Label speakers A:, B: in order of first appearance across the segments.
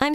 A: I'm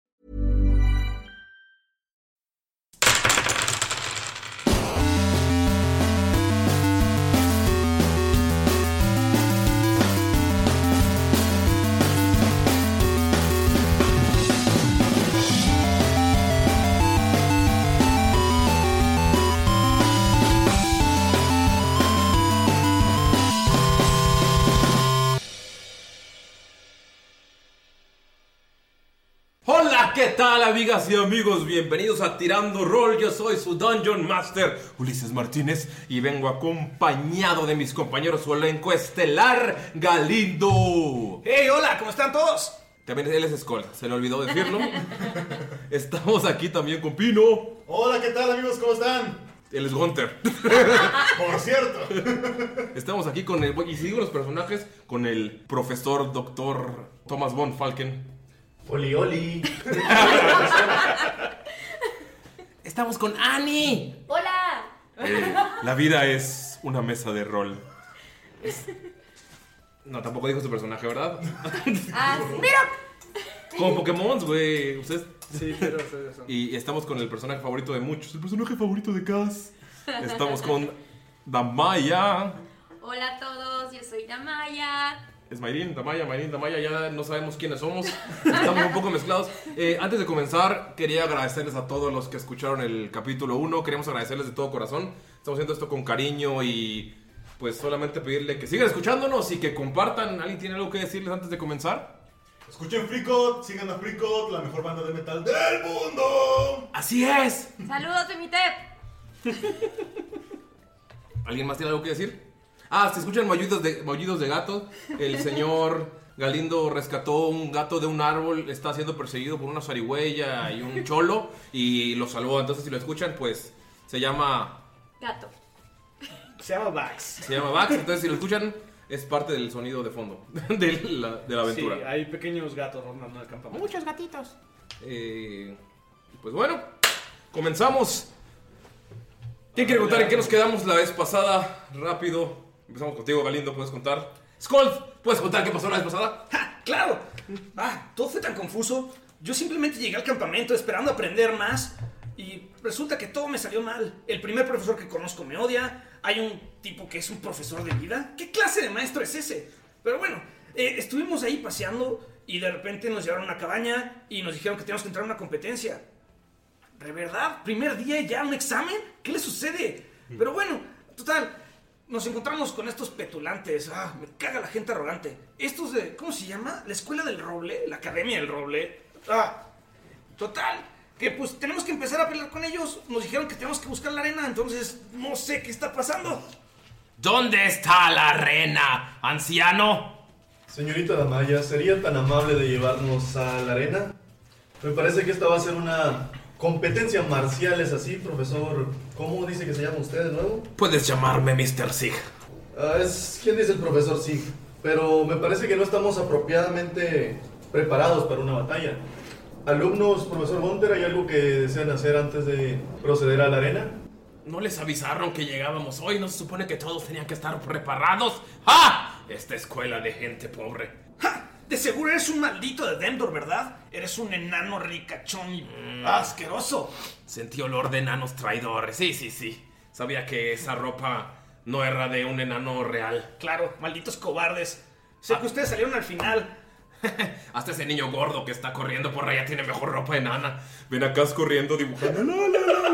B: Hola, ¿qué tal amigas y amigos? Bienvenidos a Tirando Roll. Yo soy su Dungeon Master, Ulises Martínez, y vengo acompañado de mis compañeros, su elenco estelar, Galindo.
C: ¡Hey, hola! ¿Cómo están todos?
B: También él es escolta, se le olvidó decirlo. Estamos aquí también con Pino.
D: Hola, ¿qué tal amigos? ¿Cómo están?
B: Él es Gunter.
D: Por cierto,
B: Estamos aquí con el... Y si digo los personajes, con el profesor, doctor Thomas von Falken.
D: Oli Oli.
B: Estamos con Annie.
E: ¡Hola!
B: Eh, La vida es una mesa de rol. Es- No, tampoco dijo su personaje, ¿verdad?
E: Ah, sí. ¡Mira!
B: Como Pokémon, güey. Ustedes.
C: Sí, pero ustedes son.
B: Y estamos con el personaje favorito de muchos. El personaje favorito de Cass. Estamos con Damaya.
E: Hola a todos, yo soy Damaya.
B: Es Mayrin, Damaya, Mayrin, Damaya. Ya no sabemos quiénes somos. Estamos un poco mezclados. Eh, antes de comenzar, quería agradecerles a todos los que escucharon el capítulo 1. Queremos agradecerles de todo corazón. Estamos haciendo esto con cariño y. Pues solamente pedirle que sigan escuchándonos y que compartan. ¿Alguien tiene algo que decirles antes de comenzar?
D: escuchen Freakot, sigan a Freakot, la mejor banda de metal del mundo.
B: ¡Así es!
E: Saludos de mi tep.
B: ¿Alguien más tiene algo que decir? Ah, se escuchan maullidos de, maullidos de gato. El señor Galindo rescató un gato de un árbol. Está siendo perseguido por una zarigüeya y un cholo. Y lo salvó. Entonces, si lo escuchan, pues se llama.
E: Gato.
C: Se llama Vax.
B: Se llama Vax. Entonces, si lo escuchan, es parte del sonido de fondo de la, de la
C: Sí,
B: aventura.
C: hay pequeños gatos rondando el campamento. Muchos gatos.
B: Eh, pues bueno, comenzamos. ¿Quién quiere contar en qué nos quedamos la vez pasada? Rápido. Empezamos contigo, Galindo, ¿puedes contar? Scold, ¿puedes contar qué pasó la vez pasada?
C: ¡Ja! ¡Claro! Ah, todo fue tan confuso. Yo simplemente llegué al campamento esperando aprender más y resulta que todo me salió mal. El primer profesor que conozco me odia. Hay un tipo que es un profesor de vida. ¿Qué clase de maestro es ese? Pero bueno, eh, estuvimos ahí paseando y de repente nos llevaron a una cabaña y nos dijeron que teníamos que entrar a una competencia. ¿De verdad? ¿Primer día y ya un examen? ¿Qué le sucede? Pero bueno, total, nos encontramos con estos petulantes. Ah, me caga la gente arrogante. Estos de, ¿cómo se llama? La escuela del roble, la academia del roble. Ah, total, que pues tenemos que empezar a pelear con ellos. Nos dijeron que tenemos que buscar la arena, entonces no sé qué está pasando.
B: ¿Dónde está la arena, anciano?
D: Señorita Damaya, ¿sería tan amable de llevarnos a la arena? Me parece que esta va a ser una competencia marcial, es así, profesor. ¿Cómo dice que se llama usted de nuevo?
B: Puedes llamarme Mr. Sig.
D: Ah, es quien dice el profesor Sig, pero me parece que no estamos apropiadamente preparados para una batalla. Alumnos, profesor Gunter, ¿hay algo que desean hacer antes de proceder a la arena?
B: No les avisaron que llegábamos hoy, no se supone que todos tenían que estar preparados. ¡Ah! Esta escuela de gente pobre.
C: De seguro eres un maldito de Demdor, ¿verdad? Eres un enano ricachón y asqueroso.
B: Mm. Sentí olor de enanos traidores. Sí, sí, sí. Sabía que esa ropa no era de un enano real.
C: Claro, malditos cobardes. Sé
B: Ah.
C: que ustedes salieron al final.
B: Hasta ese niño gordo que está corriendo por allá tiene mejor ropa enana. Ven acá corriendo dibujando. La, la,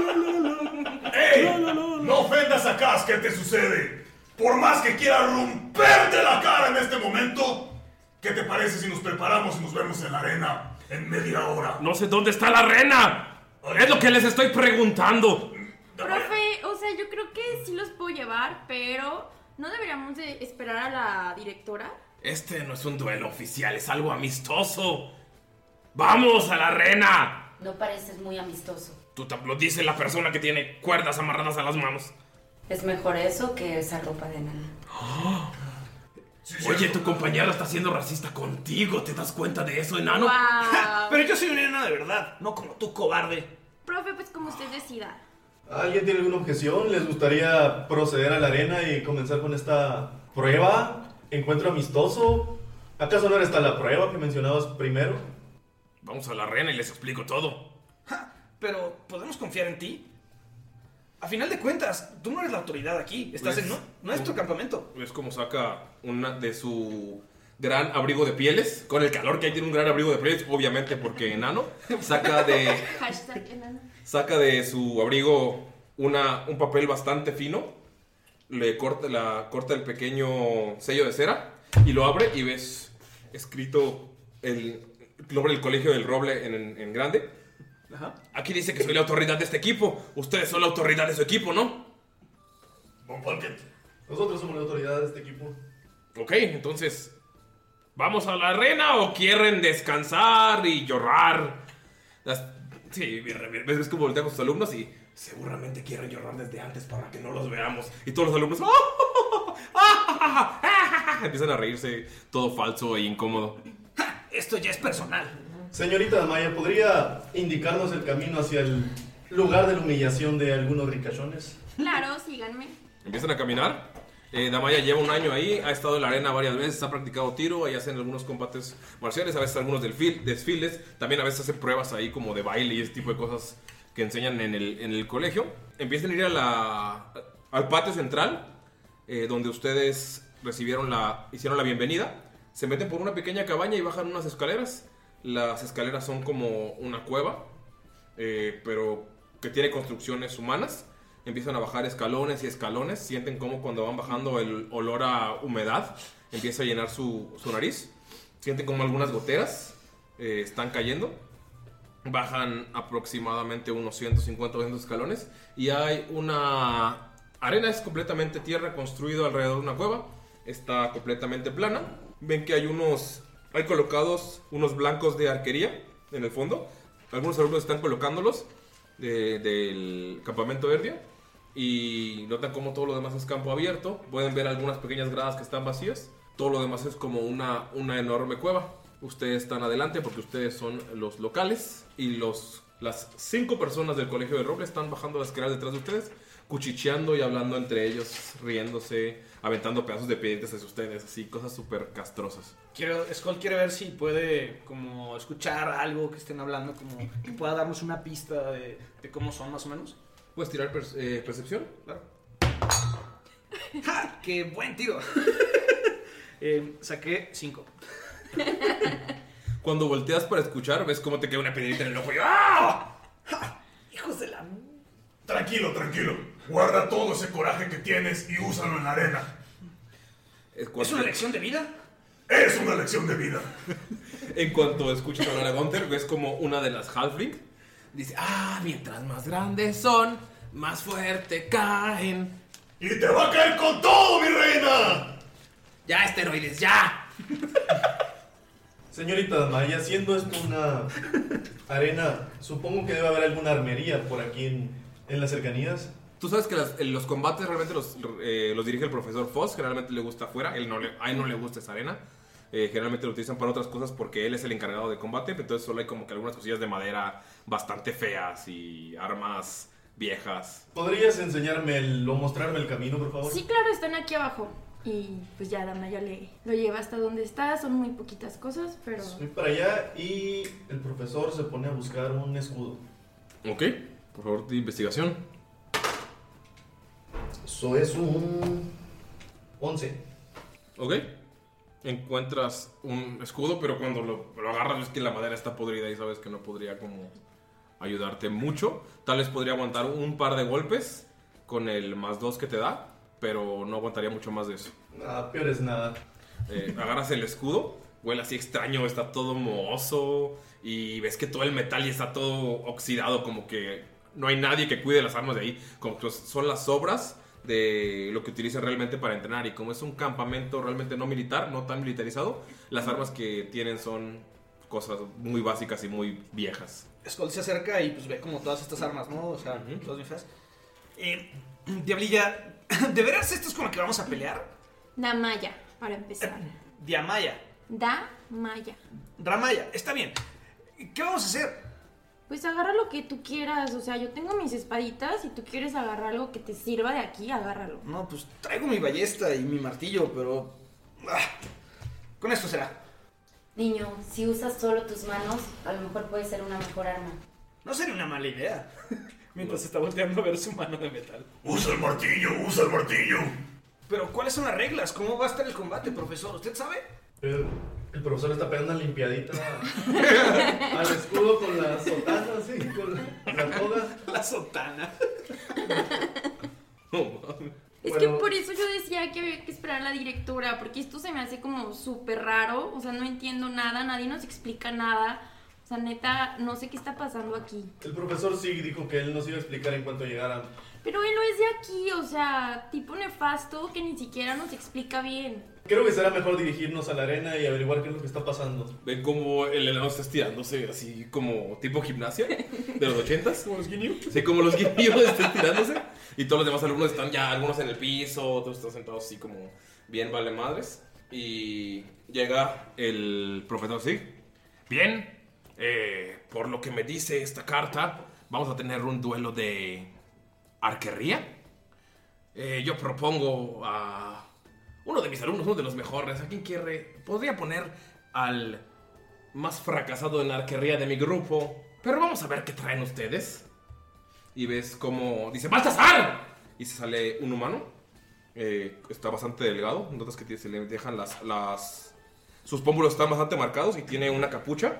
B: la, la,
F: No ofendas a Cas, ¿qué te sucede? Por más que quiera romperte la cara en este momento, ¿qué te parece si nos preparamos y nos vemos en la arena en media hora?
B: No sé dónde está la arena. Es lo que les estoy preguntando.
E: Profe, o sea, yo creo que sí los puedo llevar, pero ¿no deberíamos de esperar a la directora?
B: Este no es un duelo oficial, es algo amistoso. ¡Vamos a la arena!
G: No pareces muy amistoso.
B: Tú tam- lo dice la persona que tiene cuerdas amarradas a las manos.
G: Es mejor eso que esa ropa de nana.
B: Oye, tu compañero está siendo racista contigo. ¿Te das cuenta de eso, enano?
E: Guau.
C: Pero yo soy un enano de verdad, no como tú, cobarde.
E: Profe, pues como usted decida.
D: ¿Alguien tiene alguna objeción? ¿Les gustaría proceder a la arena y comenzar con esta prueba? ¿Encuentro amistoso? ¿Acaso no era esta la prueba que mencionabas primero?
B: Vamos a la arena y les explico todo.
C: Pero, ¿podemos confiar en ti? A final de cuentas, tú no eres la autoridad aquí. Estás
B: Pues,
C: en nu- nuestro
B: ¿cómo?
C: campamento.
B: Es como saca una de su gran abrigo de pieles. Con el calor que hay tiene un gran abrigo de pieles, obviamente porque enano. Saca de
E: Hashtag enano.
B: saca de su abrigo una, un papel bastante fino, le corta, la, corta el pequeño sello de cera y lo abre y ves escrito el nombre del colegio del roble en, en- en grande. Aquí dice que soy la autoridad de este equipo. Ustedes son la autoridad de su equipo, ¿no?
F: Bon Pocket.
D: Nosotros somos la autoridad de este equipo.
B: Ok, entonces, ¿vamos a la arena o quieren descansar y llorar? Las- sí, mira, mira, ves ves cómo voltea con sus alumnos y seguramente quieren llorar desde antes para que no los veamos. Y todos los alumnos ¡Ah, empiezan a reírse todo falso e incómodo.
C: Esto ya es personal.
D: Señorita Damaya, ¿podría indicarnos el camino hacia el lugar de la humillación de algunos ricachones?
E: Claro, síganme.
B: Empiezan a caminar. Eh, Damaya lleva un año ahí, ha estado en la arena varias veces, ha practicado tiro, ahí hacen algunos combates marciales, a veces algunos delfil- desfiles, también a veces hacen pruebas ahí como de baile y ese tipo de cosas que enseñan en el, en el colegio. Empiezan a ir a la, al patio central, eh, donde ustedes recibieron la, hicieron la bienvenida. Se meten por una pequeña cabaña y bajan unas escaleras. Las escaleras son como una cueva, eh, pero que tiene construcciones humanas. Empiezan a bajar escalones y escalones. Sienten como cuando van bajando el olor a humedad empieza a llenar su, su nariz. Sienten como algunas goteras eh, están cayendo. Bajan aproximadamente unos 150 o 200 escalones. Y hay una arena, es completamente tierra, construido alrededor de una cueva. Está completamente plana. Ven que hay unos. Hay colocados unos blancos de arquería en el fondo. Algunos alumnos están colocándolos de- del campamento verde. Y notan como todo lo demás es campo abierto. Pueden ver algunas pequeñas gradas que están vacías. Todo lo demás es como una, una enorme cueva. Ustedes están adelante porque ustedes son los locales. Y los, las cinco personas del colegio de Roble están bajando las escaleras detrás de ustedes, cuchicheando y hablando entre ellos, riéndose, aventando pedazos de piedritas hacia ustedes, así, cosas súper castrosas.
C: Quiero, Skull quiere ver si puede como escuchar algo que estén hablando, como que pueda darnos una pista de, de cómo son más o menos.
B: ¿Puedes tirar per- eh, percepción?
C: Claro. ¡Ja! ¡Qué buen tiro! Eh, saqué 5.
B: Cuando volteas para escuchar, ves cómo te queda una piedrita en el ojo y ¡Ah!
C: ¡Hijos de la...
F: Tranquilo, tranquilo. Guarda todo ese coraje que tienes y úsalo en la arena.
B: Es
C: ¿Es
B: cuando-
C: una lección de vida?
F: Es una lección de vida.
B: En cuanto escuchas hablar a Gunther, ves como una de las Halfling dice: Ah, mientras más grandes son, más fuerte caen.
F: Y te va a caer con todo, mi reina.
B: Ya, esteroides, ya.
D: Señorita Damaya, siendo esto una arena, supongo que debe haber alguna armería por aquí en, en las cercanías.
B: Tú sabes que las- los eh, combates realmente los, eh, los dirige el profesor Foss, generalmente le gusta afuera, él no le, a él no le gusta esa arena. eh, generalmente lo utilizan para otras cosas porque él es el encargado de combate, entonces solo hay como que algunas cosillas de madera bastante feas y armas viejas.
D: ¿Podrías enseñarme el- o mostrarme el camino, por favor?
E: Sí, claro, están aquí abajo. Y pues ya Damaya le lo lleva hasta donde está. Son muy poquitas cosas, pero.
D: Voy para allá y el profesor se pone a buscar un escudo.
B: Ok, por favor, de investigación.
D: Eso es un 11.
B: Ok. Encuentras un escudo, pero cuando lo, lo agarras ves que la madera está podrida y sabes que no podría como ayudarte mucho. Tal vez podría aguantar un par de golpes con el más dos que te da, pero no aguantaría mucho más de eso.
D: Ah, peor es nada.
B: Eh, agarras el escudo, huele así extraño, está todo mohoso y ves que todo el metal ya está todo oxidado, como que no hay nadie que cuide las armas de ahí, como que son las sobras de lo que utilizan realmente para entrenar y como es un campamento realmente no militar, no tan militarizado, las armas que tienen son cosas muy básicas y muy viejas.
C: Skull se acerca y pues ve como todas estas armas, ¿no? O sea, todas bien feas. Eh, Diablilla, ¿de veras esto es con lo que vamos a pelear?
E: Damaya, para empezar.
C: Diamaya,
E: Damaya.
C: Ramaya, está bien. ¿Qué vamos a hacer?
E: Pues agarra lo que tú quieras. O sea, yo tengo mis espaditas. Si tú quieres agarrar algo que te sirva de aquí, agárralo.
C: No, pues traigo mi ballesta y mi martillo, pero... ah, con esto será.
G: Niño, si usas solo tus manos, a lo mejor puede ser una mejor arma.
C: No sería una mala idea. Mientras está volteando a ver su mano de metal.
F: Usa el martillo, usa el martillo.
C: Pero ¿cuáles son las reglas? ¿Cómo va a estar el combate, profesor? ¿Usted sabe?
D: El, el profesor está pegando una limpiadita al escudo con la sotana, sí, con la, la toga.
C: La sotana.
E: Es que por eso yo decía que había que esperar la directora, porque esto se me hace como súper raro, o sea, no entiendo nada, nadie nos explica nada, o sea, neta, no sé qué está pasando aquí.
D: El profesor sí dijo que él nos iba a explicar en cuanto llegara.
E: Pero él no es de aquí, o sea, tipo nefasto que ni siquiera nos explica bien.
D: Creo que será mejor dirigirnos a la arena y averiguar qué es lo que está pasando.
B: Ven como el helado está estirándose así como tipo gimnasia de los ochentas. Como los guineos. Sí, como los guineos están tirándose. Y todos los demás alumnos están ya, algunos en el piso, otros están sentados así como bien vale madres. Y llega el profesor Sig. Bien, eh, por lo que me dice esta carta, vamos a tener un duelo de arquería. Eh, yo propongo a uno de mis alumnos, uno de los mejores, a quien quiere, podría poner al más fracasado en la arquería de mi grupo. Pero vamos a ver qué traen ustedes. Y ves como dice ¡Baltasar! Y se sale un humano. Eh, está bastante delgado. Notas que tiene- se le dejan las, las. Sus pómulos están bastante marcados y tiene una capucha.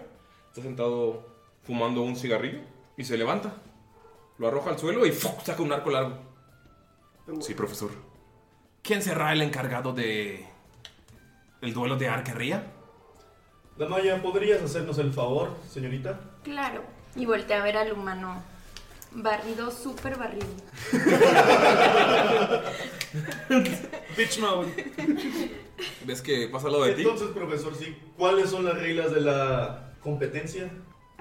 B: Está sentado fumando un cigarrillo. Y se levanta. Lo arroja al suelo y ¡fuc! saca un arco largo. Sí, profesor. ¿Quién será el encargado de. el duelo de arquería?
D: Damaya, ¿podrías hacernos el favor, señorita?
E: Claro. Y voltea a ver al humano barrido, súper barrido.
C: Bitch mode.
B: ¿Ves que pasa al lado de ti?
D: Entonces, profesor, sí, ¿cuáles son las reglas de la competencia?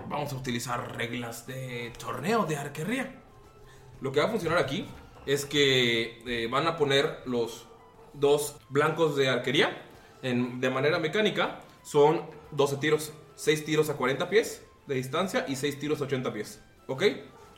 B: Vamos a utilizar reglas de torneo de arquería. Lo que va a funcionar aquí es que eh, van a poner los dos blancos de arquería en- de manera mecánica. Son 12 tiros, 6 tiros a 40 pies de distancia y 6 tiros a 80 pies. ¿Ok?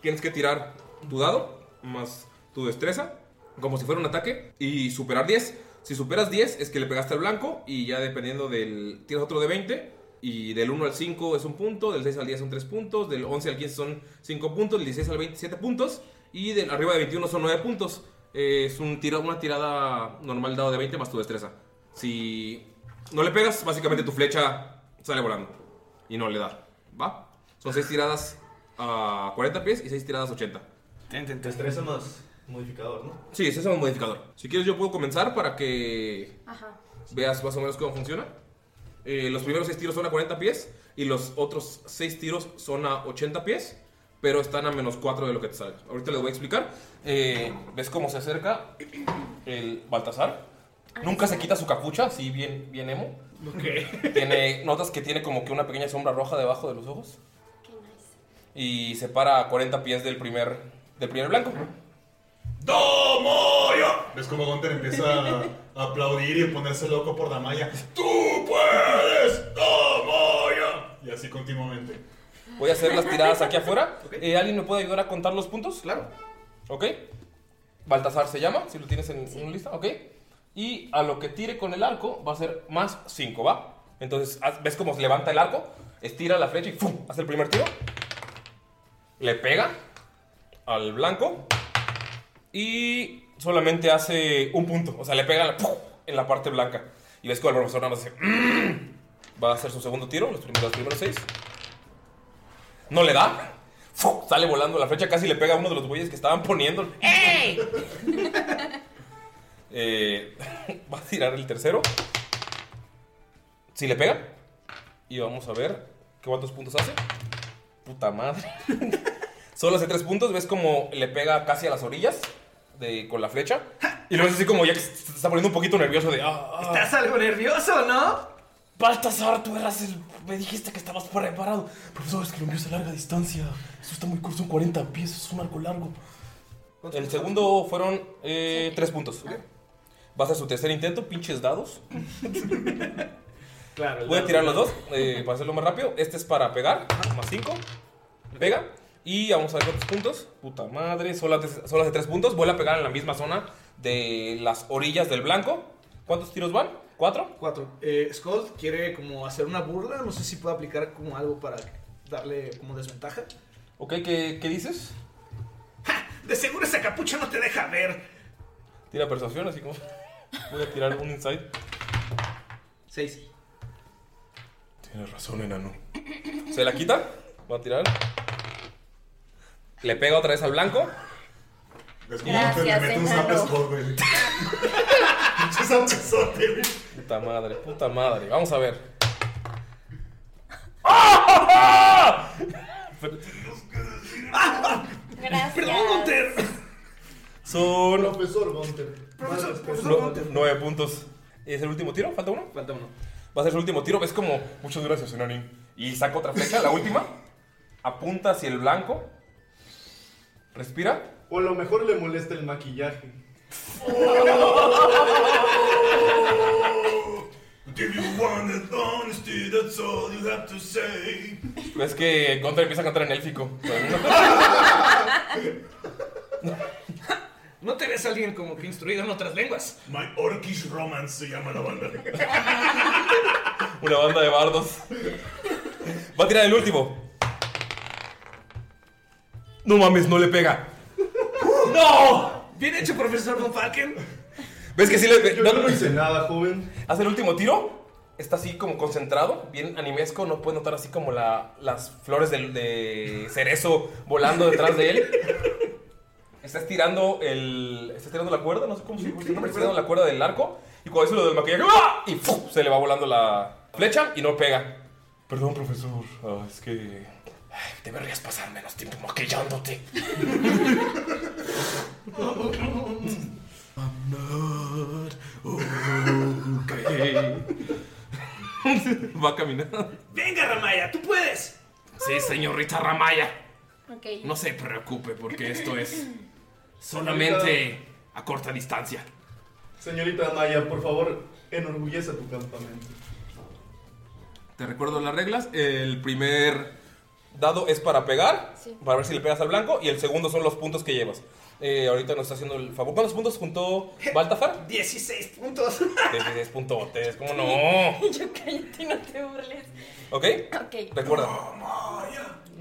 B: Tienes que tirar tu dado más tu destreza como si fuera un ataque y superar 10. Si superas 10 es que le pegaste al blanco y ya dependiendo del... Tienes otro de 20 y del 1 al 5 es un punto, del 6 al 10 son 3 puntos, del 11 al 15 son 5 puntos, del 16 al 27 puntos y del arriba de 21 son 9 puntos. Eh, es un tira- una tirada normal dado de 20 más tu destreza. Si no le pegas, básicamente tu flecha sale volando y no le da. ¿Va? Son 6 tiradas a 40 pies y 6 tiradas a 80.
D: Destreza más modificador, ¿no?
B: Sí, ese es un modificador. Si quieres yo puedo comenzar para que
E: Ajá.
B: veas más o menos cómo funciona. Eh, los primeros 6 tiros son a 40 pies y los otros 6 tiros son a 80 pies, pero están a menos 4 de lo que te sale. Ahorita les voy a explicar. Eh, ¿Ves cómo se acerca el Baltasar? Nunca se quita su capucha, así bien, bien emo. Tiene, notas que tiene como que una pequeña sombra roja debajo de los ojos. Y se para a 40 pies del primer, del primer blanco.
F: ¡Domo! yo- ¿Ves cómo Gunter empieza a aplaudir y ponerse loco por Damaya? ¡Tú puedes, Damaya! Y así continuamente.
B: Voy a hacer las tiradas aquí afuera. Eh, ¿Alguien me puede ayudar a contar los puntos? Claro. ¿Ok? Baltasar se llama, si lo tienes en una lista, ¿ok? Y a lo que tire con el arco va a ser más 5, ¿va? Entonces, haz- ¿ves cómo se levanta el arco? Estira la flecha y ¡fum! Hace el primer tiro. Le pega al blanco y solamente hace un punto. O sea, le pega ¡puf! en la parte blanca. Y ves que el profesor nada más hace... "Mm". Va a hacer su segundo tiro, los primeros, los primeros seis. No le da. ¡Fu! Sale volando la flecha, casi le pega a uno de los bueyes que estaban poniendo. ¡Ey! Eh, va a tirar el tercero. Si le pega. Y vamos a ver qué cuántos puntos hace. Puta madre. Solo hace tres puntos. ¿Ves como le pega casi a las orillas de, con la flecha? Y lo ves así como ya que se está poniendo un poquito nervioso de... "Ah, ah".
C: Estás algo nervioso, ¿no?
B: Baltasar, tú eras el. Me dijiste que estabas preparado. Profesor, es que lo mío es a larga distancia. Eso está muy corto, son 40 pies, es un arco largo. El segundo fueron eh, tres puntos. Va a ser su tercer intento, pinches dados.
H: Claro.
B: Voy a tirar los dos eh, para hacerlo más rápido. Este es para pegar, más 5. Pega. Y vamos a ver cuántos puntos. Puta madre, solo hace, solo hace 3 puntos. Vuelve a pegar en la misma zona de las orillas del blanco. ¿Cuántos tiros van? ¿Cuatro?
H: Cuatro. Eh, Skull quiere como hacer una burla. No sé si puede aplicar como algo para darle como desventaja.
B: Ok, ¿qué, qué dices?
C: De seguro esa capucha no te deja ver.
B: Tira persuasión, así como. Voy a tirar un insight.
H: Seis.
B: Tienes razón, enano. Se la quita. Va a tirar. Le pega otra vez al blanco.
F: Gunter le mete un zapesor, güey. Pinche zapesote, güey.
B: Puta madre, puta madre. Vamos a ver.
E: Gracias.
B: Son.
D: Profesor Gunter. Profesor,
B: No- nueve puntos. ¿Es el último tiro? ¿Falta uno? Falta uno. Va a ser su último tiro. ¿Ves como? Muchas gracias, Enanin. Y saca otra flecha, la última. Apunta hacia el blanco. Respira.
D: O a lo mejor le molesta el maquillaje.
F: If you wanted honesty, that's all you have to say.
B: Ves que Gunter empieza a cantar en élfico.
C: No te ves a alguien como que instruido en otras lenguas.
F: My Orkish Romance se llama la banda.
B: Una banda de bardos. Va a tirar el último. No mames, no le pega.
C: ¡No! Bien hecho, profesor Von Falken.
B: ¿Ves que sí
F: Eh,
B: le
C: Yo no hice
B: nada, joven. Hace el último tiro. Está así como concentrado, bien animesco. No puedes notar así como la- las flores del- de, cerezo volando detrás de él. Está estirando el. Está estirando la cuerda, no sé cómo se llama. Está estirando la cuerda del arco. Y cuando dice lo del maquillaje, ¡ah! Y ¡fum! se le va volando la flecha y no pega. Perdón, profesor. Ah, es que. ay, deberías pasar menos tiempo maquillándote. Va caminando.
C: Venga, Ramaya, tú puedes.
B: Sí, señorita Ramaya.
E: Ok.
B: No se preocupe porque esto es solamente a corta distancia.
D: Señorita Maya, por favor, enorgullece tu campamento.
B: Te recuerdo las reglas. El primer dado es para pegar,
D: Sí.
B: para ver si le pegas al blanco, y el segundo son los puntos que llevas. Eh, ahorita nos está haciendo el favor. ¿Cuántos puntos juntó Baltafar?
C: 16 puntos.
B: 16 puntotes, ¿cómo no?
E: Yo cállate, no te burles.
B: ¿Ok?
E: Ok.
B: Recuerda.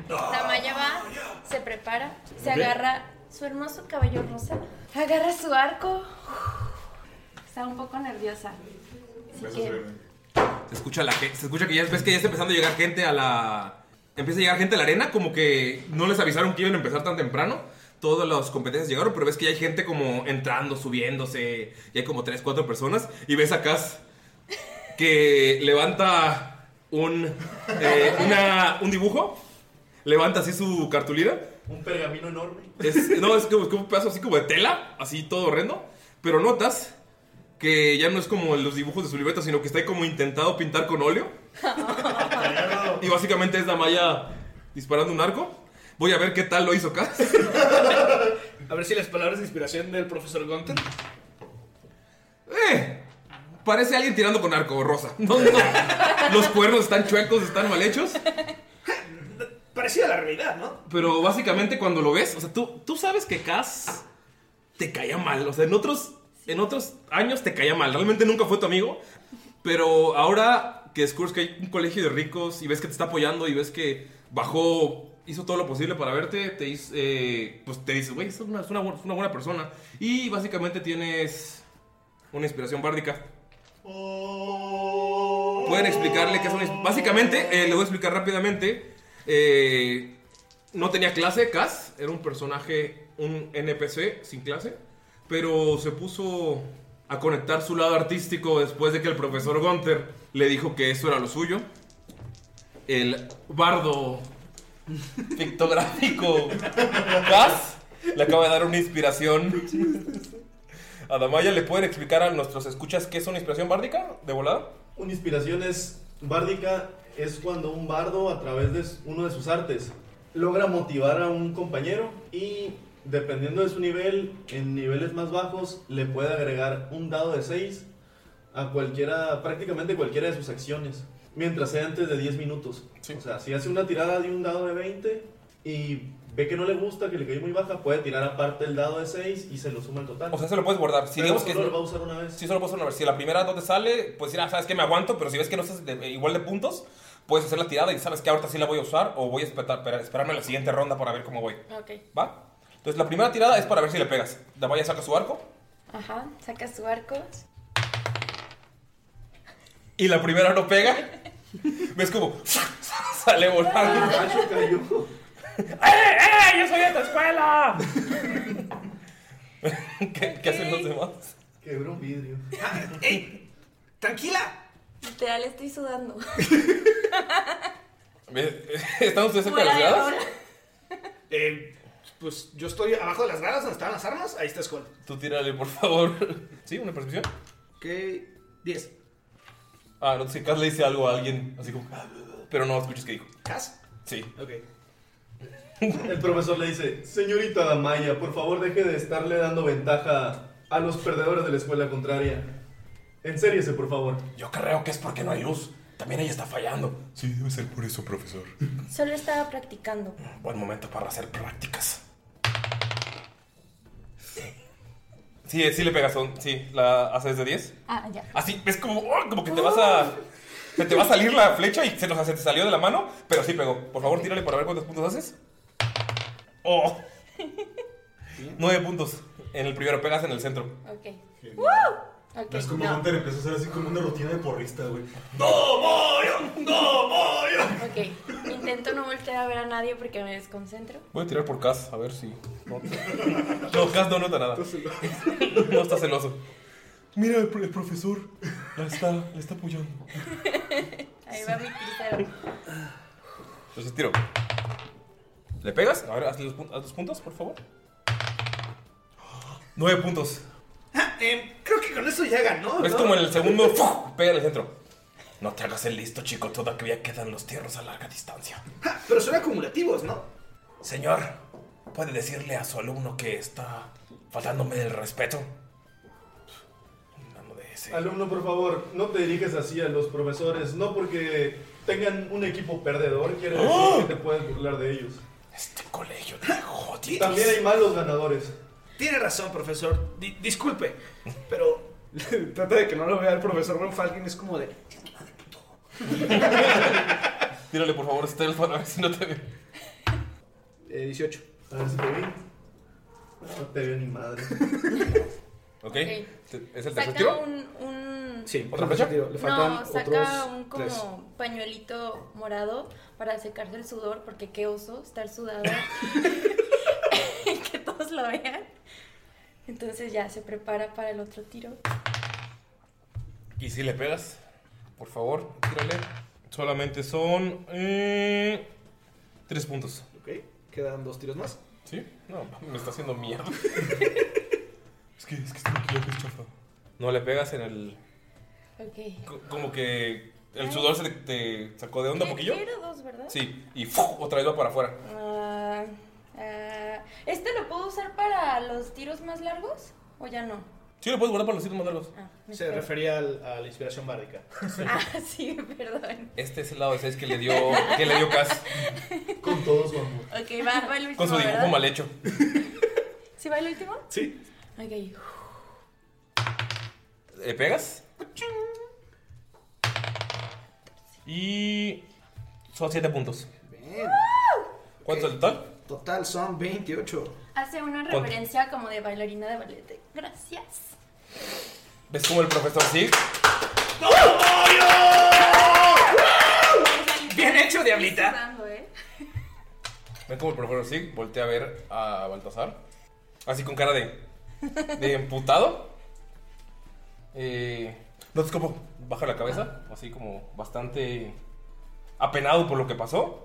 E: Damaya va, se prepara, se
B: Ok.
E: agarra su hermoso cabello rosa, agarra su arco. Está un poco nerviosa. Así que
B: Se escucha, la, ge- se escucha que ya ves que ya está empezando a llegar gente a la. Empieza a llegar gente a la arena, como que no les avisaron que iban a empezar tan temprano. Todas las competencias llegaron, pero ves que ya hay gente como entrando, subiéndose. Y hay como 3, 4 personas. Y ves a Cass que levanta un, eh, una- un dibujo. Levanta así su cartulina.
D: Un pergamino enorme.
B: Es- no, es como, es como un pedazo así como de tela, así todo horrendo. Pero notas que ya no es como los dibujos de su libreta, sino que está ahí como intentado pintar con óleo. y básicamente es la malla disparando un arco. Voy a ver qué tal lo hizo Cass.
H: A ver si las palabras de inspiración del profesor Gunter
B: Eh, Parece alguien tirando con arco, rosa. No, no. Los cuernos están chuecos, están mal hechos.
C: Parecida a la realidad, ¿no?
B: Pero básicamente cuando lo ves, o sea, tú, tú sabes que Cass te caía mal. O sea, en otros, en otros años te caía mal. Realmente nunca fue tu amigo. Pero ahora que descubres que hay un colegio de ricos y ves que te está apoyando y ves que bajó, hizo todo lo posible para verte, te, hizo, eh, pues te dices, güey, es una, es una bu- es una buena persona. Y básicamente tienes una inspiración bárdica.
F: Oh.
B: Pueden explicarle que es una... ins- Básicamente, eh, le voy a explicar rápidamente. Eh, no tenía clase, Cass. Era un personaje, un NPC sin clase. Pero se puso a conectar su lado artístico después de que el profesor Gunther le dijo que eso era lo suyo. El bardo pictográfico Cass le acaba de dar una inspiración. A Damaya, ¿le pueden explicar a nuestros escuchas qué es una inspiración bárdica de volada?
D: Una inspiración es bárdica es cuando un bardo a través de s- uno de sus artes logra motivar a un compañero y dependiendo de su nivel, en niveles más bajos le puede agregar un dado de 6 a cualquiera, prácticamente cualquiera de sus acciones, mientras sea antes de 10 minutos. O sea, si hace una tirada de un dado de 20 y ve que no le gusta, que le cayó muy baja, puede tirar aparte el dado de 6 y se lo suma al total.
B: O sea, se lo puedes guardar. Si
D: Pero
B: digamos que
D: solo
B: es-
D: lo va a usar una vez.
B: Si solo puedes hacer una vez. Si la primera no te sale, pues decir, ah, sabes que me aguanto, pero si ves que no estás de- igual de puntos, puedes hacer la tirada y sabes que ahorita sí la voy a usar o voy a esperar- esperar- esperarme a la siguiente ronda para ver cómo voy.
E: Ok.
B: ¿Va? Entonces la primera tirada es para ver si le pegas. Damaya saca su arco
E: Ajá, saca su arco.
B: y la primera no pega. ¿Ves como sale volando? ¡Eh, eh! ¡Yo soy de tu escuela! ¿Qué, qué hacen los demás?
D: Quebró un vidrio.
C: ¡Tranquila!
E: Literal, estoy sudando.
B: ¿Están ustedes cerca de las gradas?
C: Eh, pues yo estoy abajo de las gradas donde estaban las armas. Ahí está Skull.
B: Tú tírale, por favor. ¿Sí? ¿Una percepción?
C: Ok, 10.
B: Ah, no sé, Cas le dice algo a alguien, así como. Pero no escuchas qué dijo.
C: ¿Cas?
B: Sí.
C: Ok.
D: El profesor le dice, señorita Damaya, por favor deje de estarle dando ventaja a los perdedores de la escuela contraria. Ensériese, por favor.
B: Yo creo que es porque no hay luz. También ella está fallando. Sí, debe ser por eso, profesor.
G: Solo estaba practicando.
B: Buen momento para hacer prácticas. Sí, sí le pegas, son- sí, la haces de 10.
E: Ah, ya. Uh.
B: Así, ves como, ¡oh! como que te vas a. Se te va a salir la flecha y se, nos, se te salió de la mano, pero sí pegó. Por favor, tírale para ver cuántos puntos haces. ¡Oh! Nueve puntos. En el primero, pegas en el centro.
E: Ok.
F: Genial.
E: ¡Woo! Ok,
F: No es como
E: no.
F: Hunter empezó a hacer así como una rutina de porrista, güey. ¡No, Mario! ¡No, Mario!
E: Ok, intento no voltear a ver a nadie porque me desconcentro.
B: Voy a tirar por Cas, a ver si. No, no Cas no nota nada. No está celoso. Mira, el, profesor la está, la está apoyando.
E: Ahí va mi crucero.
B: Entonces tiro. ¿Le pegas? A ver, haz los, pun- haz los puntos, por favor. Nueve puntos.
C: Em, creo que con eso ya ganó.
B: Es
C: ¿no?
B: como en el segundo. ¡fuf! Pega en el centro. No te hagas el listo, chico. Todavía quedan los tiernos a larga distancia.
C: Pero son acumulativos, ¿no?
B: Señor, ¿puede decirle a su alumno que está faltándome el respeto?
D: Alumno, por favor, no te dirijas así a los profesores, no porque tengan un equipo perdedor, quiere decir
B: ¡Oh!
D: que te puedes burlar de ellos.
B: Este colegio de jodidos.
D: También hay malos ganadores.
C: Tiene razón, profesor. Di- disculpe, pero trata de que no lo vea el profesor Von Falken. Es como de.
B: Tírale, por favor, Stealth para ver si no te ve.
C: Eh, 18.
D: A ver si te vi. No te veo ni madre.
B: Ok. ¿Es el tercer
E: Saca
B: tiro?
E: un, un...
B: Sí, ¿otra flecha? Le faltan
E: no, saca
B: otros
E: un como
B: tres.
E: pañuelito morado para secarse el sudor, porque qué oso estar sudado. que todos lo vean. Entonces ya se prepara para el otro tiro.
B: Y si le pegas, por favor, tírale. Solamente son. eh, tres puntos.
C: Ok, quedan dos tiros más.
B: ¿Sí? No, me está haciendo mierda. es que, es que estoy aquí, es chafa. No le pegas en el.
E: Ok.
B: co- Como que el sudor se te, te sacó de onda un
E: ¿Qué-
B: poquillo.
E: qué era dos, verdad?
B: Sí, y ¡fu! otra vez va para afuera.
E: Ah, Eh, ah, ¿Este lo puedo usar para los tiros más largos? ¿O ya no?
B: Sí, lo puedes guardar para los sitios más largos.
H: Se refería al- a la inspiración bárdica.
E: Ah, sí, perdón.
B: Este es el lado de 6 que le dio, que le dio Cass
D: Con todo su amor.
E: Ok, va, va el último.
B: con su dibujo
E: ¿verdad?
B: mal hecho.
E: ¿Sí va el último?
B: Sí.
E: Ok.
B: ¿Le pegas? Y son 7 puntos. ¿Cuánto es el total?
H: Total son 28.
E: Hace una
B: Con-
E: referencia como de bailarina de ballet. Gracias.
B: ¿Ves cómo el profesor sí?
C: Bien hecho, diablita.
B: ¿Ves cómo el profesor sí voltea a ver a Baltasar? Así con cara de. de emputado. Eh, no te escopo. Baja la cabeza, así como bastante apenado por lo que pasó.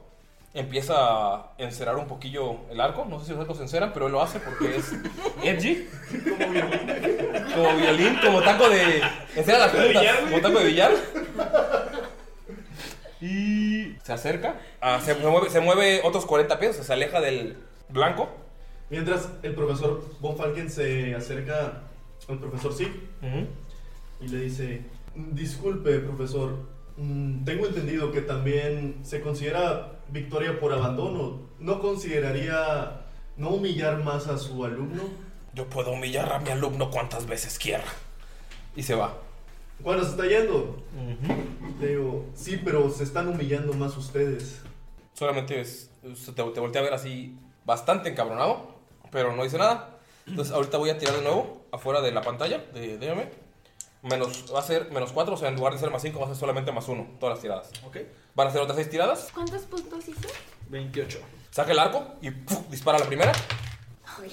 B: Empieza a encerar un poquillo el arco. No sé si los arcos se enceran, pero él lo hace porque es edgy. Como violín, como taco de. Encera las
F: De
B: puntas,
F: billar, güey.
B: como taco de billar. Y se acerca. Ah, se, se mueve, se mueve otros 40 pies, o sea, se aleja del blanco.
D: Mientras el profesor Von Falken se acerca al profesor Sig y le dice: Disculpe, profesor, mm, tengo entendido que también se considera victoria por abandono. ¿No consideraría no humillar más a su alumno?
B: Yo puedo humillar a mi alumno cuantas veces quiera. Y se va.
D: Bueno, se está yendo. Le digo: Sí, pero se están humillando más ustedes.
B: Solamente es- se te, te voltea a ver así bastante encabronado, pero no dice nada. Entonces ahorita voy a tirar de nuevo afuera de la pantalla, de DM. Menos, va a ser menos 4, o sea, en lugar de ser más 5 va a ser solamente más 1, todas las tiradas.
H: Ok.
B: Van a ser otras 6 tiradas.
E: ¿Cuántos puntos hizo?
H: 28.
B: Saca el arco y ¡puf! dispara la primera.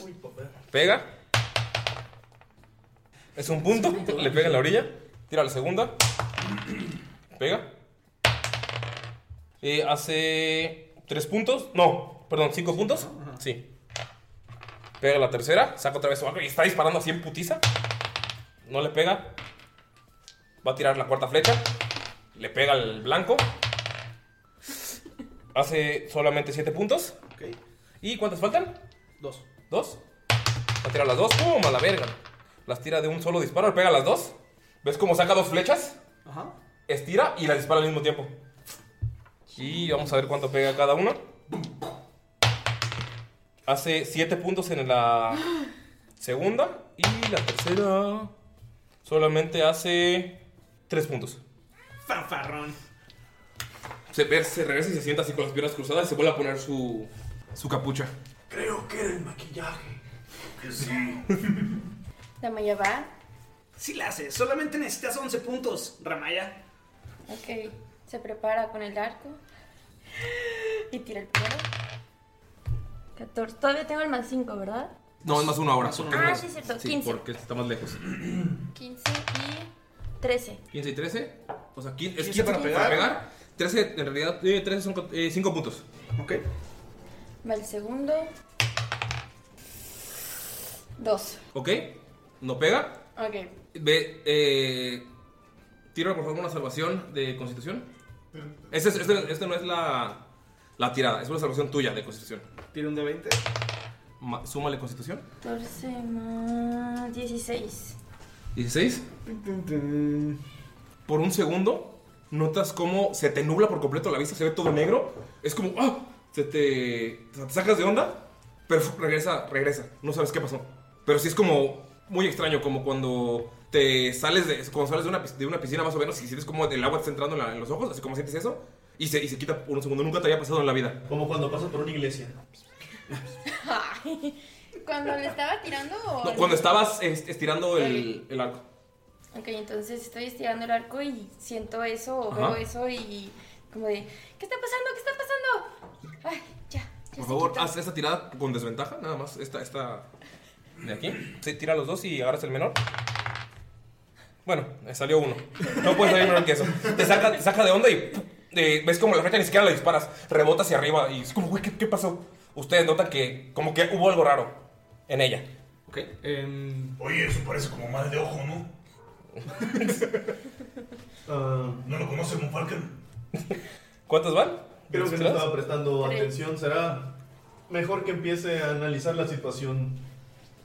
E: Uy, papá.
B: Pega. Es un punto. Le pega en la orilla. Tira la segunda. Pega. Eh, hace tres puntos. No, perdón, cinco puntos. Sí. Pega la tercera. Saca otra vez su arco y está disparando así en putiza. No le pega. Va a tirar la cuarta flecha. Le pega al blanco. Hace solamente siete puntos. ¿Y cuántas faltan?
H: Dos.
B: ¿Dos? Va a tirar las dos. ¡Pum! A la verga. Las tira de un solo disparo. Le pega las dos. ¿Ves cómo saca dos flechas?
H: Ajá.
B: Estira y las dispara al mismo tiempo. Y vamos a ver cuánto pega cada uno. Hace siete puntos en la segunda. Y la tercera solamente hace tres puntos.
C: Fanfarrón.
B: Se, ve- se regresa y se sienta así con las piernas cruzadas y se vuelve a poner su, su capucha.
F: Creo que era el maquillaje. Que sí.
E: Damaya va.
C: Sí la haces, solamente necesitas 11 puntos, Ramaya.
E: Ok. Se prepara con el arco. Y tira el primero. 14. Todavía tengo el más 5, ¿verdad?
B: No, es más uno ahora.
E: Más uno.
B: porque es
E: Ah,
B: más-
E: sí, es cierto,
B: Sí,
E: 15.
B: porque está más lejos.
E: 15 y 13.
B: 15 y 13. O sea, 15, es
E: 15
B: 15 para
E: para
B: pegar.
E: pegar.
B: 13, en realidad, eh, 13 son 5 puntos.
H: Ok.
E: Va el segundo. 2.
B: Ok, no pega.
E: Ok.
B: Ve, eh, tira por favor una salvación de constitución. Este, es- este- este no es la, la tirada, es una salvación tuya de constitución.
H: Tira un de 20.
B: Ma- súmale constitución.
E: 14 más 16.
B: 16. Por un segundo, notas cómo se te nubla por completo la vista, se ve todo negro. Es como, ¡ah! Se te, te sacas de onda, pero fu- regresa, regresa. No sabes qué pasó. Pero sí es como muy extraño, como cuando te sales de, cuando sales de, una, pis- de una piscina más o menos y sientes como el agua te está entrando en, la- en los ojos, así como sientes eso, y se, y se quita por un segundo. Nunca te había pasado en la vida.
D: Como cuando pasas por una iglesia.
E: Cuando le estaba tirando o
B: No, cuando estabas es- estirando el, el arco.
E: Ok, entonces estoy estirando el arco y siento eso o
B: Ajá.
E: veo eso y como de ¿qué está pasando? ¿Qué está pasando? Ay, ya. ya
B: Por
E: se
B: favor,
E: quitó.
B: haz esta tirada con desventaja, nada más. Esta, esta de aquí. Sí, tira los dos y agarras el menor. Bueno, eh, salió uno. No puedes salir menor que eso. Te saca, te saca de onda y ¡pum! eh, ves como la flecha ni siquiera la disparas. Rebota hacia arriba y es como, güey, ¿qué, qué pasó? Ustedes notan que como que hubo algo raro en ella.
H: Ok. em,
F: Oye, eso parece como mal de ojo, ¿no?
D: Ah,
F: ¿No lo conoce Von Falken?
B: ¿Cuántos van?
D: Creo que no
B: ¿Tiradas?
D: estaba prestando
E: Tres.
D: atención. Será mejor que empiece a analizar la situación.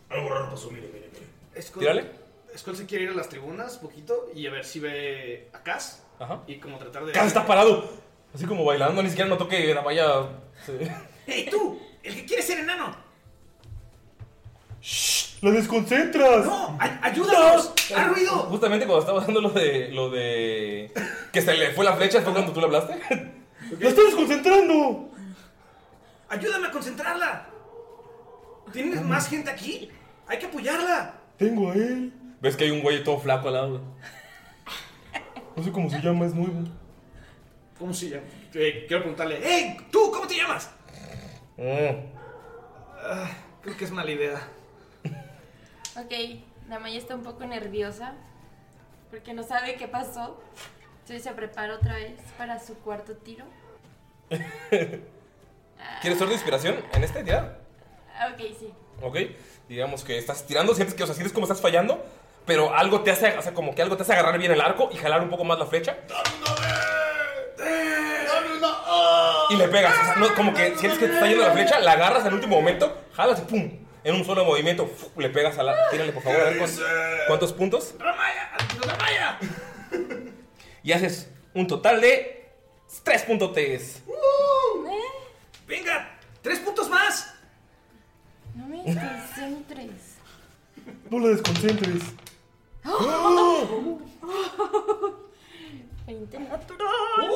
F: Algo raro pasó, mire, mire, mire.
H: Es
B: Tírale.
H: Skull se quiere ir a las tribunas poquito y a ver si ve a Cass. Y como tratar de.
B: Kaz está parado, así como bailando, ni siquiera notó que la malla se-
C: ¡Ey, tú! ¡El que quiere ser enano!
B: ¡Lo desconcentras!
C: ¡No! ay- ¡Ayúdanos! ¡Haz ruido!
B: Justamente cuando estaba dando lo de. lo de. que se le fue la flecha, fue cuando tú le hablaste. ¡Lo estoy desconcentrando!
C: ¡Ayúdame a concentrarla! ¿Tienes más gente aquí? ¡Hay que apoyarla!
B: Tengo a él. Ves que hay un güey todo flaco al lado. No sé cómo se llama, es nuevo.
H: ¿Cómo se llama? Eh, quiero preguntarle.
C: ¡Ey! ¿Tú cómo te llamas?
B: Mm.
H: Ah, creo que es mala idea.
E: Ok, Damaya está un poco nerviosa porque no sabe qué pasó. Entonces se prepara otra vez para su cuarto tiro.
B: ¿Quieres ser de inspiración en este ya?
E: Ah, Ok, sí.
B: ¿Ok? Digamos que estás tirando, sientes que, o sea, sientes como estás fallando, pero algo te hace, o sea, como que algo te hace agarrar bien el arco y jalar un poco más la flecha.
C: Eh.
B: Y le pegas, o sea, no, como que sientes que te está yendo la flecha, la agarras en el último momento, jalas y pum, en un solo movimiento, fu, le pegas a la. Tírale, por favor, a ver cuántos, cuántos puntos. Y haces un total de 3 puntotes.
C: ¡Venga! ¡Tres puntos más!
E: No me desconcentres.
B: No lo desconcentres.
E: 20 natural.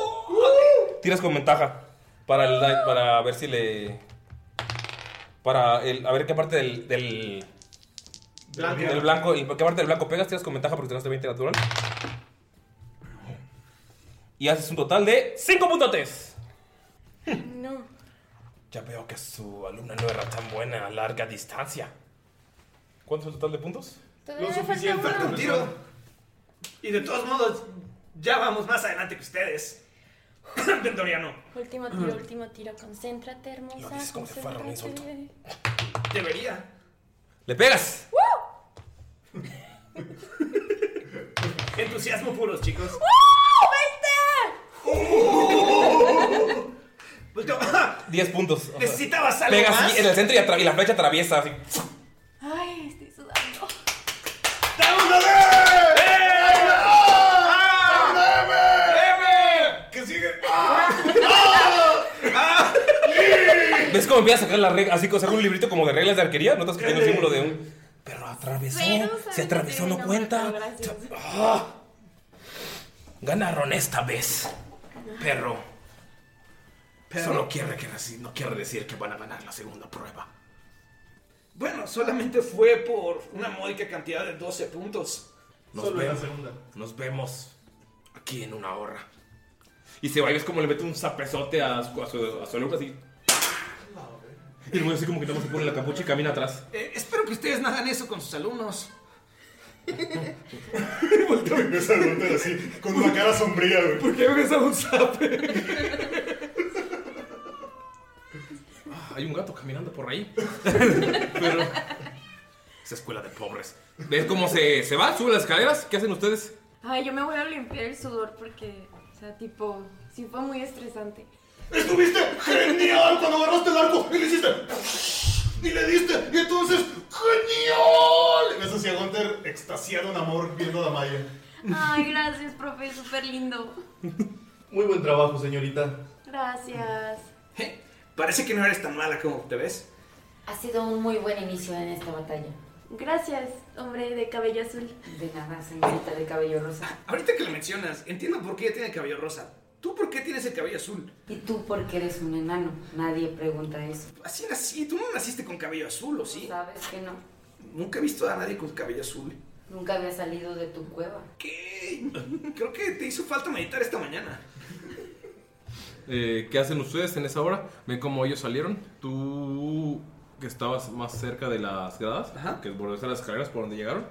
B: Tiras con ventaja para el daño- para ver si le para el a ver qué parte del del
H: Blanco.
B: del blanco el- qué parte del blanco pegas, tiras con ventaja porque tiraste 20 natural. Y haces un total de 5 puntotes.
E: No.
B: Ya veo que su alumna no era tan buena a larga distancia. ¿Cuánto es el total de puntos?
E: Todavía me falta uno.
C: Y de todos modos, ya vamos más adelante que ustedes. Vendoriano.
E: Último tiro, último tiro. Concéntrate, hermosa.
C: Lo dices como si fuera un
E: concéntrate.
C: Debería.
B: Le pegas.
C: Entusiasmo puros, chicos. Volteo.
B: 10 puntos. o sea,
C: ¿Necesitabas algo
B: Pegas
C: más?
B: así en el centro y, atra- y la flecha atraviesa así.
E: Ay, estoy sudando.
F: ¿Qué sigue?
B: ¿Ves cómo empieza a sacar la regla? Así, o sea, un librito como de reglas de arquería. Notas que tiene un símbolo de un. Pero atravesó. se atravesó, no cuenta. Ah. Ganaron esta vez. Perro.
C: Perro.
B: Eso no quiere, que deci- no quiere decir que van a ganar la segunda prueba.
C: Bueno, solamente fue por una módica cantidad de 12 puntos.
B: Nos vemos. Nos vemos aquí en una hora. Y se va y ves como le mete un zapezote a su, a su, a su alumno así. Y el güey así como que nada más se pone la capucha y camina atrás.
C: Eh, espero que ustedes no hagan eso con sus alumnos.
F: Volteo y empieza a golpear así, con una cara sombría, güey.
C: ¿Por qué ves a un sape?
B: Ah, hay un gato caminando por ahí. Pero. Esa escuela de pobres. ¿Ves cómo se, se va? Sube las escaleras. ¿Qué hacen ustedes?
E: Ay, yo me voy a limpiar el sudor porque, o sea, tipo, sí fue muy estresante.
F: Estuviste Este genial cuando agarraste el arco y le hiciste. Y le diste. Y entonces, genial. Y ves hacia Gunter extasiado en amor viendo a Damaya.
E: Ay, gracias, profe, súper lindo.
D: Muy buen trabajo, señorita.
E: Gracias.
C: Eh, Parece que no eres tan mala como te ves.
G: Ha sido un muy buen inicio en esta batalla.
E: Gracias, hombre de cabello azul.
G: De nada, señorita de cabello rosa.
C: Ahorita que lo mencionas, entiendo por qué ella tiene el cabello rosa. ¿Tú por qué tienes el cabello azul?
G: Y tú porque eres un enano. Nadie pregunta eso.
C: Así nací. Tú no naciste con cabello azul, ¿o sí?
G: Sabes que no.
C: Nunca he visto a nadie con cabello azul.
G: Nunca había salido de tu cueva.
C: ¿Qué? Creo que te hizo falta meditar esta mañana.
B: eh, ¿Qué hacen ustedes en esa hora? ¿Ven cómo ellos salieron? Tú, que estabas más cerca de las gradas, que volvés a las escaleras por donde llegaron,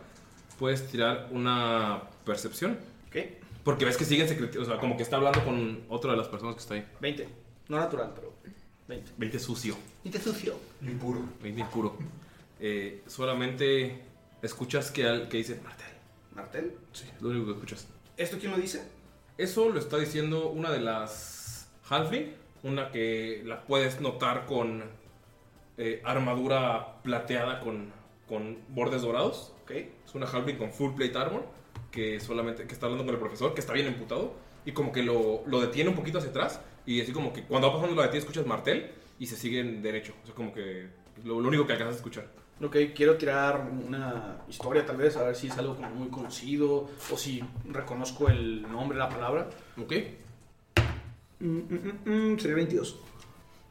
B: puedes tirar una percepción.
C: ¿Qué?
B: Porque ves que siguen secreti- O sea, como que está hablando con otra de las personas que está ahí.
C: 20. No natural, pero 20.
B: 20 sucio.
C: ¿Y te sucio?
F: Impuro.
B: Veinte impuro. Eh, solamente escuchas que, al- que dice Martel.
C: ¿Martel?
B: Sí, es lo único que escuchas.
C: ¿Esto quién lo dice?
B: Eso lo está diciendo una de las Halfling, una que la puedes notar con eh, armadura plateada con con bordes dorados, ¿ok? Es una halbling con full plate armor que solamente que está hablando con el profesor, que está bien emputado y como que lo, lo detiene un poquito hacia atrás y así como que cuando va pasando la de ti escuchas martel y se siguen derecho, o sea, como que lo, lo único que alcanzas a escuchar.
C: Ok, quiero tirar una historia tal vez, a ver si es algo como muy conocido o si reconozco el nombre, la palabra.
B: Ok.
C: sería 22.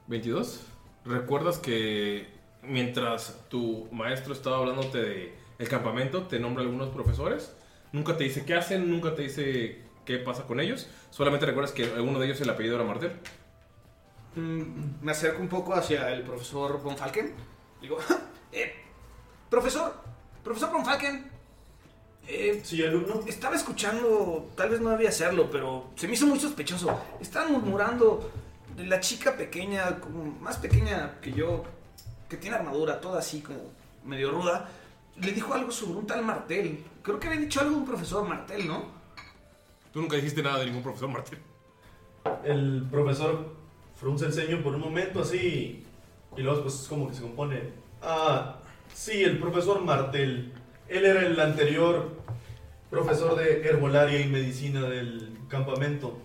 B: 22. ¿Recuerdas que mientras tu maestro estaba hablándote de el campamento, te nombra algunos profesores? Nunca te dice qué hacen, nunca te dice qué pasa con ellos. Solamente recuerdas que alguno de ellos el apellido era Martel.
C: Mm, me acerco un poco hacia el profesor Von Falken. Digo, eh, profesor, profesor Von Falken. Eh, alumno. Estaba escuchando, tal vez no debía hacerlo, pero se me hizo muy sospechoso. Estaban murmurando de la chica pequeña, como más pequeña que yo, que tiene armadura, toda así como medio ruda. Le dijo algo sobre un tal Martel. Creo que había dicho algo de un profesor Martel, ¿no?
B: Tú nunca dijiste nada de ningún profesor Martel.
D: El profesor frunce el ceño por un momento así y luego pues como que se compone. Ah, sí, el profesor Martel. Él era el anterior profesor de herbolaria y medicina del campamento.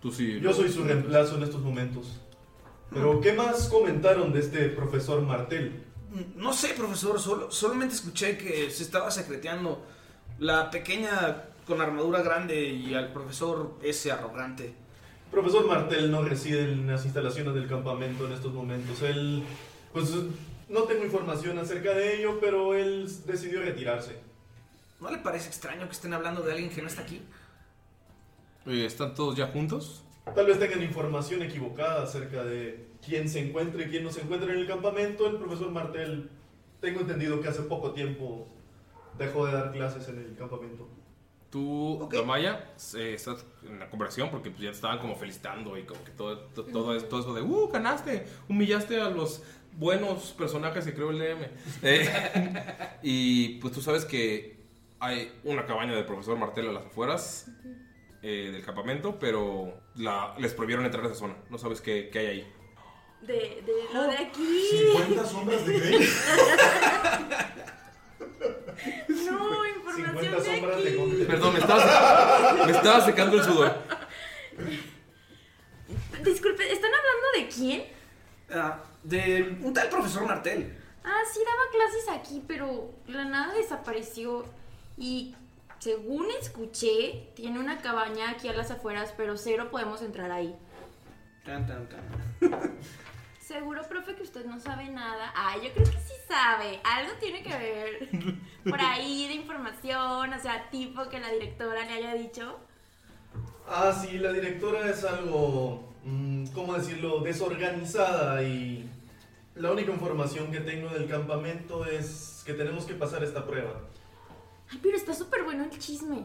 B: Tú sí.
D: Yo soy su reemplazo en estos momentos. Pero ¿qué más comentaron de este profesor Martel?
C: No sé, profesor, solo- solamente escuché que se estaba secreteando la pequeña con armadura grande y al profesor ese arrogante.
D: Profesor Martel no reside en las instalaciones del campamento en estos momentos. Él, pues no tengo información acerca de ello, pero él decidió retirarse.
C: ¿No le parece extraño que estén hablando de alguien que no está aquí?
B: Eh, ¿Están todos ya juntos?
D: Tal vez tengan información equivocada acerca de quién se encuentra y quién no se encuentra en el campamento. El profesor Martel, tengo entendido que hace poco tiempo dejó de dar clases en el campamento.
B: Tú, Damaya, eh, estás en la conversación porque pues, ya te estaban como felicitando y como que todo, to- todo, es- todo eso de, uh, ganaste, humillaste a los buenos personajes que creó el DM. Eh, y pues tú sabes que hay una cabaña del profesor Martel a las afueras eh, del campamento, pero la, les prohibieron entrar a esa zona. No sabes qué, qué hay ahí.
E: De, de lo de aquí.
F: 50 sombras de Grey.
E: No, información
D: 50
E: de
D: sombras
E: aquí.
D: de Google.
B: Perdón, me estaba, me estaba secando el sudor.
E: Disculpe, ¿están hablando de quién?
C: Ah, de un tal profesor Martel.
E: Ah, sí daba clases aquí, pero la nada desapareció. Y según escuché, tiene una cabaña aquí a las afueras, pero cero podemos entrar ahí.
C: Tan, tan, tan.
E: Seguro, profe, que usted no sabe nada. Ah, yo creo que sí sabe. Algo tiene que ver por ahí de información, o sea, tipo que la directora le haya dicho.
D: Ah, sí, la directora es algo, mm, ¿cómo decirlo?, desorganizada y la única información que tengo del campamento es que tenemos que pasar esta prueba.
E: Ay, pero está súper bueno el chisme.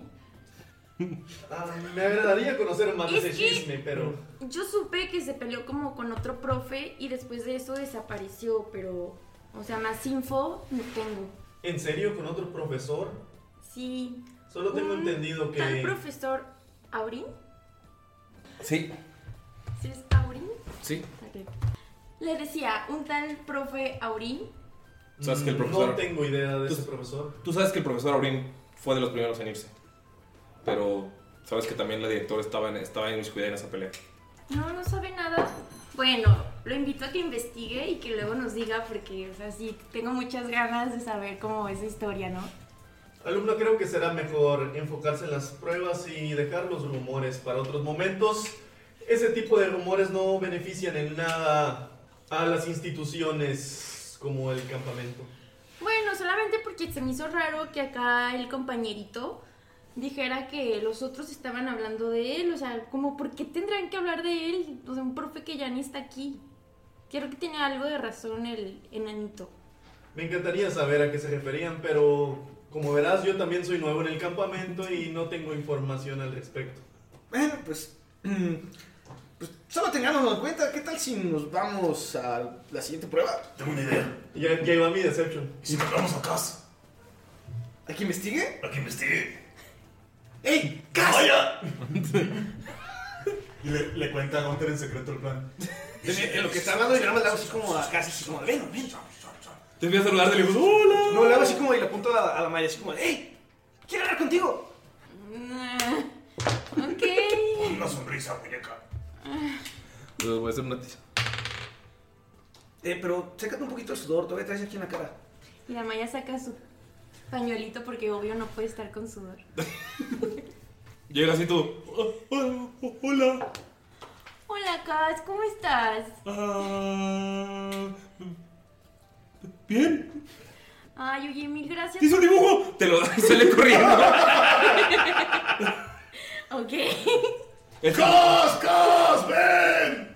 D: Ah, me agradaría conocer más de
E: Es
D: ese
E: que-
D: chisme, pero...
E: Yo supe que se peleó como con otro profe y después de eso desapareció, pero, o sea, más info no tengo.
D: ¿En serio con otro profesor?
E: Sí.
D: Solo tengo
E: Un
D: entendido que...
E: Mm, Tal profesor Aurín,
B: Sí,
E: ¿sí es Aurín?
B: sí.
E: Ok. Le decía, un tal profe Aurín.
B: ¿Sabes que el
D: Mm,
B: profesor-
D: No tengo idea de
B: Tú-
D: ese profesor.
B: Tú sabes que el profesor Aurín fue de los primeros en irse. Pero sabes que también la directora estaba en, estaba en en esa pelea.
E: No, no sabe nada. Bueno, lo invito a que investigue y que luego nos diga porque, o sea, sí, tengo muchas ganas de saber cómo es su historia, ¿no?
D: Alumno, creo que será mejor enfocarse en las pruebas y dejar los rumores para otros momentos. Ese tipo de rumores no benefician en nada a las instituciones como el campamento.
E: Bueno, solamente porque se me hizo raro que acá el compañerito dijera que los otros estaban hablando de él, o sea, como por qué tendrían que hablar de él, o sea, un profe que ya ni está aquí. Creo que tiene algo de razón el enanito.
D: Me encantaría saber a qué se referían, pero como verás, yo también soy nuevo en el campamento y no tengo información al respecto.
C: Bueno, pues, mm, pues solo tengámoslo en cuenta. ¿Qué tal si nos vamos a la siguiente prueba?
F: Tengo una idea.
D: Ya, ya iba mi deception.
F: ¿Y si nos vamos a casa?
C: ¿A que investigue?
F: ¿A que investigue?
C: ¡Ey!
F: ¡Vaya! y le, le cuenta a Gunter en secreto el plan.
C: En, en lo que está hablando, yo nada más le hago así como a casi así como, ven, ven.
B: Te Te fui a saludar de lejos. ¡Hola!
H: No, le hago así como y le apunto a, a la Maya, así como, ¡Ey! ¡Quiero hablar contigo!
E: ok.
F: Una sonrisa, muñeca.
B: Les voy a hacer una tiza.
H: Eh, pero sécate un poquito el sudor, todavía traes aquí en la cara.
E: Y la Maya saca su pañuelito porque obvio no puede estar con sudor.
B: Llega así tú. Hola.
E: Hola, Cas, ¿cómo estás?
H: Ah,
B: Bien.
E: Ay, oye, mil gracias.
B: ¡Hizo un dibujo! Te lo sale corriendo.
E: Ok.
B: El-
F: ¡Cos, cos, ven!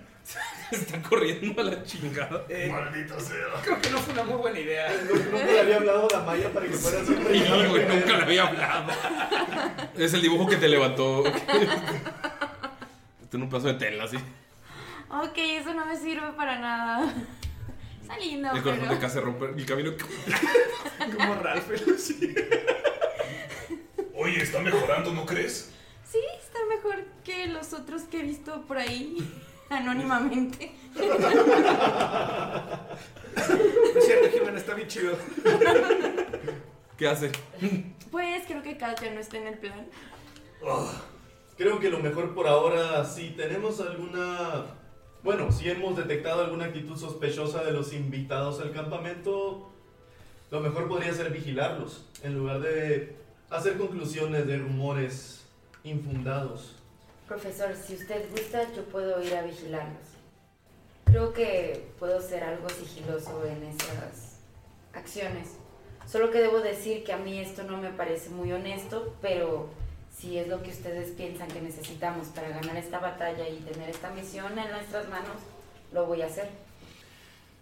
F: Eh,
B: Está corriendo a la chingada.
F: Maldita sea.
H: Creo que no fue una muy buena idea.
D: Nunca le había hablado a la Maya para que fuera así.
B: Y
F: eh,
B: güey, nunca le había hablado. Es el dibujo que te levantó. Está en un pedazo de tela, así.
E: Ok, eso no me sirve para nada. Está lindo,
B: el corazón
E: pero...
B: de casa rompe el camino.
H: Como Ralph, sí.
F: Oye, está mejorando, ¿no crees?
E: Sí, está mejor que los otros que he visto por ahí anónimamente.
H: Es cierto, Jimena, está bien chido.
B: ¿Qué hace?
E: Pues creo que Kat ya no está en el plan.
D: Creo que lo mejor por ahora, si tenemos alguna... Bueno, si hemos detectado alguna actitud sospechosa de los invitados al campamento, lo mejor podría ser vigilarlos, en lugar de hacer conclusiones de rumores infundados.
G: Profesor, si usted gusta, yo puedo ir a vigilarlos. Creo que puedo ser algo sigiloso en esas acciones. Solo que debo decir que a mí esto no me parece muy honesto, pero si es lo que ustedes piensan que necesitamos para ganar esta batalla y tener esta misión en nuestras manos, lo voy a hacer.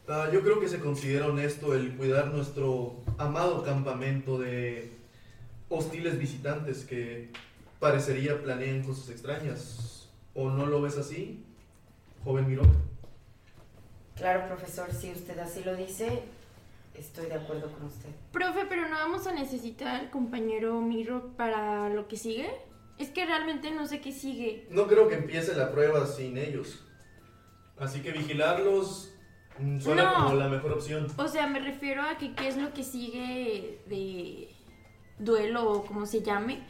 D: Ah, yo creo que se considera honesto el cuidar nuestro amado campamento de hostiles visitantes que parecería planean cosas extrañas. ¿O no lo ves así, joven Miró?
G: Claro, profesor, si usted así lo dice, estoy de acuerdo con usted.
E: Profe, pero no vamos a necesitar compañero Miro para lo que sigue. Es que realmente no sé qué sigue.
D: No creo que empiece la prueba sin ellos. Así que vigilarlos mm, suena
E: No.
D: como la mejor opción.
E: O sea, me refiero a que qué es lo que sigue de duelo o como se llame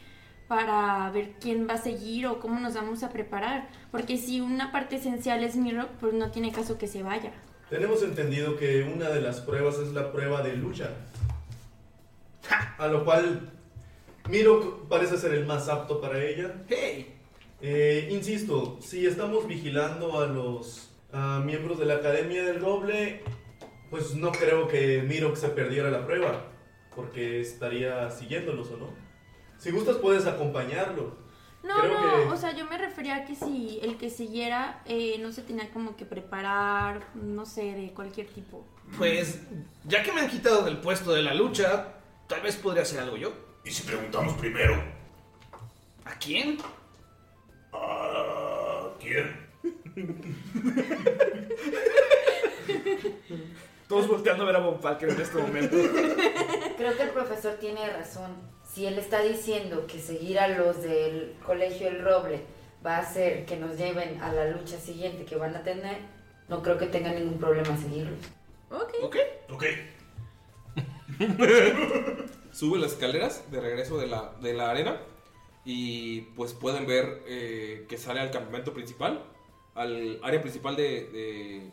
E: para ver quién va a seguir o cómo nos vamos a preparar. Porque si una parte esencial es Miro, pues no tiene caso que se vaya.
D: Tenemos entendido que una de las pruebas es la prueba de lucha. A lo cual Miro parece ser el más apto para ella. Eh, insisto, si estamos vigilando a los ah, miembros de la Academia del Noble, pues no creo que Miro se perdiera la prueba, porque estaría siguiéndolos o no. Si gustas puedes acompañarlo.
E: No,
D: Creo
E: no,
D: que-
E: o sea, yo me refería a que si el que siguiera eh, no se tenía como que preparar, no sé, de cualquier tipo.
H: Pues, ya que me han quitado del puesto de la lucha, tal vez podría hacer algo yo.
F: ¿Y si preguntamos primero?
H: ¿A quién?
F: ¿A quién?
H: Todos volteando a ver a Von Falken en este momento.
G: Creo que el profesor tiene razón. Si él está diciendo que seguir a los del colegio El Roble va a hacer que nos lleven a la lucha siguiente que van a tener, no creo que tenga ningún problema seguirlos.
E: Ok.
F: Ok.
B: Sube las escaleras de regreso de la, de la arena. Y pues pueden ver eh, que sale al campamento principal. Al área principal de, de-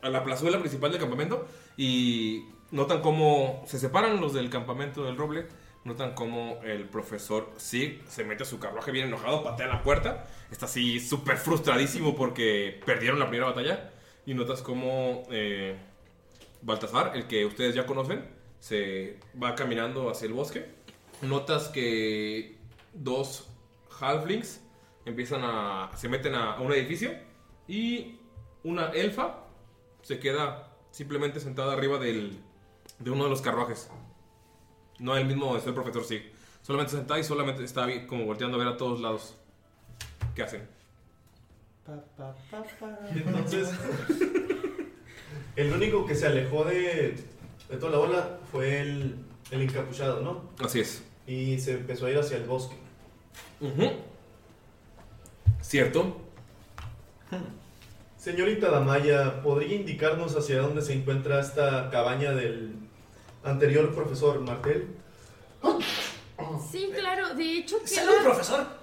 B: A la plazuela principal del campamento. Y notan cómo se separan los del campamento del roble. Notan cómo el profesor Sig se mete a su carruaje bien enojado, patea la puerta. Está así súper frustradísimo porque perdieron la primera batalla. Y notas cómo. eh, Baltasar, el que ustedes ya conocen, se va caminando hacia el bosque. Notas que dos halflings empiezan a se meten a, a un edificio y una elfa se queda simplemente sentada arriba del, de uno de los carruajes. No el mismo es el profesor Sig. Solamente sentada y solamente está vi- como volteando a ver a todos lados. ¿Qué hacen?
D: Entonces, el único que se alejó de, de toda la ola fue el, el encapuchado, ¿no?
B: Así es.
D: Y se empezó a ir hacia el bosque.
B: Ujú. ¿Cierto?
D: Señorita Damaya, ¿podría indicarnos hacia dónde se encuentra esta cabaña del anterior profesor Martel?
E: Sí, claro, de hecho que...
D: Ah,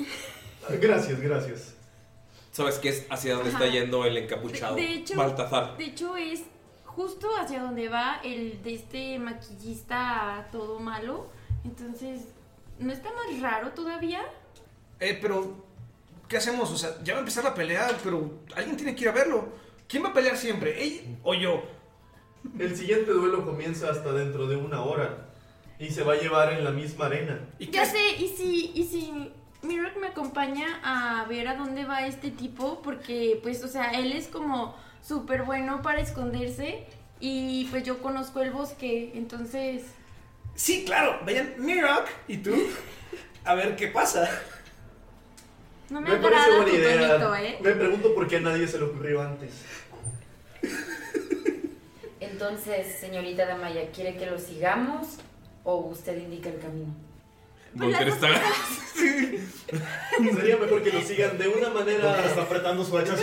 D: Gracias, gracias.
B: ¿Sabes qué es hacia dónde
E: Ajá.
B: está yendo el encapuchado?
E: De hecho,
B: Baltazar.
E: de hecho es justo hacia donde va el de este maquillista todo malo. Entonces, ¿no está más raro todavía?
C: Eh, pero, ¿qué hacemos? O sea, ya va a empezar la pelea, pero alguien tiene que ir a verlo. ¿Quién va a pelear siempre? ¿Ella o yo?
D: El siguiente duelo comienza hasta dentro de una hora y se va a llevar en la misma arena.
E: Ya sé, y si, y si Mirok me acompaña a ver a dónde va este tipo, porque pues, o sea, él es como súper bueno para esconderse y pues yo conozco el bosque, entonces...
C: Sí, claro, vayan Mirok y tú a ver qué pasa.
E: No me,
D: Me parece
E: agrada
D: buena
E: tu tonito,
D: idea.
E: ¿eh?
D: Me pregunto por qué a nadie se le ocurrió antes.
G: Entonces, señorita Damaya, ¿quiere que lo sigamos o usted indica el camino?
E: pues
B: Volker está.
D: Sería mejor que lo sigan de una manera. Está apretando su hacha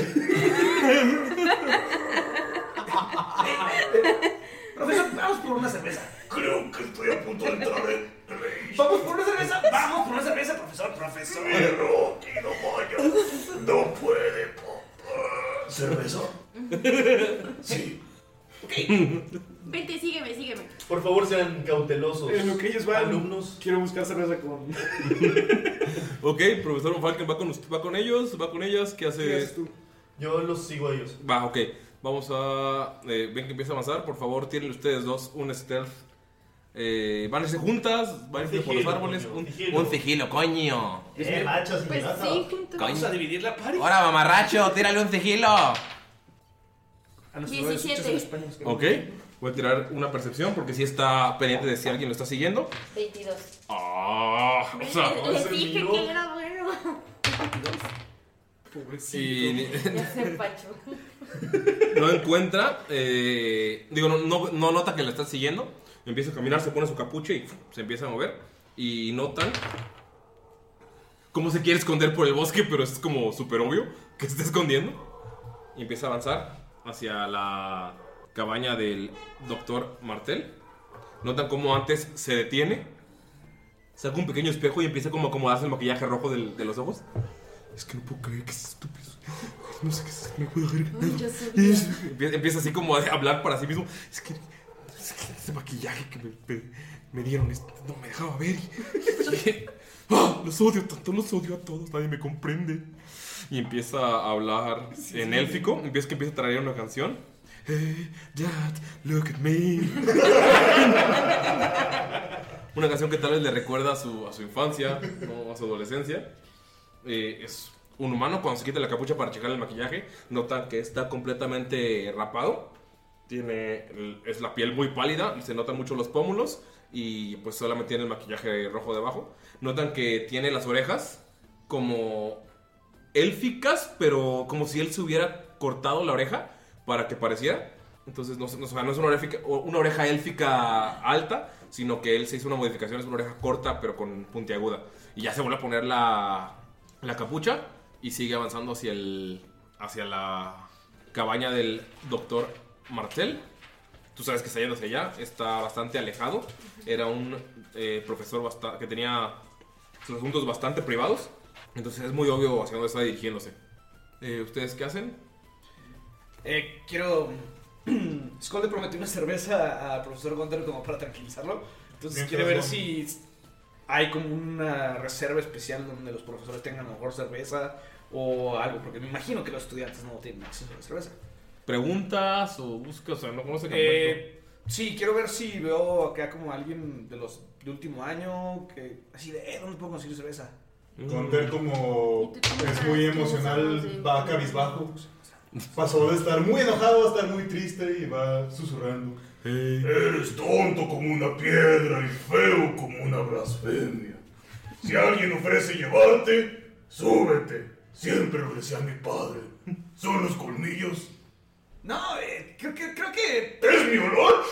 C: Profesor, vamos por una cerveza. Creo que estoy a punto de entrar en Vamos por una cerveza, vamos por una cerveza, profesor, profesor.
F: No puede. ¿Cerveza? Sí.
E: Vente, sígueme, sígueme.
D: Por favor, sean cautelosos.
F: En lo que ellos van,
D: alumnos.
F: Quiero buscar cerveza con.
B: Ok, profesor Falken va con, usted- va con ellos, va con ellas. ¿Qué haces?
D: ¿Qué haces tú? Yo los sigo a ellos.
B: Va, ok. Vamos a. eh, ven que empieza a avanzar. Por favor, tienen ustedes dos un stealth. Eh, van a irse juntas, van a irse por los
F: Sigilo,
B: árboles.
F: coño,
B: un,
F: sigilo.
B: un sigilo, coño.
F: Eh, machas, mi
E: Pues
F: gata.
E: sí, juntos.
B: Coño.
C: dividir la party.
B: Ahora, mamarracho, tírale un sigilo.
F: Ah,
C: A nuestros
E: 17.
C: escuchas en España, es que-
B: Ok, voy a tirar una percepción porque si está pendiente de si alguien lo está siguiendo.
G: 22.
B: Ah, o sea,
E: Les- Les dije que era bueno.
B: y
G: Ya se empachó.
B: no encuentra, eh, digo, no, no, no nota que la están siguiendo. Empieza a caminar, se pone su capucha y se empieza a mover. Y notan cómo se quiere esconder por el bosque, pero es como súper obvio que se está escondiendo. Y empieza a avanzar hacia la cabaña del doctor Martel. Notan cómo antes se detiene, saca un pequeño espejo y empieza como a acomodarse el maquillaje rojo del- de los ojos. Es que no puedo creer que es estúpido. No sé qué es, no puedo creer que-
E: Ay, yo sabía.
B: Empie- Empieza así como a hablar para sí mismo. Es que, es que ese maquillaje que me, me- me dieron es- no me dejaba ver. Y- y- ¡Ah! los odio tanto, los odio a todos, nadie me comprende. Y empieza a hablar en élfico. Empieza que empieza a traer una canción. Hey, Dad, look at me. una canción que tal vez le recuerda a su, a su infancia, no a su adolescencia. Eh, es un humano cuando se quita la capucha para checar el maquillaje, nota que está completamente rapado. Tiene el- es la piel muy pálida, se notan mucho los pómulos y pues solamente tiene el maquillaje rojo debajo. Notan que tiene las orejas como élficas, pero como si él se hubiera cortado la oreja para que pareciera. Entonces no, se- no, se- no es una oreja, una oreja élfica alta, sino que él se hizo una modificación, es una oreja corta pero con puntiaguda. Y ya se vuelve a poner la, la capucha y sigue avanzando hacia, el, hacia la cabaña del doctor Martel. Tú sabes que está yendo hacia allá, está bastante alejado. Era un eh, profesor basta- que tenía sus asuntos bastante privados. Entonces es muy obvio hacia dónde está dirigiéndose. Eh, ¿Ustedes qué hacen?
C: Eh, quiero. Skull le prometió una cerveza al profesor Gunter como para tranquilizarlo. Entonces
F: Bien,
C: quiere ver
F: corazón.
C: si hay como una reserva especial donde los profesores tengan a lo mejor cerveza o algo, porque me imagino que los estudiantes no tienen acceso a la cerveza.
B: ¿Preguntas o buscas? O sea, no conoce
C: Eh, sí, quiero ver si veo acá como alguien de los de último año que así de, eh, ¿dónde puedo conseguir cerveza?
F: Conter como es muy emocional, va cabizbajo. Pasó de estar muy enojado a estar muy triste y va susurrando.
I: Eres tonto como una piedra y feo como una blasfemia. Si alguien ofrece llevarte, súbete. Siempre lo decía mi padre. Son los colmillos.
C: No, eh, creo que creo que
I: ¿Es mi olor?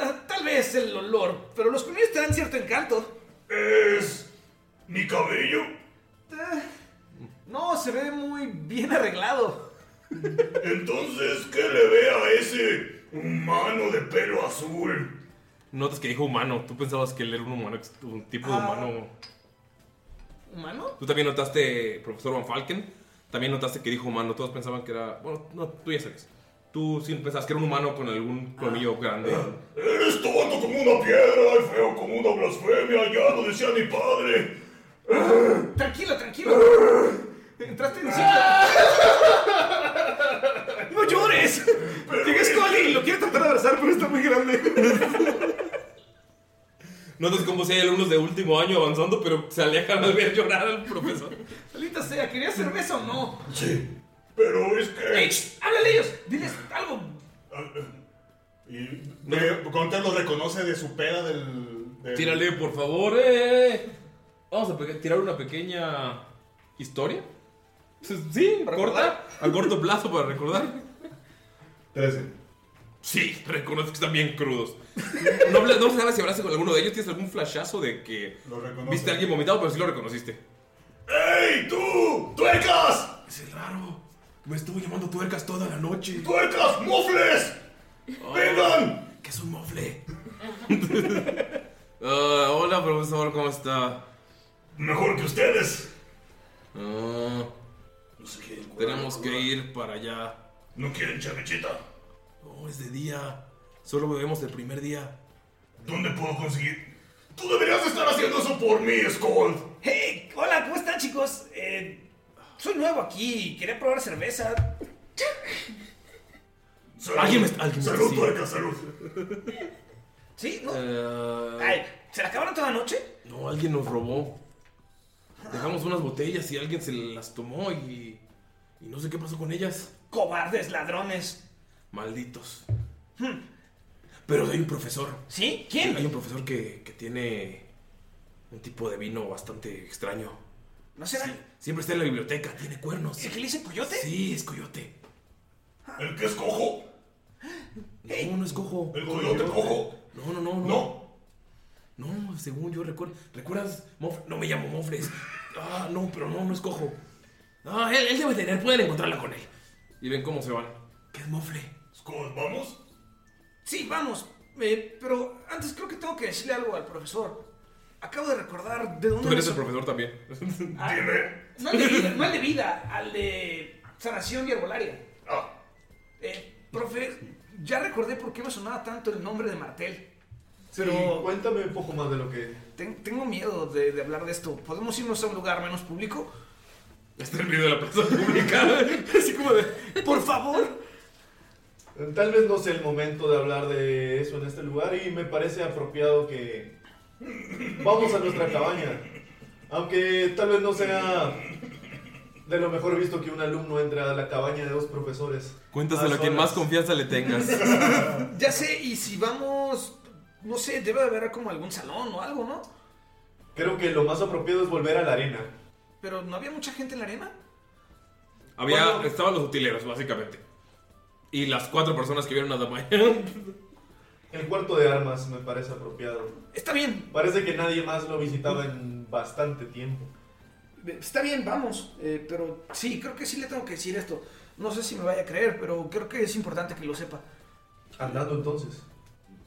C: Ah, tal vez el olor, pero los colmillos te dan cierto encanto.
I: ¿Es mi cabello?
C: Ah, No, se ve muy bien arreglado.
I: Entonces, ¿qué le ve a ese humano de pelo azul?
B: Notas que dijo humano. Tú pensabas que él era un humano, ex- un tipo de
C: Ah.
B: humano.
C: ¿Humano?
B: Tú también notaste, profesor Van Falken, también notaste que dijo humano. Todos pensaban que era. Bueno, no, tú ya sabes. Tú sí pensabas que era un humano con algún
C: Ah.
B: colmillo grande.
I: Eres tonto como una piedra y feo como una blasfemia, ya lo decía mi padre.
C: Tranquilo, tranquilo. Entraste en Ah. ¡No llores! Llega Scully y lo quiere tratar de abrazar, pero está muy grande.
B: Notas como si hay alumnos de último año avanzando, pero se alejan al ver llorar al profesor.
C: Salita sea, ¿quería cerveza o no?
I: Sí, pero es que.
C: ¡Háblale a ellos! Diles algo.
F: Y me- Gunter lo reconoce de su peda del. del-
B: Tírale, por favor. eh. Vamos a pe- tirar una pequeña historia. Sí, corta. A corto plazo para recordar.
F: 13.
B: Sí, reconozco que están bien crudos. No, habla- no sabes si hablaste con alguno de ellos. ¿Tienes algún flashazo de que viste a alguien vomitado, pero sí lo reconociste?
I: ¡Ey, tú! ¡Tuercas!
B: Es el raro. Me estuvo llamando tuercas toda la noche.
I: ¡Tuercas, mofles! ¡Vengan!
B: ¿Qué es un mofle? Ah, hola, profesor, ¿cómo está?
I: Mejor que ustedes.
B: Ah, tenemos que ir para allá.
I: ¿No quieren chamechita?
B: No, es de día. Solo bebemos el primer día.
I: ¿Dónde puedo conseguir? Tú deberías estar haciendo eso por mí, Skull.
C: Hey, hola, ¿cómo están, chicos? Eh, soy nuevo aquí y quería probar cerveza.
B: Alguien me está- alguien me está
I: Salud,
B: siguiendo.
I: tuerca, salud.
C: ¿Sí? ¿No?
B: Eh,
C: Ay, ¿se la acabaron toda la noche?
B: no, alguien nos robó. Dejamos unas botellas y alguien se las tomó y. Y no sé qué pasó con ellas.
C: Cobardes, ladrones.
B: Malditos.
C: Hmm.
B: Pero hay un profesor.
C: ¿Sí? ¿Quién?
B: Hay un profesor que, que tiene un tipo de vino bastante extraño.
C: ¿No será?
B: Siempre está en la biblioteca, tiene cuernos.
C: ¿El que le dice coyote? Ah.
B: Sí, es coyote.
I: ¿El que es cojo?
B: No, no es cojo.
I: ¿El coyote cojo?
B: No, no, no, no. No. según yo recuerdo. ¿Recuerdas? Mof- No me llamo Mofres. Ah, no, pero no, no es cojo. Ah, él, él debe tener, pueden encontrarla con él. Y ven cómo se van. ¿Qué es Mofle?
I: Skull, ¿vamos?
C: Sí, vamos. Eh, pero antes creo que tengo que decirle algo al profesor. Acabo de recordar de dónde...
B: Tú eres
C: me so-
B: el profesor también.
C: Ah, No al de vida, no al de vida, al de sanación y arbolaria. Eh, profe, ya recordé por qué me sonaba tanto el nombre de Martel. Pero
D: cuéntame un poco más de lo que...
C: Ten- tengo miedo de, de hablar de esto. ¿Podemos irnos a un lugar menos público?
B: Este es el video de la plaza pública. Así como de...
C: Por favor.
D: Tal vez no sea el momento de hablar de eso en este lugar y me parece apropiado que vamos a nuestra cabaña. Aunque tal vez no sea de lo mejor visto que un alumno entre a la cabaña de dos profesores.
B: Cuéntaselo a quien más confianza le tengas.
C: Ya sé, y si vamos, no sé, debe de haber como algún salón o algo, ¿no?
D: Creo que lo más apropiado es volver a la arena.
C: Pero ¿no había mucha gente en la arena?
B: Había, estaban los utileros, básicamente. Y las cuatro personas que vieron a Damaya.
D: El cuarto de armas me parece apropiado.
C: Está bien.
D: Parece que nadie más lo visitaba en bastante tiempo.
C: Está bien, vamos. eh, pero sí, creo que sí le tengo que decir esto. No sé si me vaya a creer, pero creo que es importante que lo sepa.
D: Andando entonces.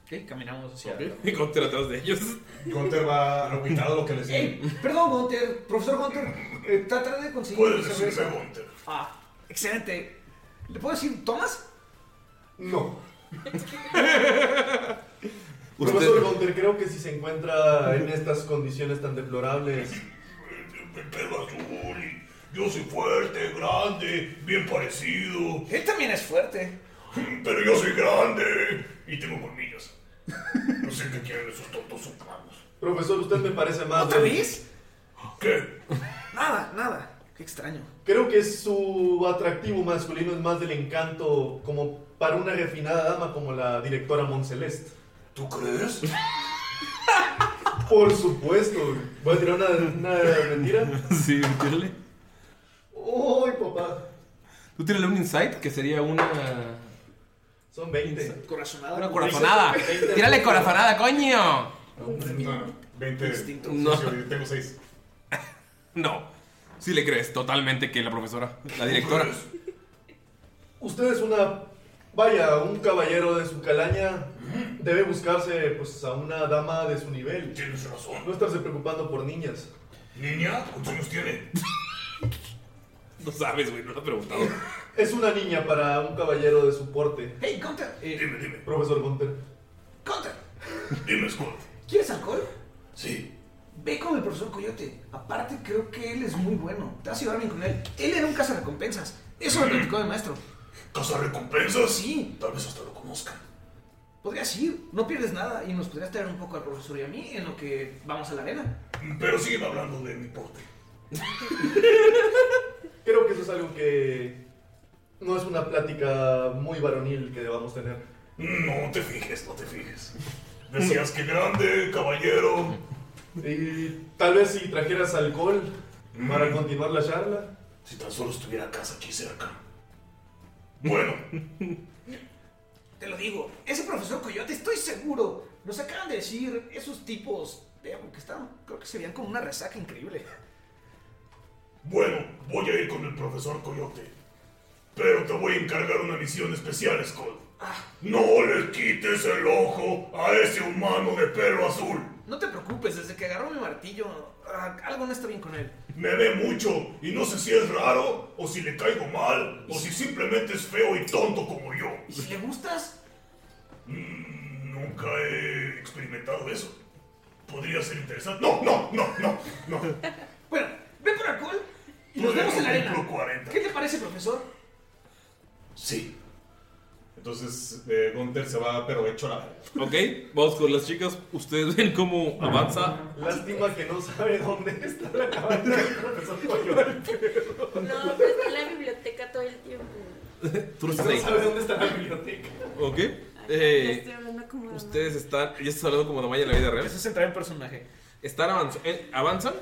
C: ¿Qué? Caminamos hacia...
B: Y Gunter atrás de ellos.
F: Gunter va aguitado lo que le sigue.
C: Ey, perdón, Gunter. Profesor Gunter, eh, trataré de conseguir...
F: Puedes
C: saber-
F: decirme Gunter.
C: Ah, excelente. ¿Le puedo decir Tomás?
D: No. Profesor Gunter, creo que si se encuentra en estas condiciones tan deplorables,
I: Pelo azul y yo soy fuerte, grande, bien parecido.
C: Él también es fuerte.
I: Pero yo soy grande y tengo colmillos. No sé qué quieren esos tontos humanos.
D: Profesor, usted me parece
I: Ah,
D: más.
C: ¿Otra vez?
I: ¿Qué?
C: Nada, nada. Qué extraño.
D: Creo que su atractivo masculino es más del encanto como para una refinada dama como la directora Monceleste.
I: ¿Tú crees?
D: Por supuesto. ¿Voy a tirar una, una mentira?
B: Sí, tírale.
D: ¡Uy, papá!
B: Tú tírale un insight que sería una.
D: Son 20.
C: Corazonada.
B: Una corazonada. Tírale corazonada, coño.
F: No, 20.
B: No.
F: sí, sí, Tengo 6.
B: No. Sí le crees totalmente que la profesora, la directora.
D: Usted es una. Vaya, un caballero de su calaña debe buscarse pues a una dama de su nivel.
I: Tienes razón.
D: No estarse preocupando por niñas.
I: ¿Niña? ¿Cuántos años tiene?
B: No sabes, güey, no lo he preguntado.
D: Es una niña para un caballero de su porte.
C: Hey, Gunter. eh,
I: dime, dime.
D: Profesor Gunter.
I: Dime, Scott.
C: ¿Quieres alcohol?
I: Sí.
C: Ve con el profesor Coyote. Aparte, creo que él es muy bueno. Te vas a llevar bien con él. Él era un cazarrecompensas. Eso me platicó el maestro.
I: ¿Cazarrecompensas?
C: Sí.
I: Tal vez hasta lo conozcan.
C: Podrías ir, no pierdes nada y nos podrías traer un poco al profesor y a mí en lo que vamos a la arena.
I: Mm, Pero siguen hablando de mi porte.
D: Creo que eso es algo que no es una plática muy varonil que debamos tener.
I: No te fijes, no te fijes. Decías que grande, caballero.
D: Y tal vez si trajeras alcohol para
I: Mm.
D: continuar la charla.
I: Si tan solo estuviera casa aquí cerca. Bueno,
C: Te lo digo, ese profesor Coyote, estoy seguro. Nos acaban de decir esos tipos de algo que están, creo que se veían como una resaca increíble.
I: bueno, voy a ir con el profesor Coyote. Pero te voy a encargar una misión especial, Skull. No le quites el ojo a ese humano de pelo azul.
C: No te preocupes, desde que agarró mi martillo, ah, algo no está bien con él.
I: Me ve mucho y no sé si es raro o si le caigo mal o si simplemente es feo y tonto como yo.
C: ¿Y si le gustas?
I: Mm, Nunca he experimentado eso. Podría ser interesante. No, no, no, no, no.
C: Bueno, ve por alcohol y nos vemos en la arena.
I: Cumplo 40.
C: ¿Qué te parece, profesor?
I: Sí. Entonces, eh, Gunther se va, pero hecho la.
B: Ok, vamos con las chicas. Ustedes ven cómo avanza.
D: Lástima que no sabe dónde está la cabaña del profesor Coyote.
E: No, pues está en la biblioteca todo el tiempo.
B: Tú no
D: No
B: estás ahí.
D: sabe dónde está la biblioteca.
B: Ok.
E: Ya
B: Eh,
E: estoy hablando como mamá.
B: ustedes están. Ya estás hablando como Damaya en la vida real.
H: Eso es entrar en personaje.
B: Están avanz- eh, avanzan.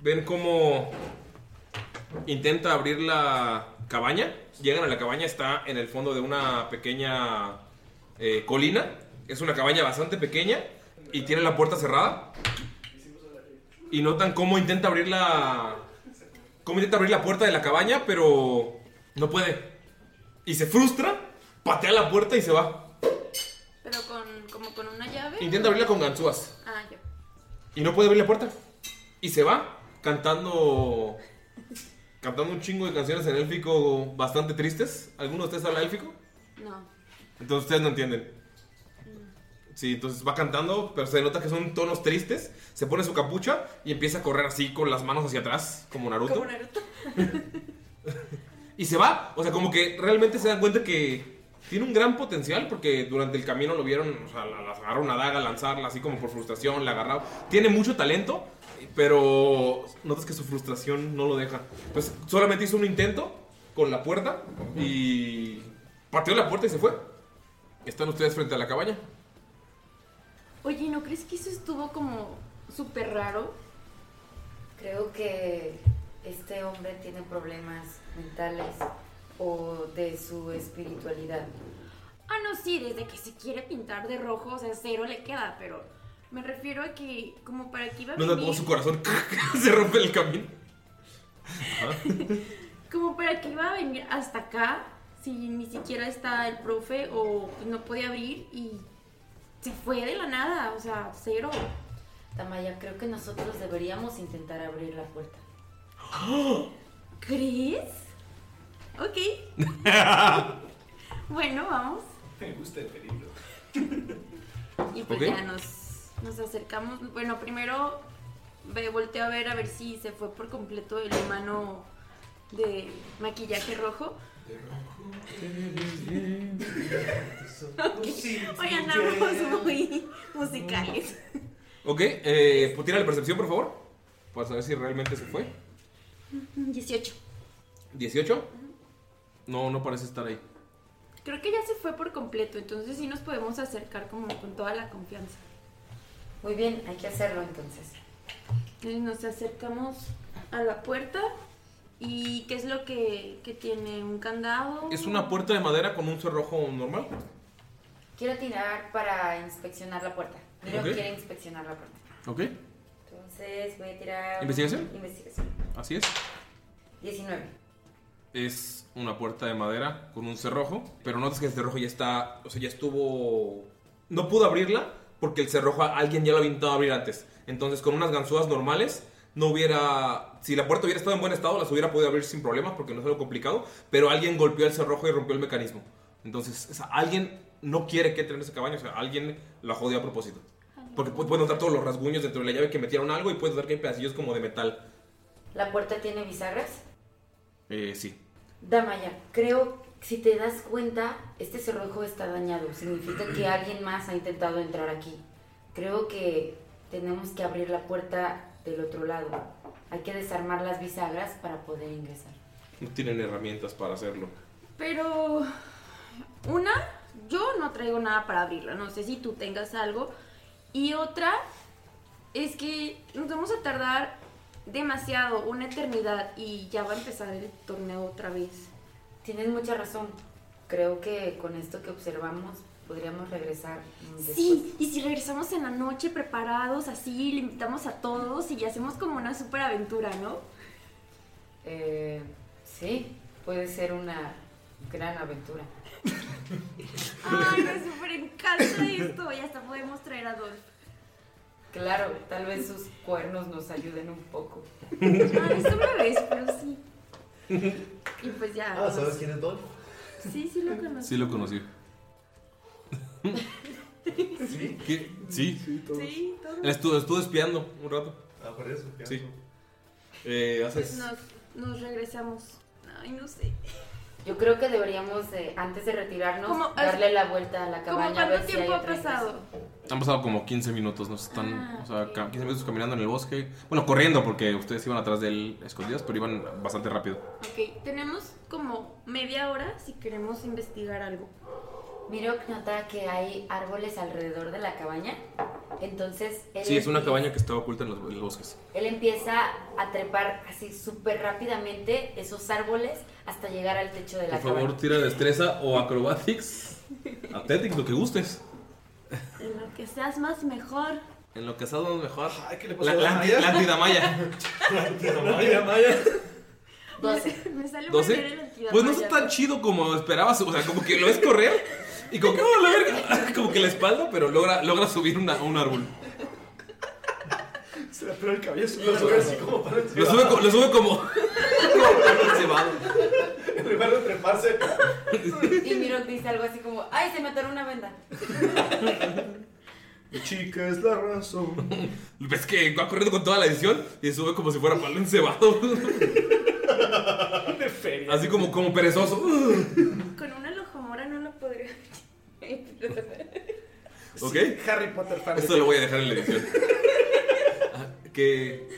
B: Ven cómo intenta abrir la cabaña. Llegan a la cabaña, está en el fondo de una pequeña eh, colina. Es una cabaña bastante pequeña y tiene la puerta cerrada. Y notan cómo intenta abrir la. cómo intenta abrir la puerta de la cabaña, pero no puede. Y se frustra, patea la puerta y se va.
E: Pero con, como con una llave.
B: Intenta abrirla con ganzúas.
E: Ah, ya.
B: Y no puede abrir la puerta. Y se va cantando. Cantando un chingo de canciones en élfico bastante tristes. ¿Alguno de ustedes habla élfico?
E: No.
B: Entonces ustedes no entienden. Sí, entonces va cantando, pero se nota que son tonos tristes. Se pone su capucha y empieza a correr así con las manos hacia atrás, como Naruto.
E: Como Naruto.
B: Y se va. O sea, como que realmente se dan cuenta que tiene un gran potencial porque durante el camino lo vieron, o sea, la, la agarró una daga, lanzarla así como por frustración, la agarraba. Tiene mucho talento, pero notas que su frustración no lo deja. Pues solamente hizo un intento con la puerta y partió la puerta y se fue. Están ustedes frente a la cabaña.
E: Oye, ¿no crees que eso estuvo como súper raro?
G: Creo que este hombre tiene problemas mentales o de su espiritualidad.
E: Ah, no, sí, desde que se quiere pintar de rojo, o sea, cero le queda, pero me refiero a que como para que iba a
B: No
E: venir...
B: como su corazón se rompe el camino.
E: Como para que iba a venir hasta acá, si ni siquiera está el profe o pues, no podía abrir y se fue de la nada, o sea, cero.
G: Tamaya, creo que nosotros deberíamos intentar abrir la puerta.
E: ¿Crees? Ok. bueno, vamos.
H: Me gusta el peligro.
E: Y pues
B: Ok.
E: ya nos, nos acercamos. Bueno, primero ve, volteo a ver a ver si se fue por completo el humano de maquillaje rojo. Oigan, andamos muy musicales.
B: Ok, eh, pues tira la percepción, por favor. Para saber si realmente se fue.
E: 18.
B: 18. No, no parece estar ahí.
E: Creo que ya se fue por completo, entonces sí nos podemos acercar como con toda la confianza.
G: Muy bien, hay que hacerlo entonces.
E: Entonces nos acercamos a la puerta y ¿qué es lo que, que tiene? ¿Un candado?
B: Es una puerta de madera con un cerrojo normal.
G: Quiero tirar para inspeccionar la puerta. Miro
B: Ok.
G: quiere inspeccionar la puerta.
B: Ok,
G: Entonces voy a tirar.
B: ¿Investigación?
G: Investigación.
B: así es.
G: 19.
B: es una puerta de madera con un cerrojo, pero notas que el cerrojo ya está, o sea, ya estuvo... No pudo abrirla porque el cerrojo alguien ya lo había intentado abrir antes. Entonces con unas ganzúas normales no hubiera... Si la puerta hubiera estado en buen estado, las hubiera podido abrir sin problemas porque no es algo complicado, pero alguien golpeó el cerrojo y rompió el mecanismo. Entonces o sea, alguien no quiere que entre en ese cabaña, o sea, alguien la jodió a propósito. Porque pu- pueden notar todos los rasguños dentro de la llave que metieron algo y puedes notar que hay pedacillos como de metal.
G: ¿La puerta tiene bizarras?
B: Eh, sí.
G: Damaya, creo que si te das cuenta, este cerrojo está dañado. Significa que alguien más ha intentado entrar aquí. Creo que tenemos que abrir la puerta del otro lado. Hay que desarmar las bisagras para poder ingresar.
B: No tienen herramientas para hacerlo.
E: Pero una, yo no traigo nada para abrirla, no sé si tú tengas algo. Y otra es que nos vamos a tardar demasiado, una eternidad, y ya va a empezar el torneo otra vez.
G: Tienes mucha razón. Creo que con esto que observamos podríamos regresar. mm,
E: Sí, y si regresamos en la noche preparados, así, le invitamos a todos y hacemos como una super aventura, ¿no?
G: Eh, sí, puede ser una gran aventura.
E: Ay, me super encanta esto, y hasta podemos traer a Dolph.
G: Claro, tal vez sus cuernos nos ayuden un poco.
E: Ay, eso me ves, pero sí. Y pues ya.
D: Ah, ¿sabes quién es Dolph?
E: Sí, sí lo conozco.
B: Sí lo conocí.
E: Sí.
B: ¿Qué? Sí. Sí,
E: todos. Sí, todos.
B: La estuve, estuve espiando un rato.
D: Ah, por eso,
B: Sí. Eh,
E: Pues
B: haces...
E: nos, nos regresamos. Ay, no sé.
G: Yo creo que deberíamos, eh, antes de retirarnos,
E: Como, ah,
G: darle la vuelta a la
E: ¿Cómo
G: cabaña. a
E: cuánto
G: ver si
E: tiempo
G: hay
E: ha
G: otra entrada.
E: pasado?
B: Han pasado como 15 minutos, nos están,
E: Ah,
B: o sea, ca- 15 minutos caminando en el bosque. Bueno, corriendo porque ustedes iban atrás de él escondidas, pero iban bastante rápido.
E: Ok, tenemos como media hora si queremos investigar algo.
G: Mirok nota que hay árboles alrededor de la cabaña. Entonces, él
B: Sí, es una
G: empieza-
B: cabaña que estaba oculta en los, en los bosques.
G: Él empieza a trepar así súper rápidamente esos árboles hasta llegar al techo de la
B: Por favor,
G: cabaña.
B: tira destreza o acrobatics, athletics, lo que gustes.
E: En lo que seas más mejor.
B: En lo que sabes mejor.
H: le pasó
B: la,
H: a
B: la,
H: la
B: anti-
H: Maya?
B: la antidamaya.
H: La antidamaya.
E: Me sale
B: ¿Doce?
E: perder el antidamaya.
B: Pues no está tan chido como esperabas, o sea, como que lo ves correr y como que, "Oh, la verga", como que la espalda, pero logra, logra subir una- a un árbol.
H: Se le apeló el cabello. se
D: Lo sube así como para
B: Lo sube, co- lo sube como... cebado.
D: En lugar de treparse.
G: Y Mirok dice algo así como, ¡ay, se me atoró una venda!
B: Chica es la razón. ¿Ves que va corriendo con toda la edición y sube como si fuera palo encebado? Así como, como perezoso.
E: Con una lojomora no lo podría.
B: ¿Ok?
H: Harry Potter fan.
B: Esto lo voy a dejar en la edición. Ah, Que.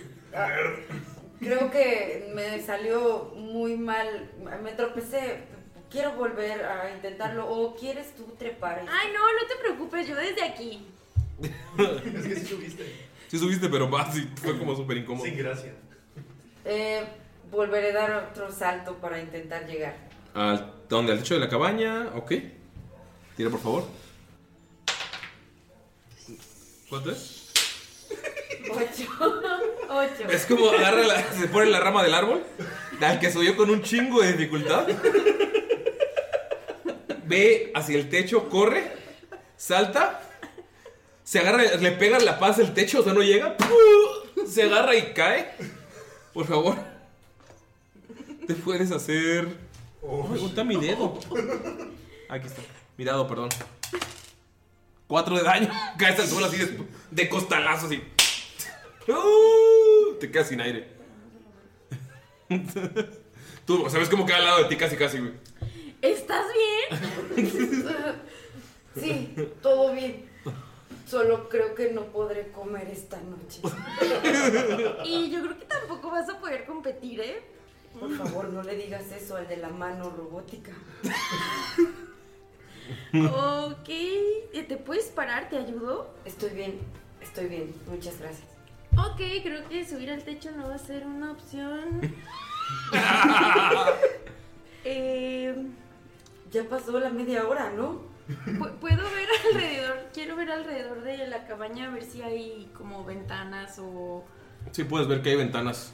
G: Creo que me salió muy mal, me tropecé. Quiero volver a intentarlo. ¿O quieres tú trepar?
E: Ay, no, no te preocupes, yo desde aquí.
D: Es que sí subiste.
B: Sí subiste, pero más y fue como súper incómodo.
D: Sin gracia.
G: Eh, volveré a dar otro salto para intentar llegar.
B: Al, ¿Dónde? Al techo de la cabaña. Ok. Tira, por favor. ¿Cuánto es?
G: Ocho. Ocho.
B: Es como agarra la- se pone la rama del árbol, al que subió con un chingo de dificultad. Ve hacia el techo, corre, salta, se agarra, le pega la paz el techo, o sea, no llega, ¡pum! se agarra y cae. Por favor, te puedes hacer. Oh, ¿Dónde está mi dedo? Aquí está, mi dado, perdón. Cuatro de daño, caes al suelo así de, de costalazo, así. ¡Uh! Te quedas sin aire. Tú sabes cómo queda al lado de ti casi casi, güey.
E: ¿Estás bien?
G: Sí, todo bien. Solo creo que no podré comer esta noche.
E: Y yo creo que tampoco vas a poder competir, ¿eh?
G: Por favor, no le digas eso al de la mano robótica.
E: Ok. Eh, ¿Te puedes parar? ¿Te ayudo?
G: Estoy bien, estoy bien. Muchas gracias.
E: Ok, creo que subir al techo no va a ser una opción.
G: Ya pasó la media hora, ¿no?
E: Pu- Puedo ver alrededor, quiero ver alrededor de la cabaña a ver si hay como ventanas o...
B: Sí, puedes ver que hay ventanas.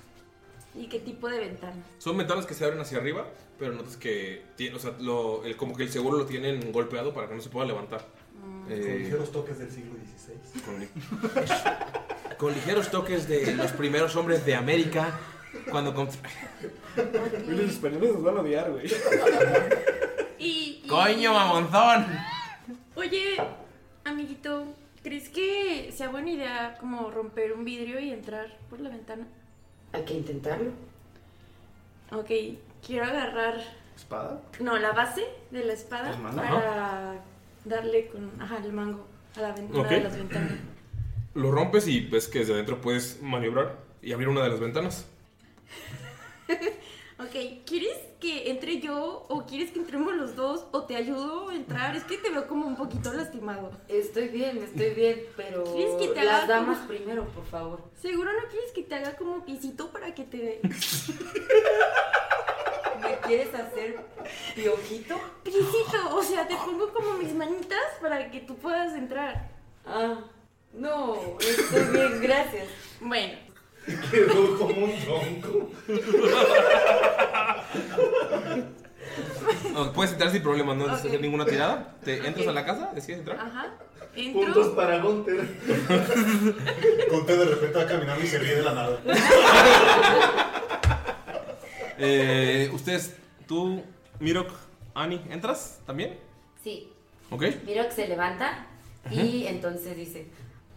E: ¿Y qué tipo de ventanas?
B: Son ventanas que se abren hacia arriba, pero notas que tiene, o sea, lo- el- como que el seguro lo tienen golpeado para que no se pueda levantar.
E: Mm.
B: Eh,
F: Con ligeros toques del siglo XVI.
B: con, li- con ligeros toques de los primeros hombres de América, cuando... con-
J: Y los españoles nos van a odiar, güey.
E: Y, y-
B: ¡Coño, mamonzón!
E: Oye, amiguito, ¿crees que sea buena idea como romper un vidrio y entrar por la ventana?
G: Hay que intentarlo.
E: Ok, quiero agarrar,
H: ¿Espada?
E: no, la base de la espada
H: El mango.
E: para darle con, ajá, el mango a la ventana de
B: Ok.
E: las ventanas.
B: Lo rompes y ves que desde adentro puedes maniobrar y abrir una de las ventanas.
E: Ok, ¿quieres que entre yo o quieres que entremos los dos o te ayudo a entrar? Es que te veo como un poquito lastimado.
G: Estoy bien, estoy bien, pero
E: ¿Quieres que te haga
G: las damas
E: como-
G: primero, por favor.
E: Seguro no quieres que te haga como pisito para que te...
G: ¿Me quieres hacer piojito?
E: Pisito, o sea, te pongo como mis manitas para que tú puedas entrar.
G: Ah, no, estoy bien, gracias.
E: Bueno,
F: Quedó como un tronco.
B: No, puedes entrar sin problemas, no necesitas
E: Ok.
B: hacer ninguna tirada. Te entras
E: Ok.
B: a la casa, decides entrar.
E: ajá, entro...
D: Puntos para Gunter.
F: Conte de repente va caminando y se ríe de la nada.
B: Eh, ustedes, tú, Mirok, Ani, ¿entras también?
G: Sí,
B: ¿Ok?
G: Miro que se levanta y
B: Ujú.
G: entonces dice,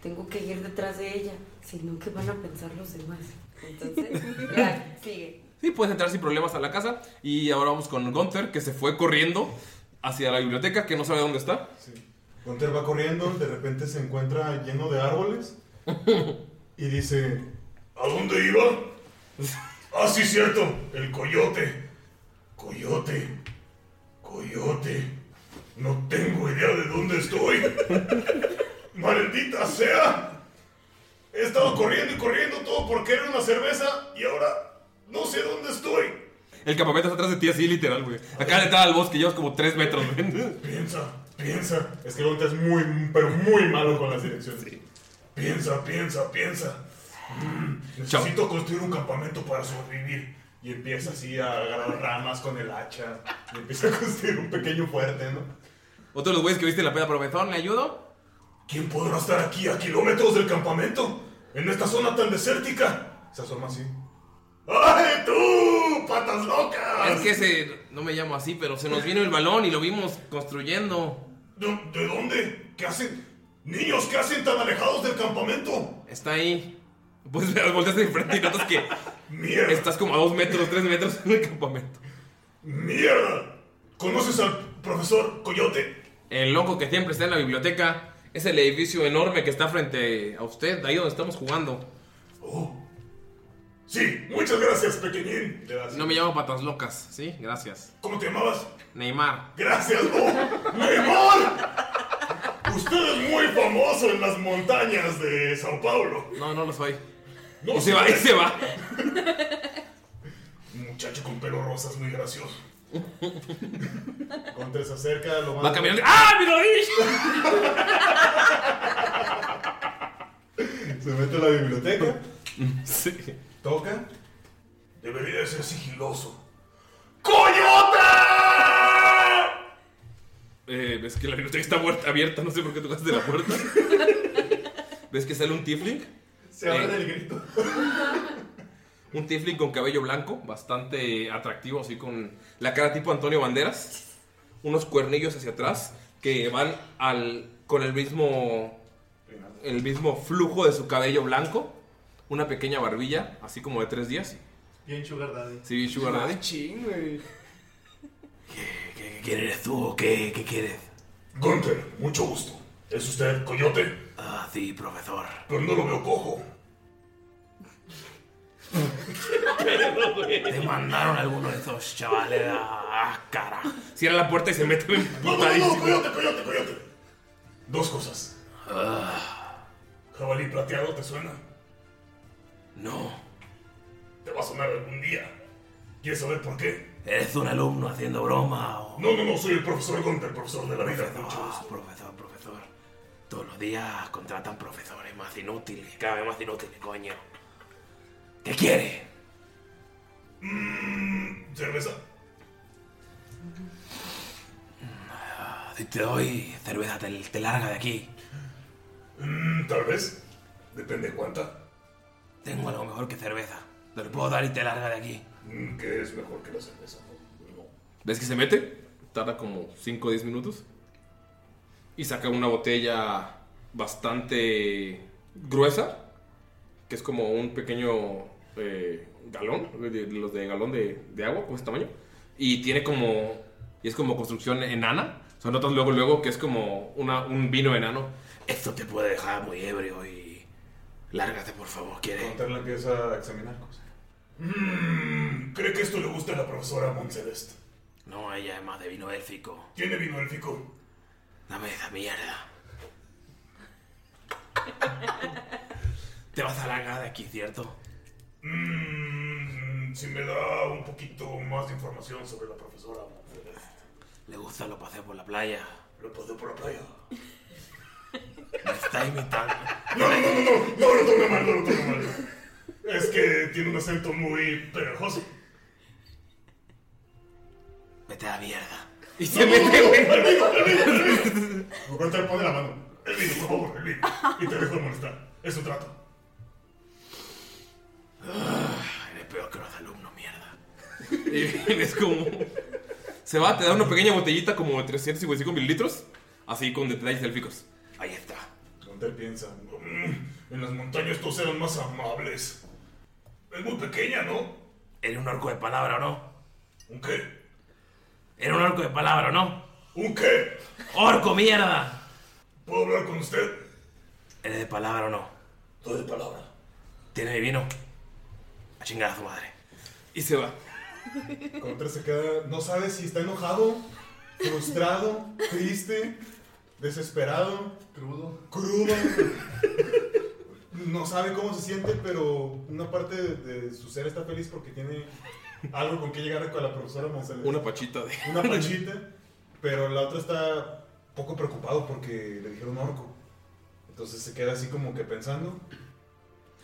G: tengo que ir detrás de ella, si no, ¿qué van a pensar los demás? Entonces, ya, sigue.
B: Sí, puedes entrar sin problemas a la casa. Y ahora vamos con Gunther, que se fue corriendo hacia la biblioteca, que no sabe dónde está.
F: Gunter va corriendo, de repente se encuentra lleno de árboles y dice:
I: ¿A dónde iba? Ah, sí, cierto. El coyote. Coyote. Coyote. No tengo idea de dónde estoy. Maldita sea. He estado corriendo y corriendo todo porque era una cerveza y ahora no sé dónde estoy.
B: El campamento está atrás de ti, así literal, güey. Acá de entrada al bosque llevas como 3 metros, güey.
I: Piensa, piensa. Es que Gunter es muy, pero muy malo con las direcciones. Piensa, piensa, piensa. Mm, necesito construir un campamento para sobrevivir.
F: Y empieza así a agarrar ramas con el hacha y empieza a construir un pequeño fuerte, ¿no?
B: Otro de los güeyes que viste en la peda, profesor, ¿le ayudo?
I: ¿Quién podrá estar aquí a kilómetros del campamento? En esta zona tan desértica. Se asoma así. ¡Ay, tú! ¡Patas locas!
B: Es que se. No me llamo así, pero se nos vino el balón y lo vimos construyendo.
I: ¿De, de dónde? ¿Qué hacen? Niños, ¿qué hacen tan alejados del campamento?
B: Está ahí. Pues le das volteas de enfrente y notas que. Estás como a 2 metros, 3 metros en el campamento.
I: ¡Mierda! ¿Conoces al profesor Coyote?
B: El loco que siempre está en la biblioteca es el edificio enorme que está frente a usted, ahí donde estamos jugando.
I: Sí, muchas gracias, pequeñín.
B: No me llamo patas locas, ¿sí? Gracias.
I: ¿Cómo te llamabas?
B: Neymar.
I: Gracias, Bob. ¡Neymar! Usted es muy famoso en las montañas de Sao Paulo.
B: No, no lo soy.
I: No,
B: y se va, y se va.
I: Un muchacho con pelo rosa es muy gracioso.
F: Gunter se acerca, lo
B: Va caminando. ¡Ah, mi
F: Se mete a la biblioteca.
B: Sí.
F: Toca.
I: Debería ser sigiloso.
B: Eh, ves que la biblioteca está muerta- abierta, no sé por qué tocaste la puerta. ves que sale un tiefling.
F: Se abre
B: Eh,
F: del grito.
B: Un tiefling con cabello blanco, bastante atractivo, así con la cara tipo Antonio Banderas. Unos cuernillos hacia atrás que van al, con el mismo, el mismo flujo de su cabello blanco. Una pequeña barbilla, así como de tres días.
D: Bien Sugar Daddy.
B: Sí, bien Sugar Daddy.
J: Machín, güey.
I: ¿Qué quieres tú o qué, qué quieres? Gunter, mucho gusto. ¿Es usted Coyote? Ah, sí, profesor. Pero no lo veo cojo.
B: Te mandaron alguno de esos chavales. Ah, cara. Cierra la puerta y se mete bien
I: No, no, no,
B: putadísimo.
I: coyote, coyote, coyote. Dos cosas.
B: Ah.
I: Jabalí plateado, ¿te suena?
B: No.
I: Te va a sonar algún día. ¿Quieres saber por qué?
K: ¿Eres un alumno haciendo broma o
I: No, no, no, soy el profesor Gunter, profesor de la vida. Mucho gusto.
K: profesor, profesor? Todos los días contratan profesores más inútiles, cada vez más inútiles, coño. ¿Qué quiere?
I: Mmm, cerveza.
L: Si te doy cerveza, te, te larga de aquí.
I: Mmm, tal vez. Depende cuánta.
L: Tengo algo mejor que cerveza. Te lo puedo dar y te larga de aquí.
I: Mm, ¿Qué es mejor que la cerveza? No.
B: ¿Ves que se mete? Tarda como 5 o 10 minutos. Y saca una botella bastante gruesa, que es como un pequeño eh, galón, de- de- los de galón de, de agua, con ese tamaño. Y tiene como. Y es como construcción enana. Son notas luego, luego que es como una, un vino enano. Esto te puede dejar muy ebrio y. Lárgate, por favor, quiere.
F: Hunter la empieza a examinar cosas.
I: Mmm, ¿cree que esto le gusta a la profesora Montceleste?
L: No, ella es más de vino élfico.
I: ¿Tiene vino élfico?
L: Dame esa mierda. Te vas a largar de aquí, ¿cierto?
I: Mmm, si me da un poquito más de información sobre la profesora Montceleste.
L: Le gusta los paseos por la playa.
I: Lo paseo por la playa.
L: Me está imitando.
I: No, no, no, no, no, no lo tome mal, no lo tome mal. Es que tiene un acento muy pegajoso.
L: Vete a la mierda.
B: Y
I: se mete, güey. El vino, el vino, el vino. Hunter pone la mano. El vino, por favor, el vino. Y te dejo de molestar. Es un trato.
L: Eres peor que los alumnos, mierda.
B: Y es como. Se va, te da una pequeña botellita como de 355 mililitros, así con detalles élficos.
L: Ahí está.
I: Hunter piensa. "Mm, en las montañas todos eran más amables. Es muy pequeña, ¿no?
L: Eres un orco de palabra, ¿o no?
I: ¿Un qué?
L: Era un orco de palabra, ¿o ¿no?
I: ¿Un qué?
L: ¡Orco, mierda!
I: ¿Puedo hablar con usted?
L: ¿Eres de palabra o no?
I: Todo de palabra.
L: ¿Tiene mi vino? A chingar a su madre.
B: Y se va.
F: Hunter se queda. No sabe si está enojado, frustrado, triste, desesperado,
D: Crudo.
F: crudo. No sabe cómo se siente, pero una parte de, de su ser está feliz porque tiene algo con que llegar con la profesora Monsalve.
B: Una pachita de.
F: Una pachita, pero la otra está poco preocupado porque le dijeron orco. Entonces se queda así como que pensando.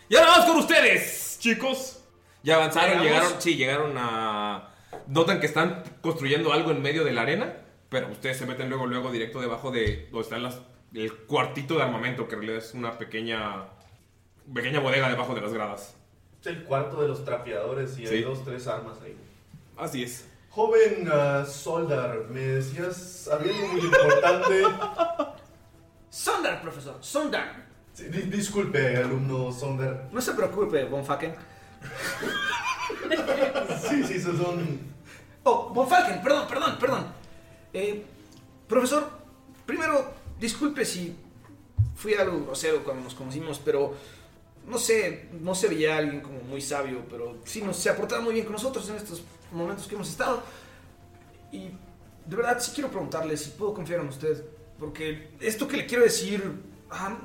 B: Y ahora vamos con ustedes, chicos. Ya avanzaron,
F: ¿Llegamos?
B: llegaron, sí, llegaron a... Notan que están construyendo algo en medio de la arena, pero ustedes se meten luego, luego directo debajo de donde está las- el cuartito de armamento, que en realidad es una pequeña, pequeña bodega debajo de las gradas.
D: Es el cuarto de los trapeadores y hay
B: Sí.
D: dos, tres armas ahí.
B: Así es.
D: Joven ah, Soldar, me decías algo muy importante.
C: Sondar, profesor, sondar.
D: Sí, di- disculpe, alumno Sonder.
C: No se preocupe, Von Falken.
D: sí, sí, esos son.
C: Oh, Von Falken, perdón, perdón, perdón. Eh, profesor, primero, disculpe si fui algo grosero cuando nos conocimos, pero no sé, no se veía alguien como muy sabio, pero sí nos se ha portado muy bien con nosotros en estos momentos que hemos estado. Y de verdad sí quiero preguntarle si puedo confiar en usted, porque esto que le quiero decir, ah,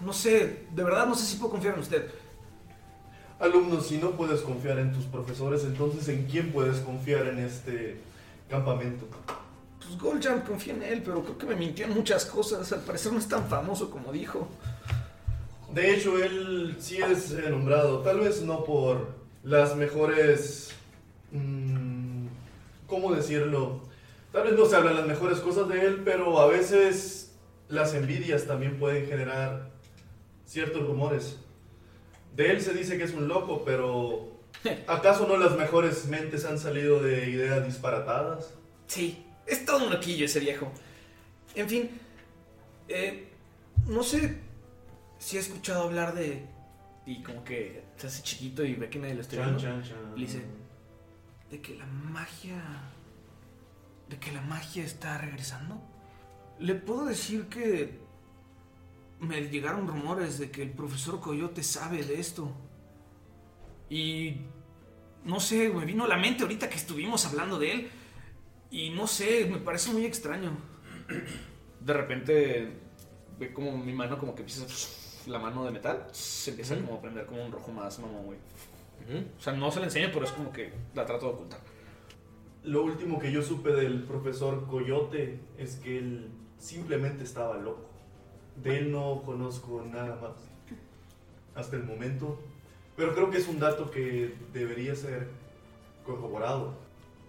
C: no sé, de verdad no sé si puedo confiar en usted.
D: Alumno, si no puedes confiar en tus profesores, entonces ¿en quién puedes confiar en este campamento?
C: Pues Goldjam confía en él, pero creo que me mintió en muchas cosas. Al parecer no es tan famoso como dijo.
D: De hecho, él sí es eh, nombrado, tal vez no por las mejores... mm, ¿Cómo decirlo? Tal vez no se hablan las mejores cosas de él, pero a veces las envidias también pueden generar ciertos rumores. De él se dice que es un loco, pero ¿acaso no las mejores mentes han salido de ideas disparatadas?
C: Sí, es todo un loquillo ese viejo. En fin, eh, no sé si he escuchado hablar de... Y como que se hace chiquito y ve que nadie lo está
D: Chan,
C: viendo.
D: chan, chan.
C: Le dice, de que la magia... De que la magia está regresando. Le puedo decir que... Me llegaron rumores de que el profesor Coyote sabe de esto. Y... No sé, me vino a la mente ahorita que estuvimos hablando de él. Y no sé, me parece muy extraño. De repente ve como mi mano como que empieza la mano de metal se empieza como a prender como un rojo más mamón, güey. O sea, no se la enseño, pero es como que la trato de ocultar.
D: Lo último que yo supe del profesor Coyote es que él simplemente estaba loco. De él no conozco nada más hasta el momento, pero creo que es un dato que debería ser corroborado.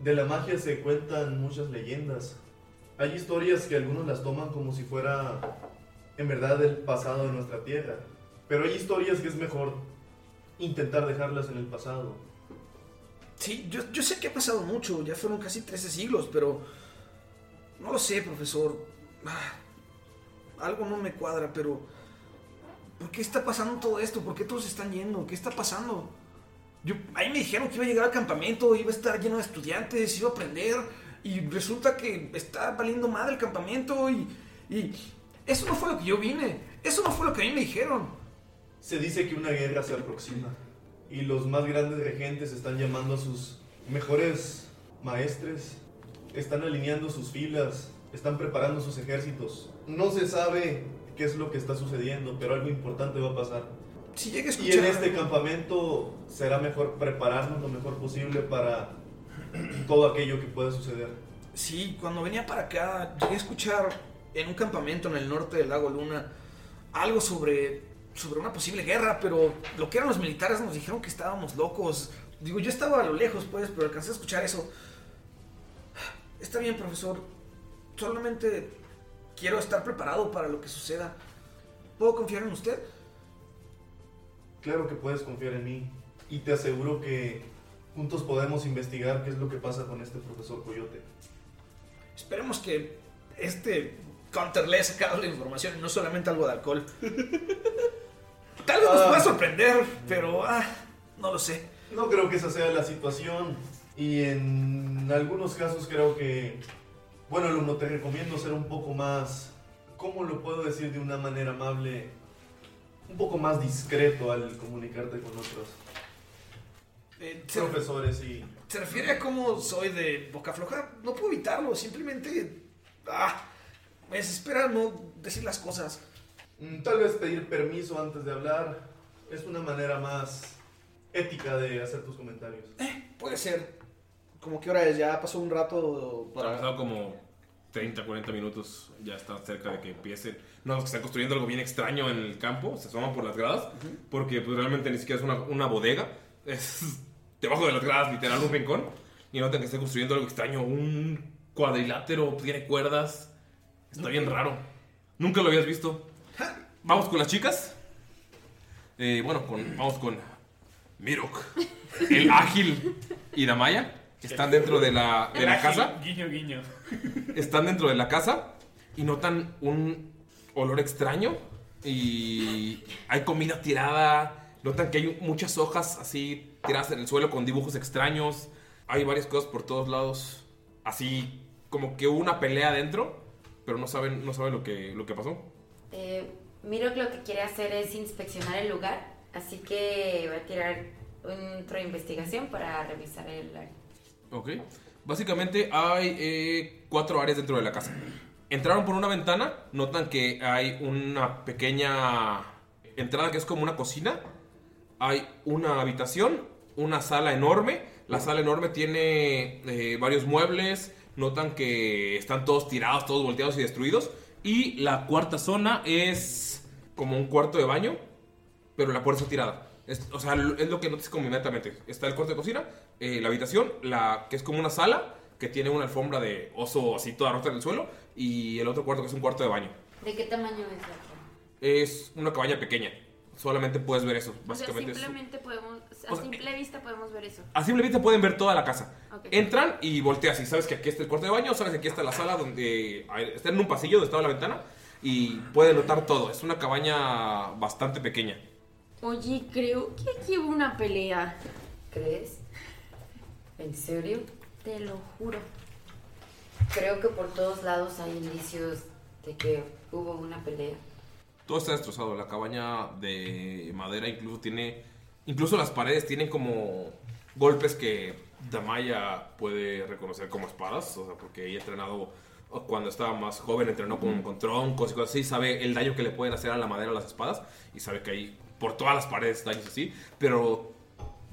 D: De la magia se cuentan muchas leyendas. Hay historias que algunos las toman como si fuera en verdad el pasado de nuestra tierra. Pero hay historias que es mejor intentar dejarlas en el pasado.
C: Sí, yo, yo sé que ha pasado mucho, ya fueron casi 13 siglos, pero no lo sé, profesor. Ah, algo no me cuadra, pero ¿por qué está pasando todo esto? ¿Por qué todos se están yendo? ¿Qué está pasando? Yo, ahí me dijeron que iba a llegar al campamento, iba a estar lleno de estudiantes, iba a aprender, y resulta que está valiendo madre el campamento, y, y eso no fue lo que yo vine, eso no fue lo que a mí me dijeron.
D: Se dice que una guerra se aproxima y los más grandes regentes están llamando a sus mejores maestres, están alineando sus filas, están preparando sus ejércitos. No se sabe qué es lo que está sucediendo, pero algo importante va a pasar.
C: Si llega a
D: y en
C: escuchar-
D: este campamento será mejor prepararnos lo mejor posible para todo aquello que pueda suceder.
C: Sí, cuando venía para acá, llegué a escuchar en un campamento en el norte del lago Luna algo sobre, sobre una posible guerra, pero lo que eran los militares nos dijeron que estábamos locos. Digo, yo estaba a lo lejos, pues, pero alcancé a escuchar eso. Está bien, profesor. Solamente quiero estar preparado para lo que suceda. ¿Puedo confiar en usted?
D: Claro que puedes confiar en mí y te aseguro que juntos podemos investigar qué es lo que pasa con este profesor Coyote.
C: Esperemos que este counter le haya sacado la información y no solamente algo de alcohol. Tal vez nos
D: Ah.
C: pueda sorprender, pero ah, no lo sé.
D: No creo que esa sea la situación. Y en algunos casos creo que, bueno, alumno, te recomiendo ser un poco más, ¿cómo lo puedo decir de una manera amable? Un poco más discreto al comunicarte con otros
C: Eh, se-
D: profesores y...
C: ¿Se refiere a cómo soy de boca floja? No puedo evitarlo, simplemente... Ah, me desespera no decir las cosas.
D: Mm, Tal vez pedir permiso antes de hablar es una manera más ética de hacer tus comentarios.
C: Eh,
H: Puede ser. Como que hora es, ya pasó un rato
B: Ha
H: para...
B: pasado como 30, 40 minutos, ya está cerca de que empiecen. No, que están construyendo algo bien extraño en el campo, se asoman por las gradas, porque pues, realmente ni siquiera es una, una bodega, es debajo de las gradas, literal, un rincón. Y notan que está construyendo algo extraño, un cuadrilátero, tiene cuerdas, está bien raro. Nunca lo habías visto. Vamos con las chicas. Eh, bueno, con- vamos con Mirok, el ágil y Damaya, que están dentro de la, de la casa
M: Guiño, guiño.
B: están dentro de la casa y notan un olor extraño y hay comida tirada, notan que hay muchas hojas así tiradas en el suelo con dibujos extraños, hay varias cosas por todos lados, así como que hubo una pelea adentro, pero no saben, no saben lo que, lo que pasó.
G: Eh, Miro que lo que quiere hacer es inspeccionar el lugar, así que va a tirar un otro investigación para revisar el área.
B: Ok. Básicamente hay eh, cuatro áreas dentro de la casa. Entraron por una ventana, notan que hay una pequeña entrada que es como una cocina. Hay una habitación, una sala enorme. La sala enorme tiene eh, varios muebles. Notan que están todos tirados, todos volteados y destruidos. Y la cuarta zona es como un cuarto de baño pero la puerta está tirada. Es- o sea, lo- es lo que notas como inmediatamente. Está el cuarto de cocina, eh, la habitación, la que es como una sala, que tiene una alfombra de oso así toda rota en el suelo, y el otro cuarto que es un cuarto de baño.
G: ¿De qué tamaño es la otra?
B: Es una cabaña pequeña. Solamente puedes ver eso,
E: O sea,
B: básicamente. es-
E: simplemente podemos, a simple vista podemos ver eso.
B: eh, a simple vista pueden ver toda la casa.
E: Ok.
B: Entran y volteas y sabes que aquí está el cuarto de baño, sabes que aquí está la sala donde hay- está en un pasillo donde estaba la ventana y pueden notar todo. Es una cabaña bastante pequeña.
E: Oye, creo que aquí hubo una pelea.
G: ¿Crees? ¿En serio?
E: Te lo juro.
G: Creo que por todos lados hay indicios de que hubo una pelea.
B: Todo está destrozado. La cabaña de madera incluso tiene. Incluso las paredes tienen como golpes que Damaya puede reconocer como espadas. O sea, porque ella ha entrenado. o Cuando estaba más joven, entrenó con, con troncos y cosas así. Sabe el daño que le pueden hacer a la madera las espadas. Y sabe que hay por todas las paredes daños así. Pero.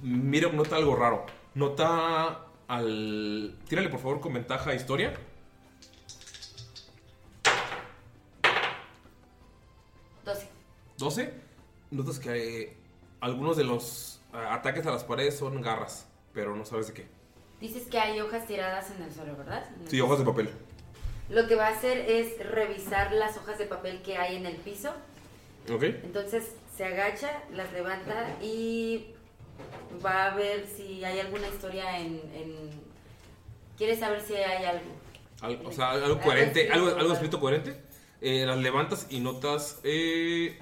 B: Mira, nota algo raro. Nota al. Tírale por favor con ventaja historia.
G: Doce.
B: 12. Notas que eh, algunos de los eh, ataques a las paredes son garras, pero no sabes de qué.
G: Dices que hay hojas tiradas en el suelo, ¿verdad? En el
B: Sí, hojas de papel.
G: Lo que va a hacer es revisar las hojas de papel que hay en el piso.
B: ¿Ok?
G: Entonces se agacha, las levanta y va a ver si hay alguna historia en... en- Quiere saber si hay algo.
B: Al- o sea, algo coherente, algo, algo escrito coherente. Eh, las levantas y notas eh,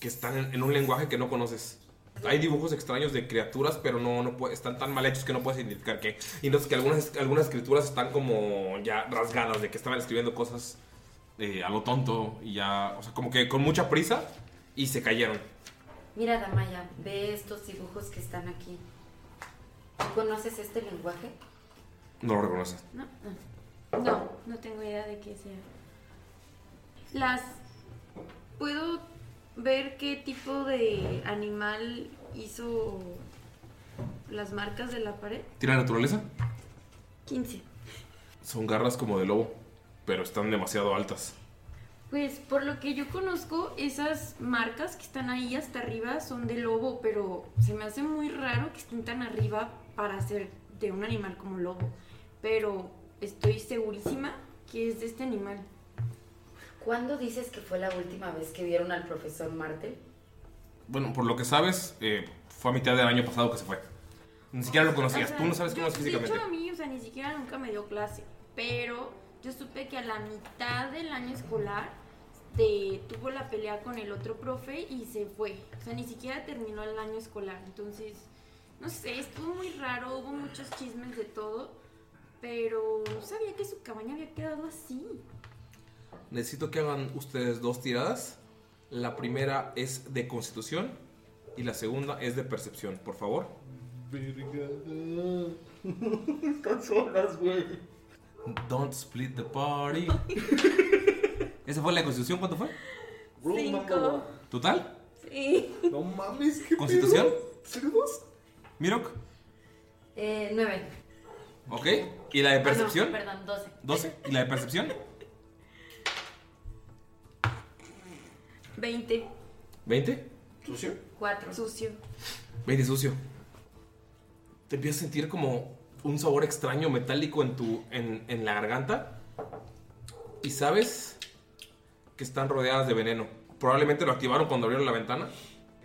B: que están en, en un lenguaje que no conoces. Hay dibujos extraños de criaturas, pero no, no pue- están tan mal hechos que no puedes identificar qué. Y notas que algunas, algunas escrituras están como ya rasgadas, de que estaban escribiendo cosas eh, a lo tonto y ya, o sea, como que con mucha prisa y se cayeron.
G: Mira, Damaya, ve estos dibujos que están aquí. ¿Tú conoces este lenguaje?
B: No lo reconoces.
E: No, no. No, no tengo idea de qué sea. Las. ¿Puedo ver qué tipo de animal hizo las marcas de la pared?
B: ¿Tira naturaleza?
E: 15.
B: Son garras como de lobo, pero están demasiado altas.
E: Pues por lo que yo conozco, esas marcas que están ahí hasta arriba son de lobo, pero se me hace muy raro que estén tan arriba para ser de un animal como lobo. Pero estoy segurísima que es de este animal.
G: ¿Cuándo dices que fue la última vez que vieron al profesor Martel?
B: Bueno, por lo que sabes, eh, fue a mitad del año pasado que se fue. Ni siquiera lo conocías.
E: O sea,
B: Tú no sabes cómo
E: yo-
B: es físicamente.
E: De hecho, a mí, o sea, ni siquiera nunca me dio clase. Pero yo supe que a la mitad del año escolar de- tuvo la pelea con el otro profe y se fue. O sea, ni siquiera terminó el año escolar. Entonces, no sé, estuvo muy raro, hubo muchos chismes de todo. Pero no sabía que su cabaña había quedado así.
B: Necesito que hagan ustedes dos tiradas. La primera es de constitución y la segunda es de percepción, por favor.
F: Están solas, güey.
B: Don't split the party. ¿Esa fue la de constitución? ¿Cuánto fue?
E: Cinco.
B: ¿Total?
E: Sí.
J: No mames, qué
B: ¿Constitución?
J: ¿Cerdos?
B: ¿Mirok?
G: Eh, nueve.
B: ¿Ok? ¿Y la de percepción?
G: Ah, no, perdón, doce.
B: 12. ¿Y la de percepción?
E: 20.
B: ¿20? ¿Sucio?
G: Cuatro.
E: Sucio.
B: 20 sucio. Te empiezas a sentir como un sabor extraño metálico en tu en, en la garganta y sabes que están rodeadas de veneno. Probablemente lo activaron cuando abrieron la ventana.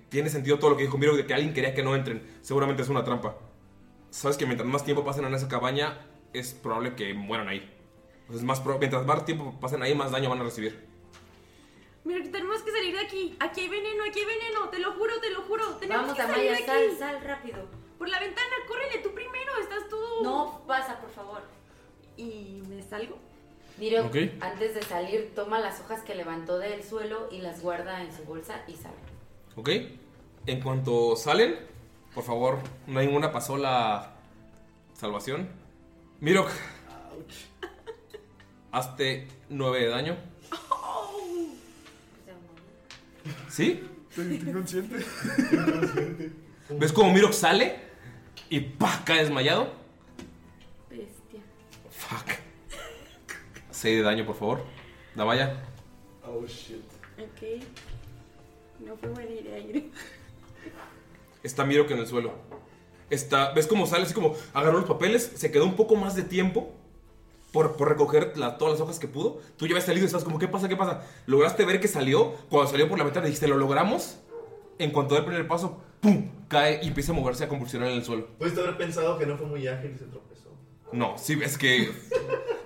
B: Tiene sentido todo lo que dijo Miro de que alguien quería que no entren. Seguramente es una trampa. Sabes que mientras más tiempo pasen en esa cabaña es probable que mueran ahí. Entonces, más pro- mientras más tiempo pasen ahí, más daño van a recibir.
E: Mira, tenemos que salir de aquí. Aquí hay veneno, aquí hay veneno. Te lo juro, te lo juro. Tenemos
G: Vamos,
E: que salir
G: Damaya,
E: de
G: sal,
E: aquí.
G: sal rápido.
E: Por la ventana, córrele tú primero, estás tú.
G: No, pasa, por favor.
E: Y me salgo.
G: Miro,
B: Ok.
G: antes de salir, toma las hojas que levantó del suelo y las guarda en su bolsa y sale.
B: ¿Ok? En cuanto salen, por favor, no hay ninguna pasó la salvación. Mirok. Hazte 9 de daño. ¿Sí?
J: Estoy inconsciente.
B: ¿Ves cómo Mirok sale? Y pa, cae desmayado.
E: Bestia.
B: 6 de daño, por favor. Damaya.
F: Oh shit.
E: Ok. No fue buena idea ir.
B: Está Mirok en el suelo. Está, ¿Ves cómo sale? Así como agarró los papeles, se quedó un poco más de tiempo por, por recoger la- todas las hojas que pudo. Tú ya habías salido y estás como, ¿qué pasa? ¿Qué pasa? Lograste ver que salió. Cuando salió por la ventana dijiste, ¿lo logramos? En cuanto da el primer paso, ¡pum! Cae y empieza a moverse, a convulsionar en el suelo.
D: Pudiste haber pensado que no fue muy ágil y se tropezó.
B: No, sí ves que.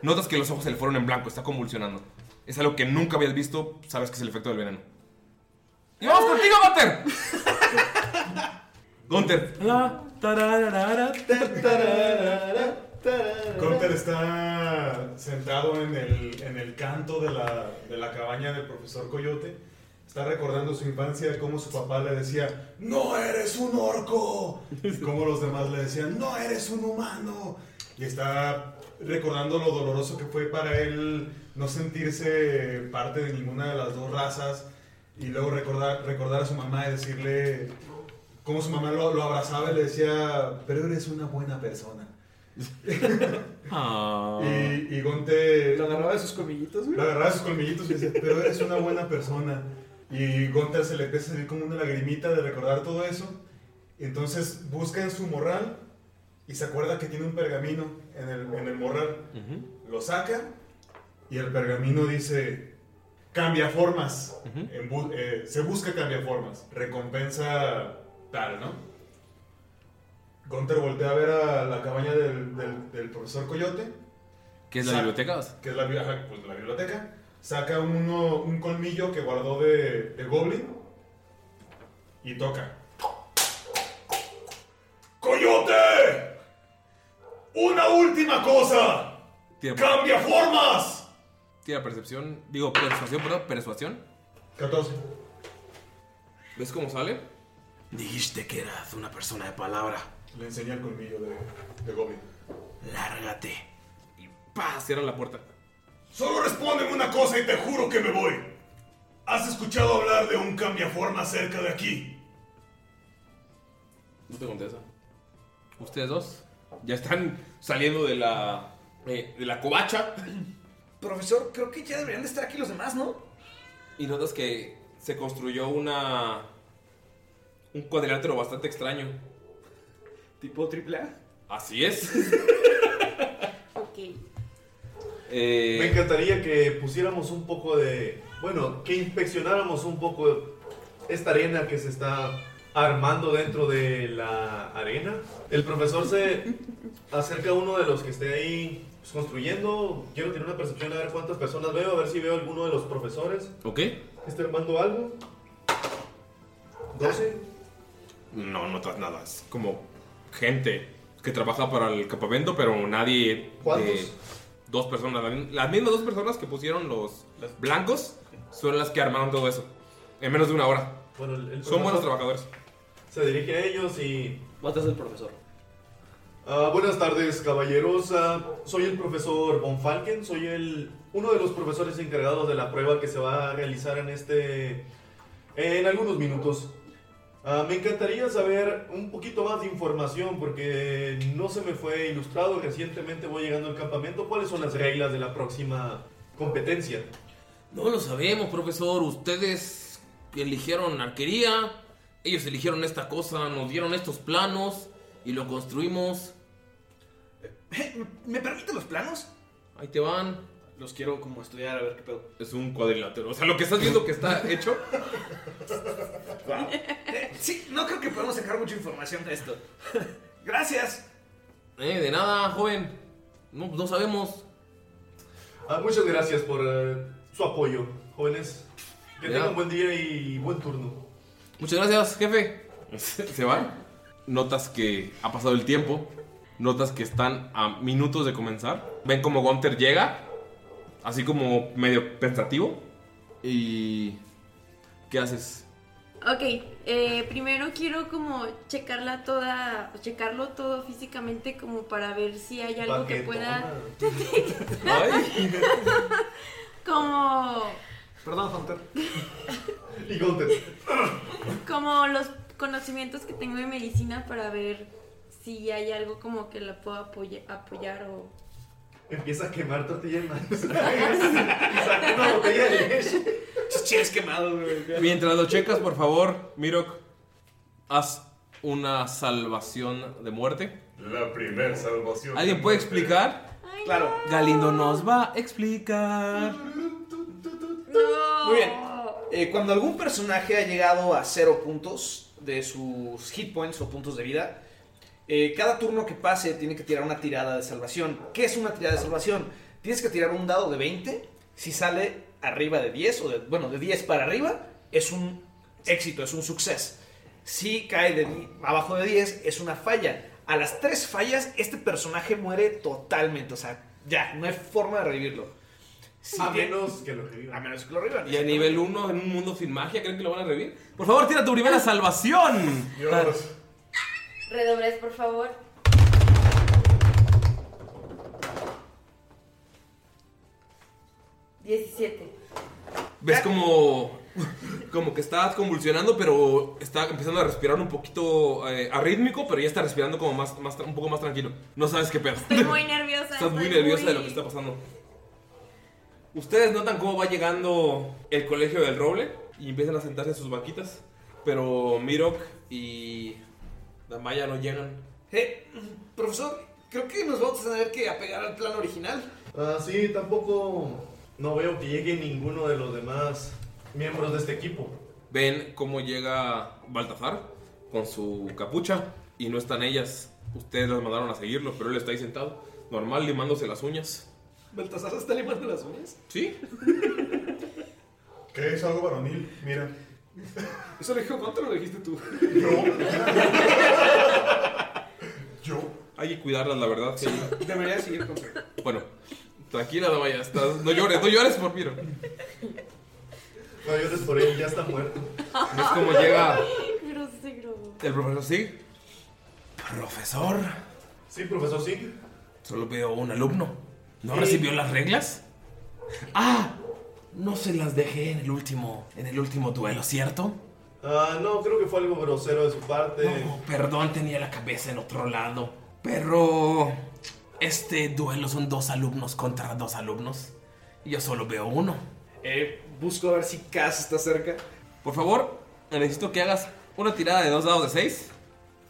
B: Notas que los ojos se le fueron en blanco, está convulsionando. Es algo que nunca habías visto, sabes que es el efecto del veneno. ¡Y vamos contigo, Gunter! Gunter.
J: Ah,
F: Gunther está sentado en el, en el canto de la, de la cabaña del profesor Coyote. Está recordando su infancia, cómo su papá le decía, no eres un orco. Y cómo los demás le decían, no eres un humano. Y está recordando lo doloroso que fue para él no sentirse parte de ninguna de las dos razas. Y luego recordar, recordar a su mamá y decirle cómo su mamá lo, lo abrazaba y le decía, pero eres una buena persona.
B: Ah,
F: Y, y Gonte. Lo agarraba de sus colmillitos, güey. Lo agarraba de sus colmillitos y decía, pero eres una buena persona. Y Gonte se le empieza a salir como una lagrimita de recordar todo eso. Entonces busca en su morral y se acuerda que tiene un pergamino en el, en el morral. Lo saca y el pergamino dice, cambia formas, En bu- eh, se busca cambia formas, recompensa tal, ¿no? Gunter voltea a ver a la cabaña del, del- del profesor Coyote.
K: ¿Qué es la
F: Sa-
K: biblioteca?
F: Que es la, bi- ajá, pues, la biblioteca. Saca uno, un colmillo que guardó de, de Goblin y toca.
I: ¡Coyote! ¡Una última cosa!
B: Tira-
I: ¡Cambia formas!
B: Tira percepción. Digo, persuasión, perdón, persuasión.
F: 14.
B: ¿Ves cómo sale?
K: Dijiste que eras una persona de palabra.
F: Le enseña el colmillo de, de Goblin.
K: Lárgate.
B: ¡Pah! Cierra la puerta.
I: Solo respóndeme una cosa y te juro que me voy. ¿Has escuchado hablar de un cambiaforma cerca de aquí?
B: No te contesta. Ustedes dos ya están saliendo de la. eh, de la covacha.
C: Profesor, creo que ya deberían de estar aquí los demás, ¿no?
B: Y notas que se construyó una. un cuadrilátero bastante extraño.
H: ¿Tipo triple A?
B: Así es.
E: Ok.
B: Eh,
D: Me encantaría que pusiéramos un poco de. Bueno, que inspeccionáramos un poco esta arena que se está armando dentro de la arena. El profesor se acerca a uno de los que esté ahí pues, construyendo. Quiero tener una percepción a ver cuántas personas veo, a ver si veo alguno de los profesores.
B: Ok.
D: ¿Está armando algo? 12.
B: No notas nada. Es como gente que trabaja para el campamento, pero nadie.
D: ¿Cuántos?
B: de dos personas. la mi- Las mismas dos personas que pusieron los blancos son las que armaron todo eso. En menos de una hora.
D: Bueno, el- el
B: son
D: profesor-
B: buenos trabajadores.
D: Se dirige a ellos y.
H: ¿Cuánto es el profesor?
D: Ah, buenas tardes, caballeros. Ah, soy el profesor Von Falken. Soy el, uno de los profesores encargados de la prueba que se va a realizar en este. en algunos minutos. Ah, me encantaría saber un poquito más de información porque no se me fue ilustrado. Recientemente voy llegando al campamento. ¿Cuáles son las reglas de la próxima competencia?
B: No lo sabemos, profesor. Ustedes eligieron arquería. Ellos eligieron esta cosa. Nos dieron estos planos. Y lo construimos.
C: Eh,
H: ¿Me permiten los planos?
B: Ahí te van.
H: Los quiero como estudiar a ver qué pedo.
B: Es un cuadrilátero. O sea, lo que estás viendo que está hecho.
C: Eh, sí, no creo que podamos sacar mucha información de esto. Gracias.
B: Eh, de nada, joven. No, no sabemos.
D: Ah, muchas gracias por eh, su apoyo, jóvenes. Que
B: Ya.
D: tengan buen día y buen turno.
B: Muchas gracias, jefe. Se van. Notas que ha pasado el tiempo. Notas que están a minutos de comenzar. Ven como Gunter llega. Así como medio pensativo. Y... ¿Qué haces?
E: Ok, eh, primero quiero como checarla toda, checarlo todo físicamente como para ver si hay algo que pueda... Como...
H: Perdón, Hunter.
D: y Gunter.
E: como los conocimientos que tengo de medicina para ver si hay algo como que la puedo apoye- apoyar o...
D: Empieza a quemar tortilla en manos. Saca una botella de leche.
H: Chiles quemados, güey.
B: Mientras lo checas, por favor, Mirok, haz una salvación de muerte.
I: La primera salvación.
B: ¿Alguien puede explicar?
H: Claro.
B: Galindo nos va a explicar.
H: Muy bien. Eh, cuando algún personaje ha llegado a cero puntos de sus hit points o puntos de vida, eh, cada turno que pase tiene que tirar una tirada de salvación. ¿Qué es una tirada de salvación? Tienes que tirar un dado de 20. Si sale arriba de 10, o de, bueno, de 10 para arriba, es un éxito, es un success. Si cae de di- abajo de 10, es una falla. A las tres fallas, este personaje muere totalmente. O sea, ya, no hay forma de revivirlo.
D: A
H: menos que lo revivan. A menos que lo revivan.
B: Y a nivel 1, en un mundo sin magia, ¿creen que lo van a revivir? Por favor, tira tu
E: Ah.
B: primera salvación. Ah,
G: Redobles, por favor. Diecisiete.
B: Ves como, como que está convulsionando, pero está empezando a respirar un poquito eh, arrítmico, pero ya está respirando como más, más, un poco más tranquilo. No sabes qué pedo.
E: Estoy muy nerviosa.
B: Estás muy
E: estoy
B: nerviosa de lo
E: muy-
B: que está pasando. Ustedes notan cómo va llegando el colegio del roble y empiezan a sentarse en sus banquitas, pero Mirok y Damaya no llegan.
C: Eh, profesor, creo que nos vamos a tener que apegar al plan original.
D: Ah, sí, tampoco no veo que llegue ninguno de los demás miembros de este equipo.
B: Ven cómo llega Baltazar con su capucha y no están ellas. Ustedes las mandaron a seguirlo, pero él está ahí sentado, normal, limándose las uñas.
C: ¿Baltasar se está limando las uñas?
B: ¿Sí?
F: ¿Qué es algo varonil? Mira.
C: ¿Eso lo dijo Contra o lo dijiste tú?
B: Yo. Hay que cuidarlas, la verdad. Sí.
C: Debería seguir con Contra.
B: Bueno, tranquila, Damaya. estás- No llores, no llores por Miro.
D: No llores por él, ya está muerto.
B: Es como llega
E: Grosero.
B: el profesor Sig. ¿Profesor?
D: Sí, profesor Sig.
K: Solo veo un alumno. ¿No
D: Sí.
K: recibió las reglas? ¡Ah! No se las dejé en el último, en el último duelo, ¿cierto?
D: Ah, no, creo que fue algo grosero de su parte.
K: Perdón, tenía la cabeza en otro lado. Pero... Este duelo son dos alumnos contra dos alumnos. Y Yo solo veo uno.
C: Eh, busco a ver si Cass está cerca.
B: Por favor, necesito que hagas una tirada de dos dados de seis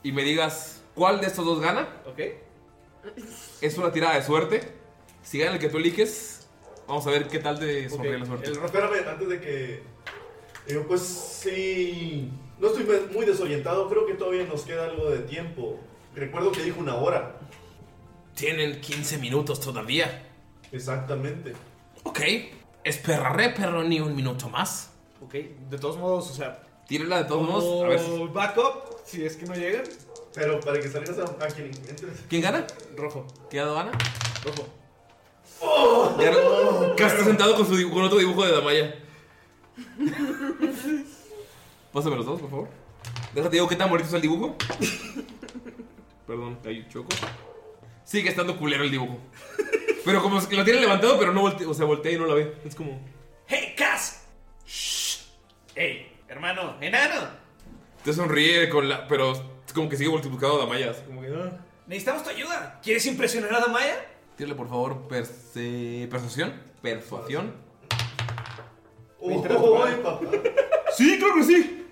B: y me digas cuál de estos dos gana.
C: Ok.
B: Es una tirada de suerte. Si gana el que tú eliges, vamos a ver qué tal te
D: Ok,
B: sonríe la suerte.
D: el- espérame, antes de que. Digo, pues sí. No estoy me- muy desorientado, creo que todavía nos queda algo de tiempo. Recuerdo que dijo una hora.
K: Tienen 15 minutos todavía.
D: Exactamente.
K: Ok. Esperaré, pero ni un minuto más.
C: Ok, de todos modos, o sea...
B: Tírala de todos
C: Como
B: modos. A
D: Oh.
B: ver.
C: backup, si es que no llegan.
D: Pero para que salgas a, a quien entres.
B: ¿Quién gana?
C: Rojo.
B: ¿Qué dado gana?
C: Rojo.
D: ¡Oh!
B: Ya no- Cas está sentado con, su dibujo- con otro dibujo de Damaya. Pásame los dos, por favor. Déjate, digo, ¿qué tan bonito está el dibujo? Perdón, ahí choco. Sigue estando culero el dibujo. Pero como que lo tiene levantado, pero no voltea, o sea, voltea y no la ve. Es como...
H: ¡Hey, Cass! ¡Shh! ¡Hey, hermano! ¡Enano!
B: Te sonríe con la... Pero es como que sigue multiplicado a Damaya. así como que, ah.
C: Necesitamos tu ayuda. ¿Quieres impresionar a Damaya?
B: Tírale, por favor, perse- persuasión. Persuasión.
D: ¡Uy, papá!
B: Sí, creo que sí.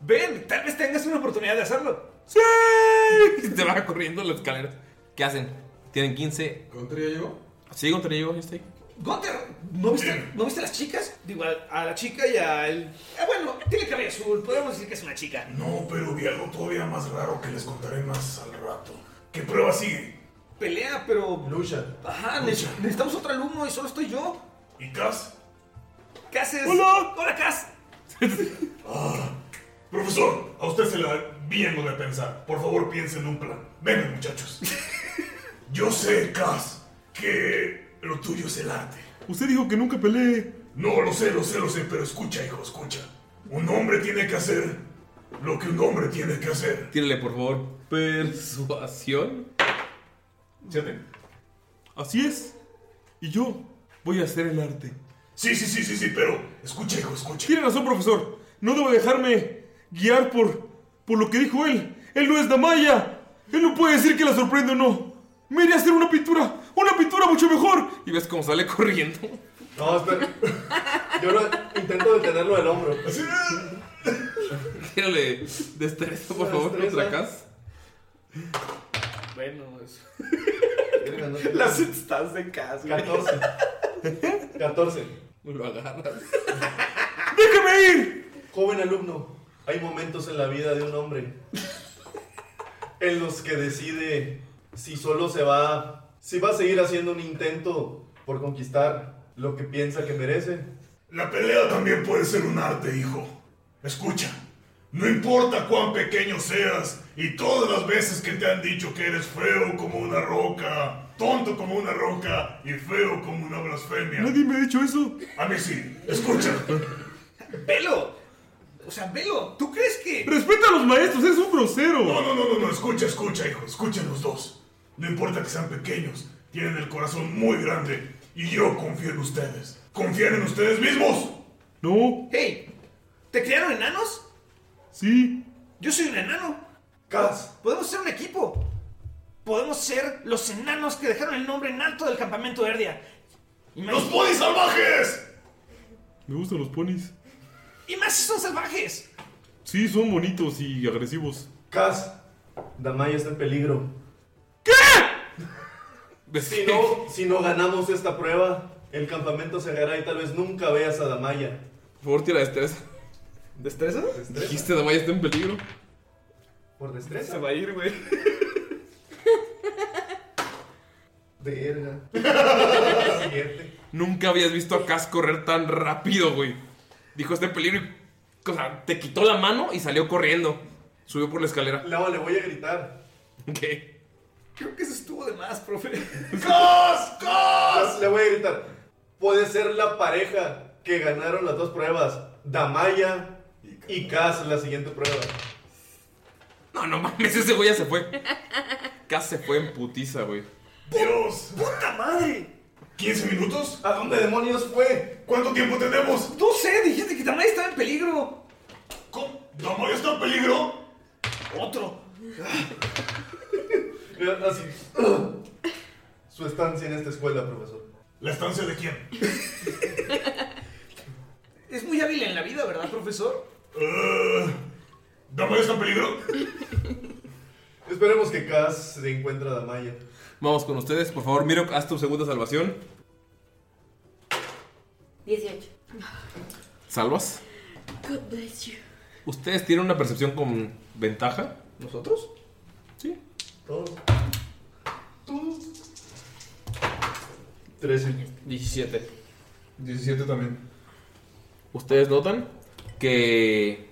C: Ven, tal vez tengas una oportunidad de hacerlo.
B: ¡Sí! Y Te va corriendo la escalera. ¿Qué hacen? Tienen 15.
F: ¿Contra ya llegó?
B: Sí, Gunter ya llegó, ya está ahí.
C: Gunter, ¿no viste, ¿no viste a las chicas? Digo, a, a la chica y a él. Ah, bueno, tiene cabello azul, podemos decir que es una chica.
I: No, pero vi algo todavía más raro que les contaré más al rato. ¿Qué prueba sigue?
C: Pelea, pero.
D: Lucha.
C: Ajá, ne- necesitamos otro alumno y solo estoy yo.
I: ¿Y Cas?
C: ¿Qué haces? ¡Hola! ¡Hola, Cas!
I: Ah, Profesor, a usted se le da bien lo de pensar. Por favor, piensen en un plan. Vengan, muchachos. Yo sé, Cas, que lo tuyo es el arte.
F: Usted dijo que nunca peleé.
I: No, lo sé, lo sé, lo sé, pero escucha, hijo, escucha. Un hombre tiene que hacer lo que un hombre tiene que hacer.
B: Tírale, por favor. Persuasión. Así es. Y yo voy a hacer el arte.
I: Sí, sí, sí, sí, sí, pero escucha, hijo, escucha.
M: Tiene razón, profesor. No debo dejarme guiar por, por lo que dijo él. Él no es Damaya. Él no puede decir que la sorprende o no. Me iré a hacer una pintura. Una pintura mucho mejor.
B: Y ves cómo sale corriendo.
D: No, espera. Yo lo- intento detenerlo del hombro.
B: Tírale destreza, por favor,
D: Destreza.
B: contra Cas.
C: Bueno, eso.
D: Las
C: estás de Cas, güey.
D: 14. 14.
B: Lo agarras.
D: ¡Déjame ir! Joven alumno, hay momentos en la vida de un hombre en los que decide si solo se va, si va a seguir haciendo un intento por conquistar lo que piensa que merece.
I: La pelea también puede ser un arte, hijo. Escucha, no importa cuán pequeño seas y todas las veces que te han dicho que eres feo como una roca, tonto como una roca y feo como una blasfemia.
M: Nadie me ha dicho eso.
I: A mí sí, escucha.
C: ¡Velo! O sea, velo. ¿Tú crees que.?
M: Respeta a los maestros, eres un grosero.
I: No, no, no, no, no, escucha, escucha, hijo, escuchen los dos. No importa que sean pequeños, tienen el corazón muy grande y yo confío en ustedes. ¿Confían en ustedes mismos?
M: No.
C: ¡Hey! ¿Te criaron enanos?
M: Sí.
C: Yo soy un enano.
D: Cas.
C: Podemos ser un equipo. Podemos ser los enanos que dejaron el nombre en alto del campamento de Erdia.
I: ¡Los ponis salvajes!
M: Me gustan los ponis.
C: Y más si son salvajes.
M: Sí, son bonitos y agresivos.
D: Cas, Damaya está en peligro.
B: ¿Qué?
D: Si no, si no ganamos esta prueba, el campamento se hará y tal vez nunca veas a Damaya.
B: Por favor, tira destreza. ¿Destreza? Dijiste, Damaya está en peligro.
D: Por destreza.
H: Se va a ir, güey.
D: Verga.
B: Nunca habías visto a Cass correr tan rápido, güey. Dijo, está en peligro y... O sea, te quitó la mano y salió corriendo. Subió por la escalera.
D: No, le voy a gritar.
B: ¿Qué?
H: Creo que eso estuvo de más, profe.
D: ¡Cos! ¡Cos! Le voy a gritar. Puede ser la pareja que ganaron las dos pruebas. Damaya y Cass en la siguiente prueba.
B: No, no mames, ese güey ya se fue. Cass se fue en putiza, güey.
I: ¡Dios! ¡Puta madre! ¿15 minutos? ¿A dónde demonios fue? ¿Cuánto tiempo tenemos?
H: No sé, dijiste que Damaya estaba en peligro.
I: ¿Cómo? ¿Damaya está en peligro?
H: Otro.
D: Así. Su estancia en esta escuela, profesor.
I: ¿La estancia de quién?
H: Es muy hábil en la vida, ¿verdad, profesor?
I: ¿Damaya Eh, está en peligro?
D: Esperemos que Cass se encuentre a Damaya.
B: Vamos con ustedes, por favor, Miro, haz tu segunda salvación.
G: 18.
B: ¿Salvas?
E: God bless you.
B: ¿Ustedes tienen una percepción con ventaja?
H: ¿Nosotros?
D: Todos.
B: 13. 17.
F: 17 también.
B: Ustedes notan que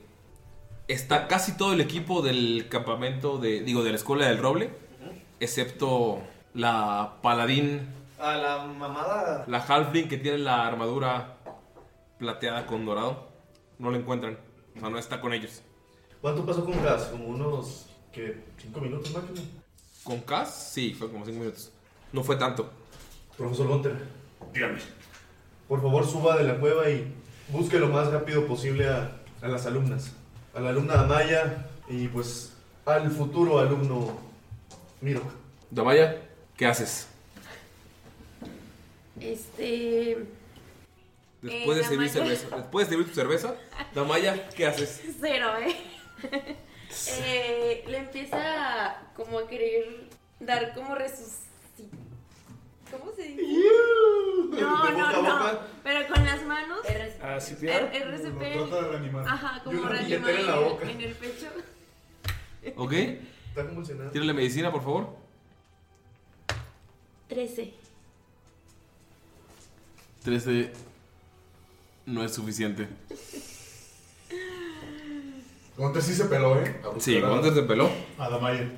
B: está casi todo el equipo del campamento de, digo, de la escuela del roble, excepto la paladín,
H: A la mamada.
B: la halfling que tiene la armadura plateada con dorado. No la encuentran, o sea, no está con ellos.
D: ¿Cuánto pasó con Cass? Como unos. ¿Qué? ¿Cinco minutos máquina?
B: ¿Con Cass? Sí, fue como 5 minutos. No fue tanto.
D: Profesor Gunter.
I: Dígame.
D: Por favor, suba de la cueva y busque lo más rápido posible a, a las alumnas. A la alumna Amaya y pues al futuro alumno Miro.
B: Damaya, ¿qué haces?
E: Este.
B: Después de
E: Eh,
B: servir
E: Damaya.
B: cerveza, después de servir tu cerveza, Damaya, ¿qué haces?
E: Cero, ¿eh? Eh, Le empieza como a querer dar como resucitar. ¿Cómo se dice? No,
F: De boca a
E: no, no.
F: boca.
E: Pero con las manos.
F: Ah, sí,
E: R- RCP.
F: Lo trata de reanimar.
E: Ajá,
F: Y
E: como
F: una
E: reanima
F: billetera en la boca.
E: en, en el pecho.
B: ¿Ok?
D: Está convulsionado.
B: Tírale medicina, por favor.
E: 13.
B: 13 no es suficiente.
F: Gunter sí se peló, ¿eh?
B: Sí, Gunter se peló.
F: A Damaya.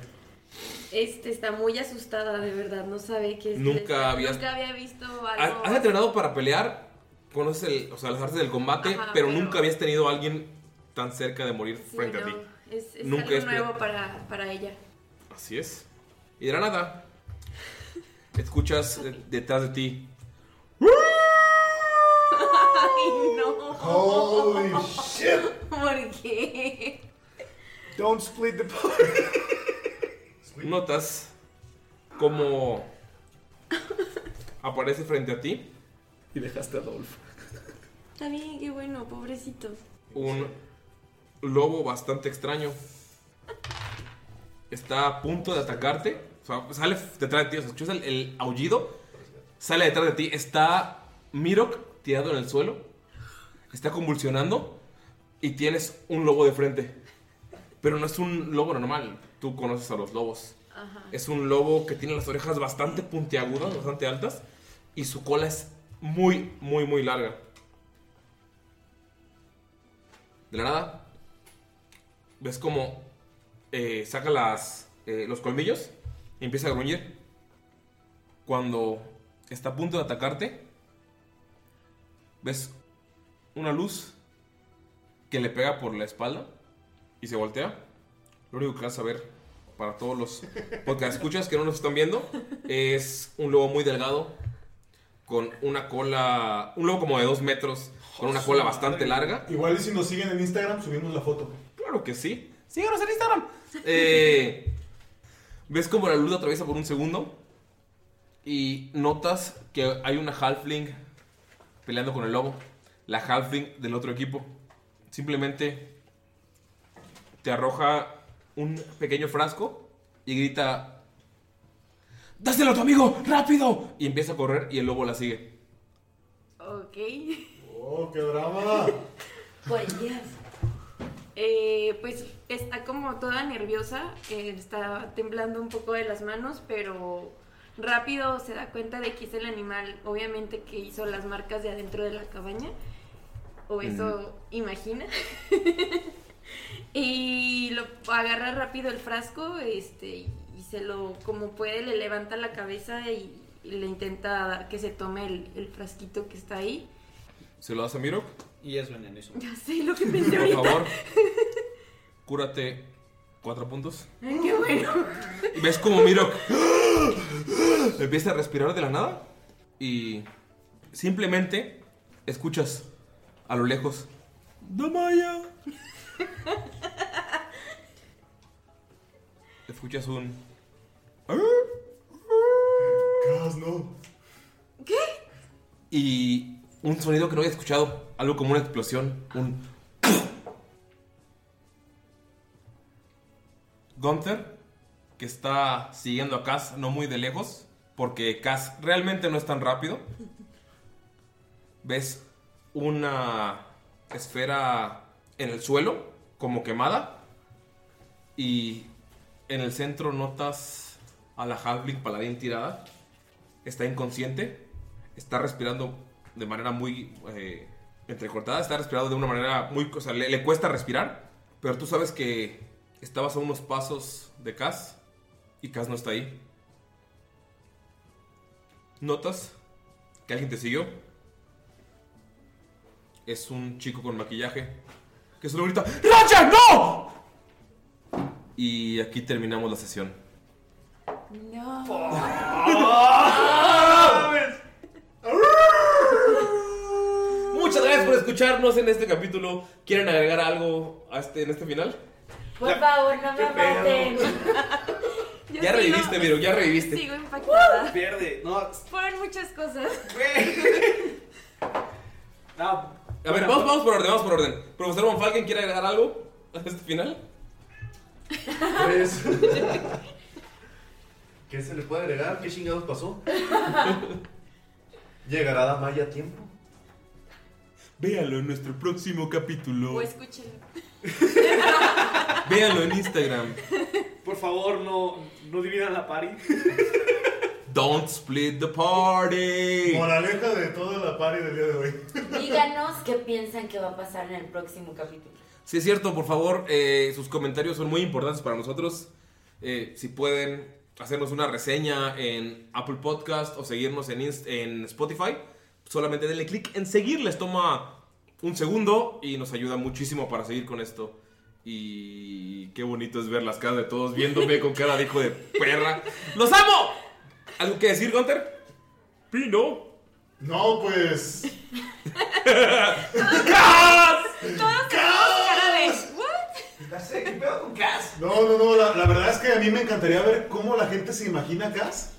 E: Este está muy asustada, de verdad. No sabe qué es.
B: Nunca Ah, habías-
E: Nunca había visto
B: ¿Has
E: algo.
B: has entrenado para pelear? Conoces el- o sea, las artes del combate,
E: Ajá,
B: pero,
E: pero-
B: nunca habías tenido a alguien tan cerca de morir
E: Sí,
B: frente a
E: no,
B: ti.
E: Es, es
B: Nunca
E: algo
B: es
E: nuevo para, para ella.
B: Así es. Y de la nada, escuchas de- detrás de ti.
E: Ay, no.
F: Holy shit.
E: ¿Por qué?
F: Don't split the party.
B: Notas como aparece frente a ti. Y dejaste a Adolfo.
E: Está bien, qué bueno, pobrecito.
B: un lobo bastante extraño. Está a punto de atacarte. O sea, sale detrás de ti. O sea, escuchas el, el aullido. Sale detrás de ti. Está Mirok tirado en el suelo. Está convulsionando. Y tienes un lobo de frente. Pero no es un lobo normal. Tú conoces a los lobos.
E: Ajá.
B: Es un lobo que tiene las orejas bastante puntiagudas, bastante altas. Y su cola es muy, muy, muy larga. De la nada, ves como eh, saca las, eh, los colmillos y empieza a gruñir. Cuando está a punto de atacarte, ves una luz que le pega por la espalda y se voltea. Lo único que vas a ver para todos los podcast escuchas que no nos están viendo es un lobo muy delgado con una cola, un lobo como de dos metros con una cola bastante larga.
F: Igual y si nos siguen en Instagram, subimos la foto.
B: Claro que sí. Síganos en Instagram. Eh, ves como la luz atraviesa por un segundo y notas que hay una halfling peleando con el lobo. La halfling del otro equipo. Simplemente te arroja un pequeño frasco y grita: ¡Dáselo a tu amigo! ¡Rápido! Y empieza a correr y el lobo la sigue.
E: Ok.
F: ¡Oh, qué drama!
E: Pues Eh, pues está como toda nerviosa, eh, está temblando un poco de las manos, pero rápido se da cuenta de que es el animal, obviamente que hizo las marcas de adentro de la cabaña, o
B: Mm.
E: eso imagina. y lo agarra rápido el frasco, este, y y se lo, como puede, le levanta la cabeza y, y le intenta dar que se tome el, el frasquito que está ahí.
B: ¿Se lo das a Miro?
H: Y es venenoso.
E: Ya sé lo que pensé
B: Por
E: ahorita.
B: favor, cúrate cuatro puntos.
E: Ay, qué bueno.
B: ¿Ves como Miro empieza a respirar de la nada? Y simplemente escuchas a lo lejos. ¡Damaya! Escuchas un... "Ah".
F: Cas, no.
E: ¿Qué?
B: Y un sonido que no había escuchado. Algo como una explosión. Un... Gunther, que está siguiendo a Cass no muy de lejos, porque Cass realmente no es tan rápido. Ves una esfera en el suelo, como quemada, y en el centro notas a la Halfling Paladín tirada. Está inconsciente, está respirando de manera muy eh, entrecortada, está respirando de una manera muy... O sea, le- le cuesta respirar, pero tú sabes que estabas a unos pasos de Cass y Cass no está ahí. Notas que alguien te siguió. Es un chico con maquillaje que solo grita ¡Racha, no! Y aquí terminamos la sesión.
E: No.
B: Muchas gracias por escucharnos en este capítulo. ¿Quieren agregar algo a este, en este final?
G: Por favor, no me maten.
E: Yo
B: Ya
E: sigo-
B: reviviste, Miro, ya reviviste.
E: Sigo impactada.
H: Pierde. No,
E: Fueron muchas cosas.
B: A ver, vamos, vamos por orden, vamos por orden. Profesor Von Falken, ¿quiere agregar algo a este final?
D: Pues. ¿Qué se le puede agregar? ¿Qué chingados pasó? ¿Llegará Damaya a tiempo?
B: Véalo en nuestro próximo capítulo.
E: O escúchenlo.
B: Véalo en Instagram.
H: Por favor, no, no dividan la party.
B: Don't split the party.
F: Moraleja de toda la party del día de hoy.
G: Díganos qué piensan que va a pasar en el próximo capítulo.
B: Si es cierto, por favor, eh, sus comentarios son muy importantes para nosotros. Eh, si pueden hacernos una reseña en Apple Podcast o seguirnos en, Inst- en Spotify, solamente denle clic en seguir. Les toma un segundo y nos ayuda muchísimo para seguir con esto. Y qué bonito es ver las caras de todos viéndome con cara de hijo de perra. ¡Los amo! ¿Algo que decir, Gunter? Pino.
F: No, pues.
E: Todos tenemos cara de. ¿What?
H: ¿Qué pedo con Cas?
F: No, no, no, la, la verdad es que a mí me encantaría ver cómo la gente se imagina a Cass.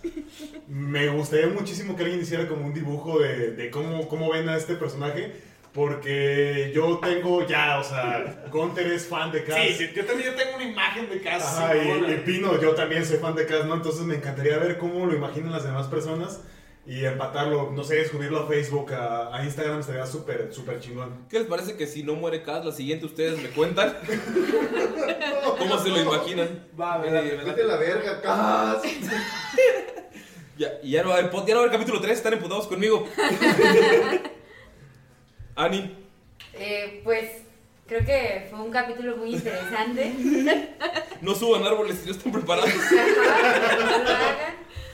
F: Me gustaría muchísimo que alguien hiciera como un dibujo de, de cómo, cómo ven a este personaje. Porque yo tengo ya, o sea, Gunter es fan de Cass.
H: Sí, sí, yo también yo tengo una imagen de Cas.
F: Ajá, y,
H: simona.
F: y Pino, yo también soy fan de Cass, ¿no? Entonces me encantaría ver cómo lo imaginan las demás personas y empatarlo, no sé, subirlo a Facebook, a, a Instagram, estaría súper, súper chingón.
B: ¿Qué les parece que si no muere Kaz, la siguiente ustedes me cuentan? ¿Cómo se lo imaginan? Eh,
H: Va,
B: vete,
D: Vete a la verga, Cas.
B: Ya, y ya no va a haber, pod- ya no va a haber capítulo 3, están emputados conmigo. Ani,
G: Eh, pues creo que fue un capítulo muy interesante.
B: no suban árboles si no están preparados.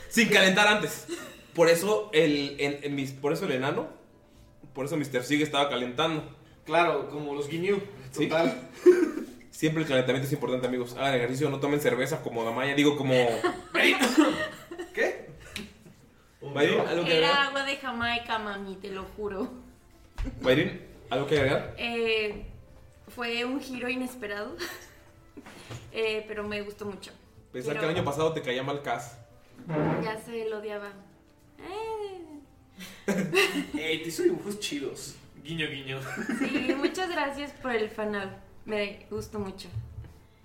B: Sin calentar antes. Por eso el, en- en mis- por eso el enano, por eso Mr. Sig estaba calentando.
H: Claro, como los guiñú.
B: Sí. Siempre el calentamiento es importante, amigos. Hagan ejercicio, no tomen cerveza como Damaya, digo como... ¿Qué? Mayrin, ¿algo que agregar?
E: Era agua de Jamaica, mami, te lo juro.
B: Mayrin, ¿algo que agregar?
E: Eh, fue un giro inesperado, Eh, pero me gustó mucho.
B: Pensar
E: Pero-
B: que el año pasado te caía mal Kaz.
E: Ya se lo odiaba. Eh,
H: Ey, Eh, te hizo dibujos chidos. Guiño, guiño.
E: sí, muchas gracias por el fanal. Me gustó mucho.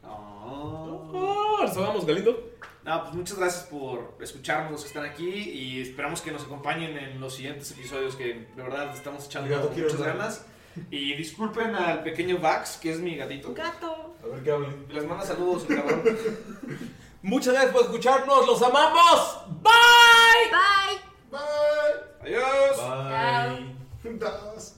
B: Ah, nos vamos, Galindo.
H: Ah. No, pues muchas gracias por escucharnos los que están aquí y esperamos que nos acompañen en los siguientes episodios que de verdad estamos echando
F: Gato quiere
H: muchas
F: hablar.
H: ganas. Y disculpen al pequeño Vax, que es mi gatito.
E: Gato.
F: A ver qué habla.
H: Les manda saludos, cabrón.
K: Muchas gracias por escucharnos. Los amamos.
E: Bye.
F: Bye.
H: Adiós.
F: Das.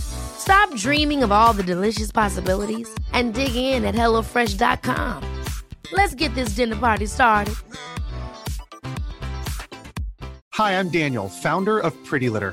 N: Stop dreaming of all the delicious possibilities and dig in at HelloFresh.com. Let's get this dinner party started.
O: Hi, I'm Daniel, founder of Pretty Litter.